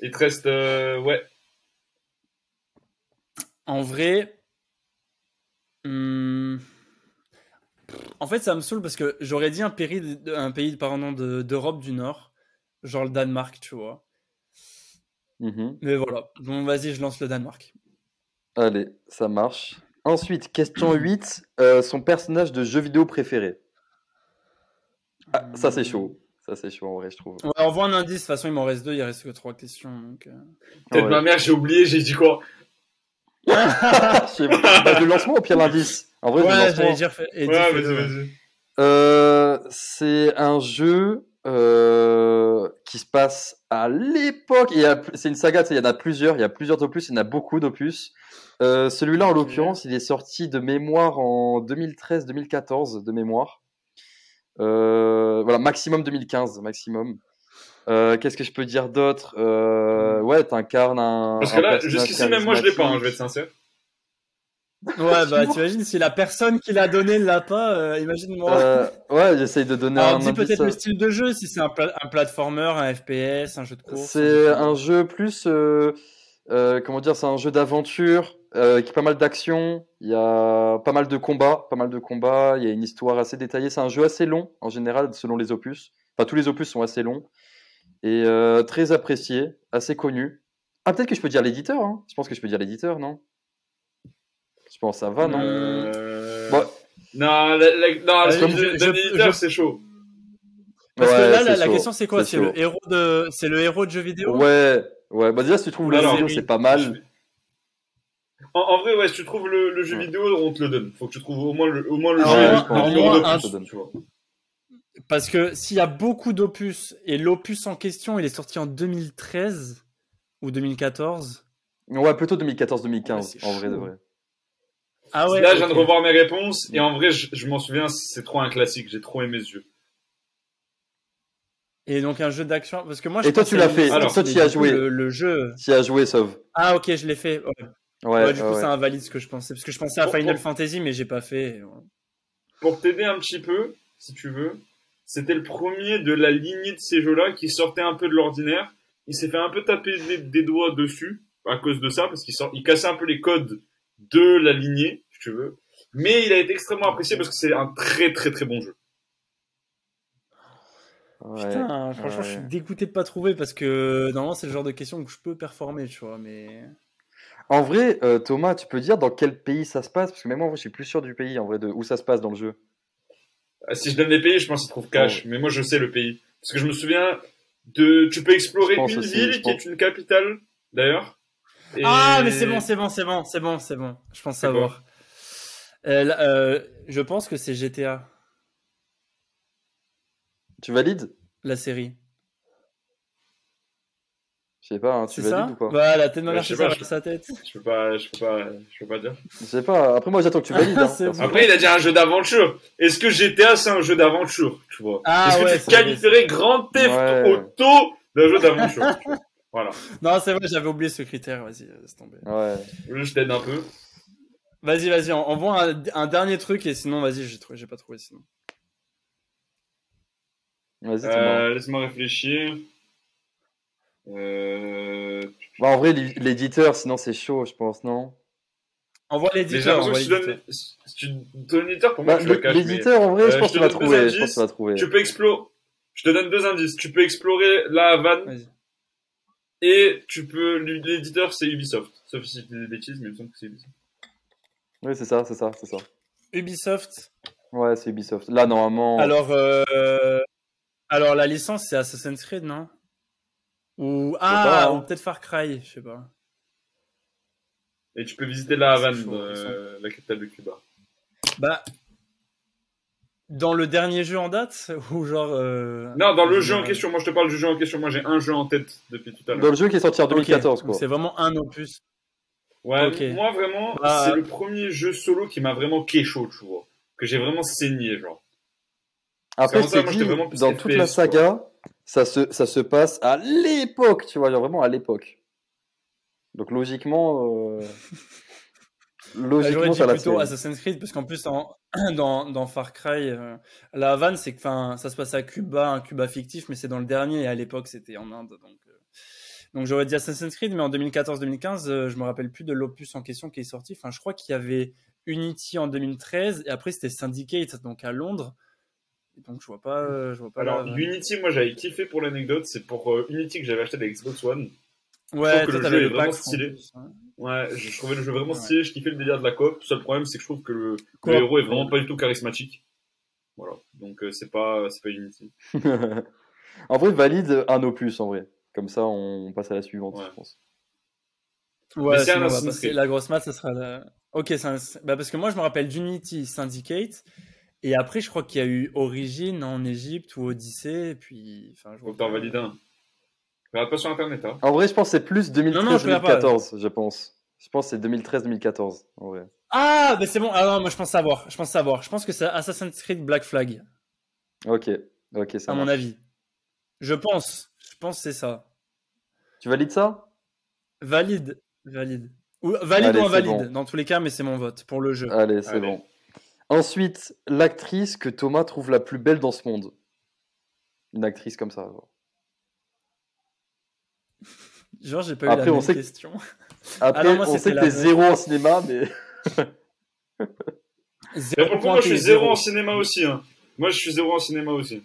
Speaker 3: Il te reste, euh, ouais.
Speaker 2: Ah
Speaker 1: En vrai, hmm, en fait, ça me saoule parce que j'aurais dit un pays, de- un pays pardon, de- d'Europe du Nord, genre le Danemark, tu vois.
Speaker 2: Mhm.
Speaker 1: Mais voilà, bon, vas-y, je lance le Danemark.
Speaker 2: Allez, ça marche. Ensuite, question 8, euh, son personnage de jeu vidéo préféré. Ah, ça c'est chaud. Ça c'est chaud en vrai, je trouve.
Speaker 1: Ouais, envoie un indice, de toute façon, il m'en reste deux, il reste que trois questions. donc, euh.
Speaker 3: Peut-être
Speaker 2: Ouais.
Speaker 3: ma mère, j'ai oublié, j'ai dit quoi
Speaker 2: Je sais pas. Bah, je le lance moi au pire l'indice. En vrai, je le
Speaker 1: Ouais,
Speaker 2: lance moi.
Speaker 1: j'allais dire. fait- et
Speaker 3: Ouais,
Speaker 1: dis-
Speaker 3: vas-y,
Speaker 1: fais-le.
Speaker 3: vas-y.
Speaker 2: Euh, c'est un jeu euh, qui se passe à l'époque. Il y a- C'est une saga, tu sais, il y en a plusieurs, il y a plusieurs opus, il y en a beaucoup d'opus. Euh, Celui-là, en
Speaker 1: Ok.
Speaker 2: l'occurrence, il est sorti de mémoire en 2013-2014, de mémoire. Euh, voilà, maximum 2015, maximum. Euh, Qu'est-ce que je peux dire d'autre Euh, Ouais, t'incarnes un.
Speaker 3: Hmm. Parce
Speaker 2: un
Speaker 3: que là,
Speaker 2: personnage
Speaker 3: jusqu'ici, même moi, je l'ai pas, hein, je vais être
Speaker 2: charismatique.
Speaker 3: sincère.
Speaker 1: Ouais, bah, t'imagines si la personne qui l'a donné l'a pas, euh, imagine-moi.
Speaker 2: Euh, ouais, j'essaye de donner
Speaker 3: Ah,
Speaker 1: Alors,
Speaker 2: un
Speaker 1: dis
Speaker 2: indice, euh,
Speaker 1: peut-être le style de jeu, si c'est un, pla- un platformer, un FPS, un jeu de course.
Speaker 2: C'est
Speaker 1: jeu de-
Speaker 2: un jeu plus, euh, euh, comment dire, c'est un jeu d'aventure euh, qui a pas mal d'action. Il y a pas mal de combats, pas mal de combats. Il y a une histoire assez détaillée. C'est un jeu assez long en général, selon les opus. Enfin, tous les opus sont assez longs et euh, très apprécié, assez connu. Ah, peut-être que je peux dire l'éditeur. hein. Je pense que je peux dire l'éditeur, non Je pense ça va, non
Speaker 3: Euh...
Speaker 2: Bon.
Speaker 3: Non, la, la, non,
Speaker 1: Euh,
Speaker 3: celui
Speaker 1: je-
Speaker 3: de-
Speaker 1: je-
Speaker 3: d'un éditeur,
Speaker 1: je-
Speaker 3: c'est chaud.
Speaker 1: Parce que
Speaker 2: Ouais,
Speaker 1: là, la,
Speaker 2: c'est
Speaker 1: la
Speaker 2: chaud,
Speaker 1: question, c'est quoi C'est
Speaker 2: chaud.
Speaker 1: le héros de, c'est le héros de jeu vidéo.
Speaker 2: Ouais, ouais. Bah déjà, si tu trouves le
Speaker 3: Alors,
Speaker 2: vidéo,
Speaker 1: oui.
Speaker 2: c'est pas mal.
Speaker 3: En, en vrai, ouais, si tu trouves le, le jeu
Speaker 2: Ouais.
Speaker 3: vidéo, on te le donne. Faut que tu trouves au moins le, au moins le
Speaker 1: Ah,
Speaker 3: jeu. hein.
Speaker 1: ouais,
Speaker 3: le
Speaker 1: je pense.
Speaker 3: numéro
Speaker 1: Au moins
Speaker 3: de
Speaker 1: un-
Speaker 3: plus, tu vois.
Speaker 1: Parce que s'il y a beaucoup d'opus et l'opus en question, il est sorti en 2013 ou 2014.
Speaker 2: Ouais, plutôt 2014-2015
Speaker 1: Ouais, c'est
Speaker 2: en vrai de
Speaker 1: chaud.
Speaker 2: vrai.
Speaker 1: Ah ouais.
Speaker 3: Là, je viens
Speaker 1: ok. Mm.
Speaker 3: de revoir mes réponses et en vrai, je, je m'en souviens, c'est trop un classique. J'ai trop aimé ce jeu.
Speaker 1: Et donc un jeu d'action. Parce que moi, je
Speaker 2: Et toi,
Speaker 1: pense
Speaker 2: tu
Speaker 1: à
Speaker 2: l'as
Speaker 1: une
Speaker 2: fait.
Speaker 1: licence,
Speaker 2: Alors, toi,
Speaker 1: mais
Speaker 2: tu y as
Speaker 1: du coup,
Speaker 2: joué.
Speaker 1: Le, le jeu.
Speaker 2: Tu as joué, Sauve.
Speaker 1: Ah ok, je l'ai fait. Ouais,
Speaker 2: Ouais,
Speaker 1: Ouais, du coup,
Speaker 2: ouais, ouais.
Speaker 1: ça invalide ce que je pensais. Parce que je pensais à
Speaker 3: Pour-
Speaker 1: Final
Speaker 3: pour-
Speaker 1: Fantasy, mais j'ai pas fait. et voilà.
Speaker 3: Pour t'aider un petit peu, si tu veux, c'était le premier de la lignée de ces jeux-là qui sortait un peu de l'ordinaire. Il s'est fait un peu taper des, des doigts dessus à cause de ça parce qu'il sort, il cassait un peu les codes de la lignée, si tu veux. Mais il a été extrêmement apprécié parce que c'est un très très très bon jeu.
Speaker 2: Ouais.
Speaker 1: Putain, franchement, je suis dégoûté de pas trouver parce que normalement, c'est le genre de question que je peux performer, tu vois. Mais
Speaker 2: En vrai, euh, Thomas, tu peux dire dans quel pays ça se passe Parce que même moi, en vrai, je suis plus sûr du pays en vrai de où ça se passe dans le jeu.
Speaker 3: Euh,
Speaker 2: Oh,
Speaker 3: Ah, Si je donne les pays, je pense qu'ils trouvent cash. Mais moi, je sais le pays. Parce que je me souviens, de, tu peux explorer
Speaker 2: Je pense
Speaker 3: une
Speaker 2: aussi, je
Speaker 3: ville qui
Speaker 2: pense.
Speaker 3: est une capitale, d'ailleurs. Et-
Speaker 1: Ah, mais c'est bon, c'est bon, c'est bon, c'est bon, c'est bon. Je pense
Speaker 3: C'est quoi
Speaker 1: savoir. Euh, là, euh, je pense que c'est GTA,
Speaker 2: Tu valides
Speaker 1: la série.
Speaker 2: Je sais pas, hein, tu
Speaker 1: C'est
Speaker 2: valides
Speaker 1: ça Bah.
Speaker 2: ou pas
Speaker 1: Voilà, la tête de ma
Speaker 3: Ouais,
Speaker 1: mère,
Speaker 3: je sais
Speaker 1: c'est ça,
Speaker 3: pas, je-
Speaker 1: sur sa tête.
Speaker 3: Je peux pas, je peux pas, je peux pas dire.
Speaker 2: Je sais pas. Après, moi, j'attends que tu valides. hein,
Speaker 1: C'est
Speaker 2: perso.
Speaker 1: bon.
Speaker 3: Après, il a dit un jeu d'aventure. Est-ce que GTA, c'est un jeu d'aventure, tu vois?
Speaker 1: Ah
Speaker 3: Est-ce que
Speaker 1: ouais,
Speaker 3: tu
Speaker 1: c'est
Speaker 3: te qualifierais Grand Theft
Speaker 2: Ouais.
Speaker 3: Auto d'un jeu d'aventure? tu vois voilà.
Speaker 1: Non, c'est vrai, j'avais oublié ce critère. Vas-y, euh, laisse tomber.
Speaker 2: Ouais.
Speaker 3: Je t'aide un peu.
Speaker 1: Vas-y, vas-y, on- envoie un, un dernier truc et sinon, vas-y, j'ai trouvé- j'ai pas trouvé sinon.
Speaker 2: Vas-y, c'est bon.
Speaker 3: Euh, laisse-moi réfléchir. Euh,
Speaker 2: Bah, en vrai, l'é- l'éditeur, sinon, c'est chaud, je pense, non
Speaker 1: Envoie
Speaker 3: mais j'ai
Speaker 1: l'éditeur.
Speaker 3: l'impression
Speaker 1: envoie
Speaker 3: que si tu donnes,
Speaker 1: l'éditeur.
Speaker 3: si tu donnes l'éditeur, pour moi,
Speaker 2: Bah,
Speaker 3: tu le
Speaker 2: le-
Speaker 3: caches. mais
Speaker 2: L'éditeur, en vrai,
Speaker 3: Euh,
Speaker 2: je pense
Speaker 3: je te
Speaker 2: qu'il va
Speaker 3: donne deux
Speaker 2: trouver. Je
Speaker 3: indices.
Speaker 2: pense qu'il va trouver.
Speaker 3: Tu peux explorer. Je te donne deux indices. Tu peux explorer la Havane
Speaker 1: Vas-y.
Speaker 3: et tu peux. L'éditeur, c'est Ubisoft. Sauf si c'est des bêtises, mais il me semble que c'est Ubisoft.
Speaker 2: Oui, c'est ça, c'est ça, c'est ça.
Speaker 1: Ubisoft.
Speaker 2: Ouais, c'est Ubisoft. Là,
Speaker 3: Oh.
Speaker 2: normalement.
Speaker 1: Alors, euh, alors, la licence, c'est Assassin's Creed, non Ou ah,
Speaker 2: pas, hein.
Speaker 1: ou peut-être Far Cry, je sais pas.
Speaker 3: Et tu peux visiter la Havane,
Speaker 1: C'est chaud,
Speaker 3: euh, la capitale de Cuba.
Speaker 1: Bah, dans le dernier jeu en date ou genre euh,
Speaker 3: Non, dans le jeu en
Speaker 1: euh,
Speaker 3: question, moi je te parle du jeu en question. Moi j'ai un jeu en tête depuis tout à
Speaker 2: Dans
Speaker 3: l'heure.
Speaker 2: le jeu qui est sorti en
Speaker 1: ok,
Speaker 2: 2014,
Speaker 1: donc
Speaker 2: quoi.
Speaker 1: C'est vraiment un opus.
Speaker 3: Ouais,
Speaker 1: ok.
Speaker 3: moi vraiment,
Speaker 1: Bah,
Speaker 3: c'est le premier jeu solo qui m'a vraiment kécho, tu vois. Que j'ai vraiment saigné, genre.
Speaker 2: Après, je
Speaker 3: C'est
Speaker 2: t'ai
Speaker 3: vraiment ça, moi,
Speaker 2: dit,
Speaker 3: j'étais vraiment plus
Speaker 2: dans toute la
Speaker 3: FPS, quoi.
Speaker 2: saga, ça se, ça se passe à l'époque, tu vois, genre vraiment à l'époque. Donc logiquement, euh,
Speaker 1: Bah, J'aurais
Speaker 2: logiquement,
Speaker 1: dit
Speaker 2: ça l'a
Speaker 1: plutôt
Speaker 2: fait.
Speaker 1: Assassin's Creed parce qu'en plus en- dans, dans Far Cry, euh, la Havane, c'est que 'fin, ça se passe à Cuba, un Cuba fictif, mais c'est dans le dernier et à l'époque c'était en Inde. Donc, euh, donc j'aurais dit Assassin's Creed, mais en 2014-2015, euh, je me rappelle plus de l'opus en question qui est sorti. Enfin, je crois qu'il y avait Unity en 2013 et après c'était Syndicate donc à Londres. Donc je vois pas, euh, je vois pas.
Speaker 3: Alors,
Speaker 1: la-
Speaker 3: Unity, moi j'avais kiffé pour l'anecdote. C'est pour euh, Unity que j'avais acheté la Xbox One.
Speaker 1: Ouais,
Speaker 3: que
Speaker 1: toi,
Speaker 3: le
Speaker 1: t'avais
Speaker 3: jeu est
Speaker 1: pack,
Speaker 3: vraiment
Speaker 1: je crois, en
Speaker 3: stylé.
Speaker 1: plus, hein.
Speaker 3: Ouais, je, je trouvais le jeu vraiment
Speaker 1: Ouais.
Speaker 3: stylé. Je kiffais le délire de la coop. Le seul problème, c'est que je trouve que le, le
Speaker 1: Coop.
Speaker 3: héros est vraiment pas du tout charismatique. Voilà. Donc, euh, c'est pas, c'est pas Unity.
Speaker 2: en vrai, valide euh, un opus, en vrai. Comme ça, on passe à la suivante,
Speaker 3: Ouais.
Speaker 2: je pense.
Speaker 1: Ouais,
Speaker 3: Mais c'est un
Speaker 1: sinon, on va
Speaker 3: Assassin's
Speaker 1: passer-
Speaker 3: Creed.
Speaker 1: la grosse maths, ça sera la... Ok, c'est un- c'est- bah, parce que moi, je me rappelle d'Unity, Syndicate, et après, je crois qu'il y a eu Origin en Égypte ou Odyssée, et puis... Enfin, je
Speaker 3: Faut
Speaker 1: vois
Speaker 3: que t'en
Speaker 1: pas.
Speaker 3: valides un. Regarde pas sur internet, hein.
Speaker 2: En vrai, je pense que c'est plus
Speaker 1: Non, non, je regarde pas.
Speaker 2: 2013-2014, je pense. Je pense que c'est 2013-2014, en vrai.
Speaker 1: Ah, mais c'est bon, ah non, moi, je pense savoir, je pense savoir. Je pense que c'est Assassin's Creed Black Flag,
Speaker 2: Ok, ok, ça
Speaker 1: à mon
Speaker 2: marche.
Speaker 1: avis. Je pense, je pense que c'est ça.
Speaker 2: Tu valides ça
Speaker 1: Valide, valide. Ou, valide
Speaker 2: Allez,
Speaker 1: ou
Speaker 2: c'est
Speaker 1: invalide,
Speaker 2: bon.
Speaker 1: dans tous les cas, mais c'est mon vote pour le jeu.
Speaker 2: Allez, c'est
Speaker 3: Allez.
Speaker 2: bon. Ensuite, l'actrice que Thomas trouve la plus belle dans ce monde. Une actrice comme ça. genre.
Speaker 1: Genre, j'ai pas eu
Speaker 2: Après,
Speaker 1: la
Speaker 2: on
Speaker 1: même
Speaker 2: sait que-
Speaker 1: question.
Speaker 2: Après,
Speaker 1: Ah non, moi,
Speaker 2: on
Speaker 1: c'était
Speaker 2: sait que
Speaker 1: la
Speaker 2: t'es
Speaker 1: vraie.
Speaker 2: zéro en cinéma, mais...
Speaker 1: Zéro
Speaker 3: Mais pour le coup, moi, je
Speaker 1: pointé,
Speaker 3: suis zéro
Speaker 1: zéro.
Speaker 3: en cinéma aussi, hein. Moi, je suis zéro en cinéma aussi.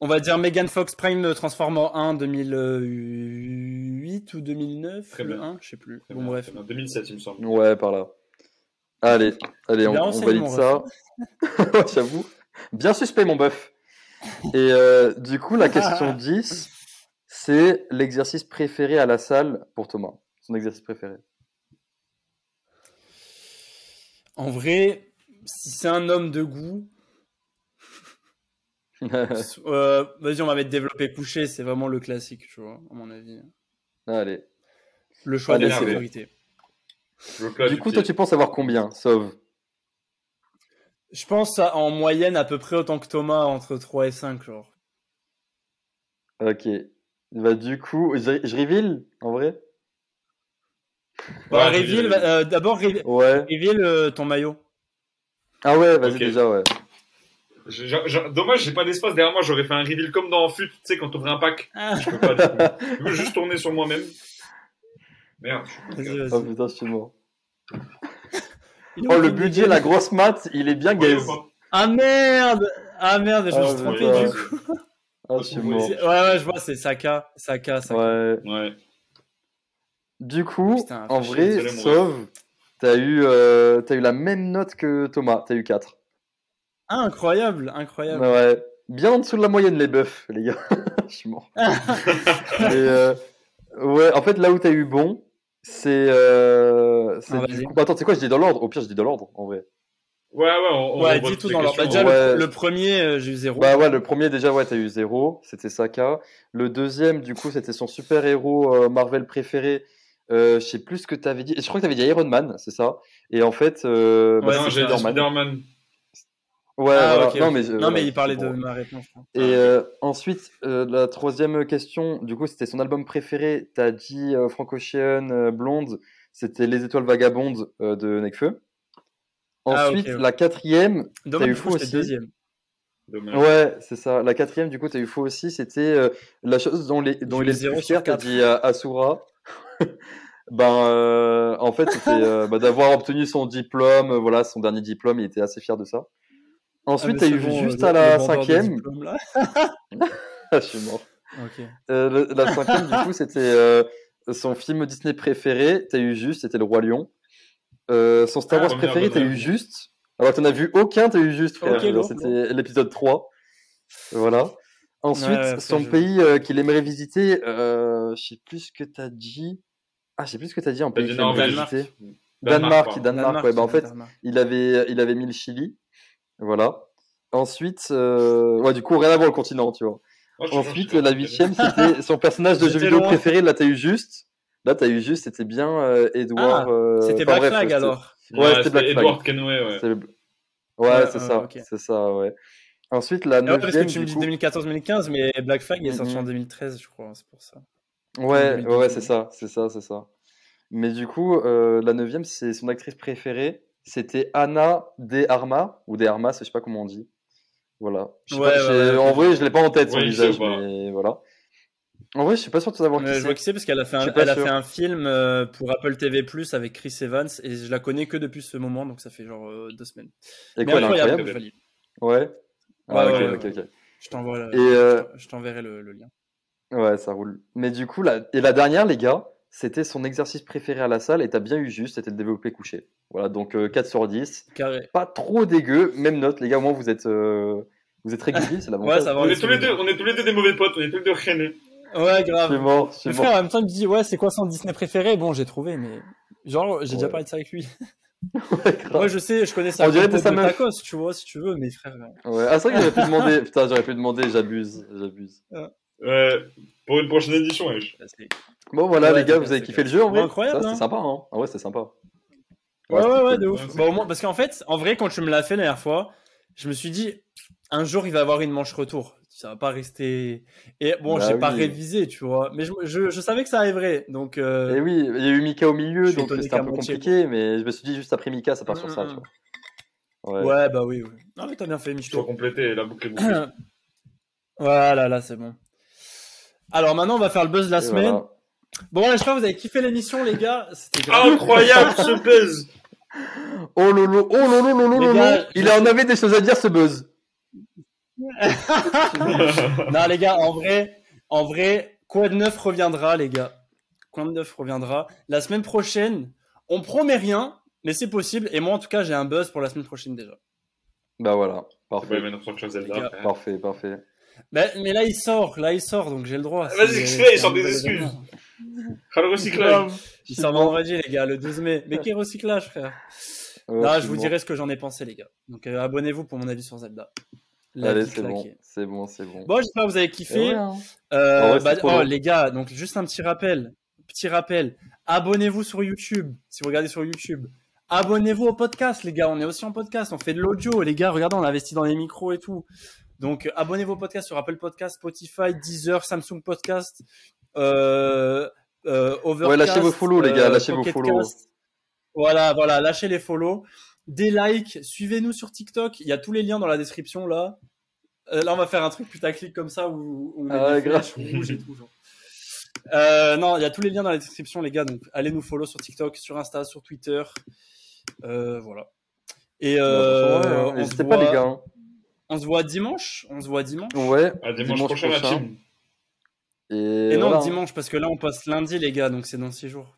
Speaker 1: On va dire Megan Fox Prime euh, Transformer 1 2008 ou 2009
Speaker 3: Très
Speaker 1: le
Speaker 3: bien.
Speaker 1: 1, je sais plus.
Speaker 3: Très
Speaker 1: bon
Speaker 3: bien,
Speaker 1: bref.
Speaker 3: très bien. 2007, il me semble.
Speaker 2: Ouais, par là. Allez, allez, on,
Speaker 1: Bien
Speaker 2: on
Speaker 1: renseigné,
Speaker 2: valide
Speaker 1: mon
Speaker 2: ça. Ouais, J'avoue. Bien suspect, mon bœuf. Et euh, du coup, la question 10, c'est l'exercice préféré à la salle pour Thomas. Son exercice préféré.
Speaker 1: En vrai, si c'est un homme de goût, euh, vas-y, on va mettre développé couché, c'est vraiment le classique, tu vois, à mon avis.
Speaker 2: allez.
Speaker 1: Le choix de la
Speaker 3: Allez,
Speaker 1: sécurité.
Speaker 3: Le plat
Speaker 2: Du coup,
Speaker 3: pied.
Speaker 2: toi, tu penses avoir combien, Sauve
Speaker 1: Je pense à- en moyenne à peu près autant que Thomas entre 3 et 5 genre.
Speaker 2: Ok. Bah, du coup, je, je reveal, en vrai
Speaker 1: Bah,
Speaker 3: Ouais,
Speaker 1: reveal,
Speaker 3: reveal.
Speaker 1: va- euh, d'abord re-
Speaker 2: Ouais.
Speaker 1: reveal, euh, ton maillot.
Speaker 2: Ah ouais, vas-y,
Speaker 3: Ok.
Speaker 2: déjà, ouais.
Speaker 3: Je- je- je- dommage, j'ai pas d'espace derrière moi, j'aurais fait un reveal comme dans FUT, tu sais, quand t'ouvrais un pack.
Speaker 1: Ah.
Speaker 3: Je peux pas, du coup. Du coup, juste tourner sur moi-même. Merde.
Speaker 1: Vas-y,
Speaker 2: Oh
Speaker 1: vas-y.
Speaker 2: putain, je suis mort.
Speaker 1: Il a
Speaker 2: Oh, le
Speaker 1: aucune
Speaker 2: budget,
Speaker 1: idée.
Speaker 2: la grosse maths, il est bien gaze.
Speaker 1: Ah merde Ah merde, je me
Speaker 2: Ah,
Speaker 1: suis
Speaker 2: ouais,
Speaker 1: trompé
Speaker 2: ouais.
Speaker 1: du coup.
Speaker 3: coup.
Speaker 2: Ah, je suis mort.
Speaker 1: Ouais, ouais, je vois, c'est Saka, Saka, Saka.
Speaker 2: Ouais.
Speaker 3: Ouais.
Speaker 2: Du coup,
Speaker 1: Putain,
Speaker 2: en
Speaker 1: fâché,
Speaker 2: vrai,
Speaker 3: désolé, mon
Speaker 2: Sauve, t'as eu, euh, t'as eu la même note que Thomas, t'as eu 4.
Speaker 1: Ah, incroyable, incroyable.
Speaker 2: Ouais. bien en dessous de la moyenne, les bœufs, les gars. Je suis mort. Mais, euh, ouais, en fait, là où t'as eu bon, c'est. Euh, c'est
Speaker 1: Ah,
Speaker 2: du
Speaker 1: vas-y.
Speaker 2: coup- Attends, c'est quoi Je dis dans l'ordre. Au pire, je dis dans l'ordre, en vrai.
Speaker 3: Ouais, ouais, on, on
Speaker 1: Ouais,
Speaker 3: voit
Speaker 1: dis
Speaker 3: toutes
Speaker 1: tout
Speaker 3: les
Speaker 1: dans l'ordre. Bah,
Speaker 3: questions.
Speaker 1: déjà,
Speaker 2: ouais.
Speaker 1: le, le premier, euh, j'ai eu zéro.
Speaker 2: Bah ouais, le premier déjà, ouais, t'as eu zéro, c'était Saka. Le deuxième, du coup, c'était son super-héros euh, Marvel préféré. Euh, je sais plus ce que t'avais dit. Je crois que t'avais dit Iron Man, c'est ça. Et en fait, euh, bah,
Speaker 1: Ouais,
Speaker 3: non,
Speaker 2: c'est
Speaker 3: j'ai dit
Speaker 2: Spider-Man.
Speaker 3: Spider-Man.
Speaker 2: Ouais,
Speaker 1: Ah,
Speaker 2: voilà.
Speaker 1: ok,
Speaker 2: non,
Speaker 1: ok.
Speaker 2: mais, euh,
Speaker 1: non,
Speaker 2: voilà,
Speaker 1: mais il parlait
Speaker 2: bon.
Speaker 1: de ma réponse. hein.
Speaker 2: Et euh, ensuite, euh, la troisième question, du coup, c'était son album préféré. T'as dit euh, Frank Ocean, euh, Blonde, c'était Les Étoiles Vagabondes euh, de Nekfeu.
Speaker 1: Ah, ok,
Speaker 2: Ensuite,
Speaker 1: ouais.
Speaker 2: la quatrième,
Speaker 1: Dommage,
Speaker 2: eu
Speaker 1: du coup,
Speaker 2: fou
Speaker 1: j'étais
Speaker 2: aussi
Speaker 1: deuxième.
Speaker 3: Dommage.
Speaker 2: Ouais, c'est ça. La quatrième, du coup, t'as eu faux aussi. C'était euh, la chose dont, les,
Speaker 1: J'ai
Speaker 2: dont il est
Speaker 1: eu
Speaker 2: le
Speaker 1: zéro
Speaker 2: plus
Speaker 1: sur
Speaker 2: fier, t'as
Speaker 1: quatre.
Speaker 2: dit euh, Asura. ben, euh, en fait, c'était euh, bah, d'avoir obtenu son diplôme. euh, Voilà, son dernier diplôme, il était assez fier de ça.
Speaker 1: Ah,
Speaker 2: Ensuite, t'as eu juste à la cinquième. Ah, je suis mort.
Speaker 1: Ok.
Speaker 2: Euh, le- la cinquième, du coup, c'était euh, son film Disney préféré. T'as eu juste, c'était Le Roi Lion. Euh, son Star
Speaker 3: Ah,
Speaker 2: Wars
Speaker 3: première
Speaker 2: préféré,
Speaker 3: bonne
Speaker 2: t'as eu
Speaker 3: réponse.
Speaker 2: juste. Alors que t'en as vu aucun, t'as eu juste, frère.
Speaker 1: Ok,
Speaker 2: Genre,
Speaker 1: lourd,
Speaker 2: c'était l'épisode 3. Voilà. Ensuite,
Speaker 1: Ouais, ouais, après,
Speaker 2: son
Speaker 1: je-
Speaker 2: pays euh, qu'il aimerait visiter, euh, je sais plus ce que t'as dit. Ah, je sais plus ce que t'as dit en
Speaker 3: T'as
Speaker 2: pays
Speaker 3: dit
Speaker 2: qu'il aimerait
Speaker 1: Norvège.
Speaker 2: visiter.
Speaker 3: Danemark,
Speaker 2: Danemark, Danemark,
Speaker 3: pardon.
Speaker 2: ouais. Bah, en fait,
Speaker 1: Danemark.
Speaker 2: il avait, il avait mis le Chili. Voilà. Ensuite, euh, ouais, du coup, rien à voir le continent, tu vois.
Speaker 3: Moi, Oh, je te jure,
Speaker 2: Ensuite,
Speaker 3: je suis
Speaker 2: la
Speaker 3: pas
Speaker 2: huitième, c'était son personnage de jeu
Speaker 1: J'étais
Speaker 2: vidéo
Speaker 1: loin.
Speaker 2: préféré. Là, t'as eu juste. Là, t'as eu juste. C'était bien euh, Edward.
Speaker 1: Ah,
Speaker 2: euh,
Speaker 1: C'était
Speaker 2: enfin,
Speaker 1: Black
Speaker 2: bref,
Speaker 1: Flag
Speaker 2: c'était-
Speaker 1: alors.
Speaker 2: Ouais, c'était Black Flag.
Speaker 3: Edward Kenway, ouais.
Speaker 2: c'est le- Ouais,
Speaker 1: Ouais,
Speaker 2: c'est
Speaker 1: euh,
Speaker 2: ça.
Speaker 1: ok.
Speaker 2: C'est ça, ouais. Ensuite, la
Speaker 1: Ah ouais, parce que
Speaker 2: neuvième.
Speaker 1: tu me dis
Speaker 2: du coup-
Speaker 1: 2014-2015, mais Black Flag est sorti
Speaker 2: Mhm.
Speaker 1: en 2013, je crois, c'est pour ça.
Speaker 2: Ouais,
Speaker 1: 2012,
Speaker 2: ouais, ouais, c'est
Speaker 1: ouais.
Speaker 2: ça. C'est ça, c'est ça. Mais du coup, euh, la neuvième, c'est son actrice préférée. C'était Anna De Armas. Ou De Armas, je sais pas comment on dit. Voilà. Je sais
Speaker 1: Ouais,
Speaker 2: pas,
Speaker 1: ouais,
Speaker 2: j'ai-
Speaker 1: ouais,
Speaker 2: en vrai, je l'ai pas en tête, son
Speaker 3: Oui, je sais
Speaker 2: visage,
Speaker 3: pas.
Speaker 2: mais voilà. En vrai, je suis pas sûr de savoir qui
Speaker 1: Euh, je vois
Speaker 2: c'est.
Speaker 1: qui c'est parce qu'elle a fait
Speaker 2: Je
Speaker 1: un,
Speaker 2: suis pas
Speaker 1: elle a
Speaker 2: sûr.
Speaker 1: fait un film euh, pour Apple TV Plus avec Chris Evans et je la connais que depuis ce moment donc ça fait genre euh, deux semaines. Mais
Speaker 2: Et quoi, elle est
Speaker 1: incroyable,
Speaker 2: incroyable.
Speaker 1: je valide.
Speaker 2: Ouais. Ah,
Speaker 1: Ouais,
Speaker 2: ok,
Speaker 1: ouais,
Speaker 2: ok,
Speaker 1: ouais.
Speaker 2: ok.
Speaker 1: Je t'envoie le-
Speaker 2: Et, euh,
Speaker 1: je t'enverrai le, le lien.
Speaker 2: Ouais, ça roule. Mais du coup, la... et la dernière, les gars, c'était son exercice préféré à la salle, et t'as bien eu juste, c'était le développé couché. Voilà, donc euh, 4 sur 10.
Speaker 1: Carré.
Speaker 2: Pas trop dégueu, même note, les gars, au moins vous êtes, euh, vous êtes réguliers, c'est l'avantage.
Speaker 1: Ouais, ça va.
Speaker 3: On
Speaker 1: ouais,
Speaker 3: est tous les deux, on est tous les deux des mauvais potes, on est tous les deux rennais.
Speaker 1: Ouais,
Speaker 2: Je suis
Speaker 1: grave.
Speaker 2: mort, je suis
Speaker 1: Le
Speaker 2: mort.
Speaker 1: frère en même temps il me dit ouais c'est quoi son Disney préféré Bon j'ai trouvé mais genre j'ai déjà
Speaker 2: Ouais.
Speaker 1: parlé de ça avec lui.
Speaker 2: Ouais, grave.
Speaker 1: Moi je sais, je connais ça.
Speaker 2: On dirait
Speaker 1: de
Speaker 2: sa meuf.
Speaker 1: tacos, tu vois si tu veux mais frère. euh,
Speaker 2: Ouais. Ah, c'est vrai que j'aurais pu demander, putain, j'aurais pu demander, j'abuse, j'abuse.
Speaker 3: Ouais, Euh, pour une prochaine édition, wesh.
Speaker 1: là, bah, c'est-
Speaker 2: Bon, voilà,
Speaker 1: Ouais,
Speaker 2: les gars,
Speaker 1: c'est
Speaker 2: vous
Speaker 1: clair,
Speaker 2: avez
Speaker 1: c'est
Speaker 2: kiffé le jeu, en vrai.
Speaker 1: Bon, incroyable,
Speaker 2: Ça, c'était
Speaker 1: hein.
Speaker 2: sympa, hein. Ah ouais, c'était sympa.
Speaker 1: Ouais, ouais,
Speaker 2: c'était
Speaker 1: ouais,
Speaker 2: cool.
Speaker 1: de
Speaker 3: Ouais,
Speaker 1: ouf.
Speaker 3: c'est
Speaker 1: Bah, au
Speaker 3: cool.
Speaker 1: moins, parce qu'en fait, en vrai, quand tu me l'as fait la dernière fois, je me suis dit, un jour, il va avoir une manche retour. Ça va pas rester. Et bon,
Speaker 2: Bah
Speaker 1: j'ai pas
Speaker 2: oui.
Speaker 1: révisé, tu vois. Mais je, je, je savais que ça arriverait. Donc, euh,
Speaker 2: Et oui, il y a eu Mika au
Speaker 1: Je
Speaker 2: milieu,
Speaker 1: suis
Speaker 2: donc
Speaker 1: étonné
Speaker 2: c'était un
Speaker 1: qu'à
Speaker 2: peu
Speaker 1: moitié,
Speaker 2: compliqué, mais je me suis dit juste après Mika, ça part sur ça, tu vois.
Speaker 1: Mm, ouais.
Speaker 2: Ouais.
Speaker 1: bah oui, oui. Non, mais t'as bien fait,
Speaker 3: Je dois
Speaker 1: Michto.
Speaker 3: compléter la boucle est bouclée.
Speaker 1: voilà, là, c'est bon. Alors, maintenant, on va faire le buzz de la
Speaker 2: Et
Speaker 1: semaine.
Speaker 2: voilà.
Speaker 1: Bon, là, je crois que vous avez kiffé l'émission, les gars. C'était grave.
Speaker 3: Incroyable ce buzz!
Speaker 2: Oh lolo, oh lolo, lolo,
Speaker 1: Les
Speaker 2: lolo.
Speaker 1: gars,
Speaker 2: Il
Speaker 1: je-
Speaker 2: en avait des choses à dire, ce buzz.
Speaker 1: Non, les gars, en vrai, en vrai, Quoi de neuf reviendra, les gars. Quoi de neuf reviendra. La semaine prochaine, on promet rien, mais c'est possible. Et moi, en tout cas, j'ai un buzz pour la semaine prochaine déjà.
Speaker 2: Bah voilà,
Speaker 3: On va
Speaker 2: parfait.
Speaker 3: mettre sur
Speaker 1: Les
Speaker 3: Zelda.
Speaker 1: gars.
Speaker 3: frère.
Speaker 2: Parfait, parfait.
Speaker 1: Mais, Bah, mais là, il sort, là, il sort, donc j'ai le droit.
Speaker 3: Ah, Vas-y,
Speaker 1: C'est-
Speaker 3: excuse-les,
Speaker 1: c'est
Speaker 3: ils
Speaker 1: un
Speaker 3: sortent des
Speaker 1: nouvel
Speaker 3: excuses.
Speaker 1: événement.
Speaker 3: Faire le recyclage.
Speaker 1: Il sort vendredi, les gars, le 12 mai. Mais quel recyclage, frère
Speaker 2: Ouais,
Speaker 1: Là,
Speaker 2: c'est
Speaker 1: je vous
Speaker 2: bon.
Speaker 1: dirai ce que j'en ai pensé, les gars. Donc, euh, abonnez-vous pour mon avis sur Zelda. La
Speaker 2: Allez,
Speaker 1: vie
Speaker 2: c'est bon,
Speaker 1: claquée.
Speaker 2: c'est bon, c'est bon.
Speaker 1: Bon, j'espère que vous avez
Speaker 2: Et
Speaker 1: kiffé.
Speaker 2: ouais, hein.
Speaker 1: Euh,
Speaker 2: Ah ouais, c'est
Speaker 1: bah,
Speaker 2: trop
Speaker 1: oh,
Speaker 2: long.
Speaker 1: les gars, donc juste un petit rappel, petit rappel. Abonnez-vous sur YouTube si vous regardez sur YouTube. Abonnez-vous au podcast, les gars. On est aussi en podcast. On fait de l'audio, les gars. Regardez, on investit dans les micros et tout. Donc euh, abonnez-vous au podcast sur Apple Podcast, Spotify, Deezer, Samsung Podcast, euh, euh, Overcast. euh,
Speaker 2: Ouais, lâchez vos follow, les gars, lâchez vos
Speaker 1: Pocket
Speaker 2: follow.
Speaker 1: Cast. Voilà, voilà, lâchez les follow. Des likes, suivez-nous sur TikTok. Il y a tous les liens dans la description là. Euh, là, on va faire un truc putaclic comme ça où, où on met
Speaker 2: Ah,
Speaker 1: des
Speaker 2: grave.
Speaker 1: flèches rouges et tout. Genre. Euh, non, il y a tous les liens dans la description, les gars. Donc, allez nous follow sur TikTok, sur Insta, sur Twitter. Euh, voilà. Et euh,
Speaker 2: Ouais,
Speaker 1: on,
Speaker 2: hein,
Speaker 1: se
Speaker 2: N'hésitez
Speaker 1: voit,
Speaker 2: pas, les gars. hein.
Speaker 1: on se voit dimanche. On se voit dimanche.
Speaker 2: Ouais.
Speaker 3: À dimanche, prochain, la team.
Speaker 2: Et,
Speaker 1: Et non,
Speaker 2: voilà.
Speaker 1: dimanche, parce que là, on passe lundi, les gars. Donc, c'est dans 6 jours.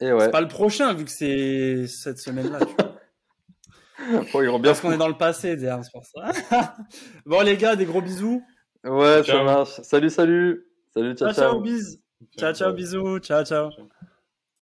Speaker 2: Et ouais.
Speaker 1: C'est pas le prochain, vu que c'est cette semaine-là. tu vois.
Speaker 2: Bon, ils rendent bien
Speaker 1: Parce qu'on est dans le passé, derrière, c'est pour ça. bon, les gars, des gros bisous.
Speaker 2: Ouais, ça
Speaker 3: Ciao.
Speaker 2: marche. Salut, salut. Salut,
Speaker 1: Ah, Ciao,
Speaker 2: ciao.
Speaker 1: ciao, bis. Ciao, ciao, bisous. Ciao, ciao.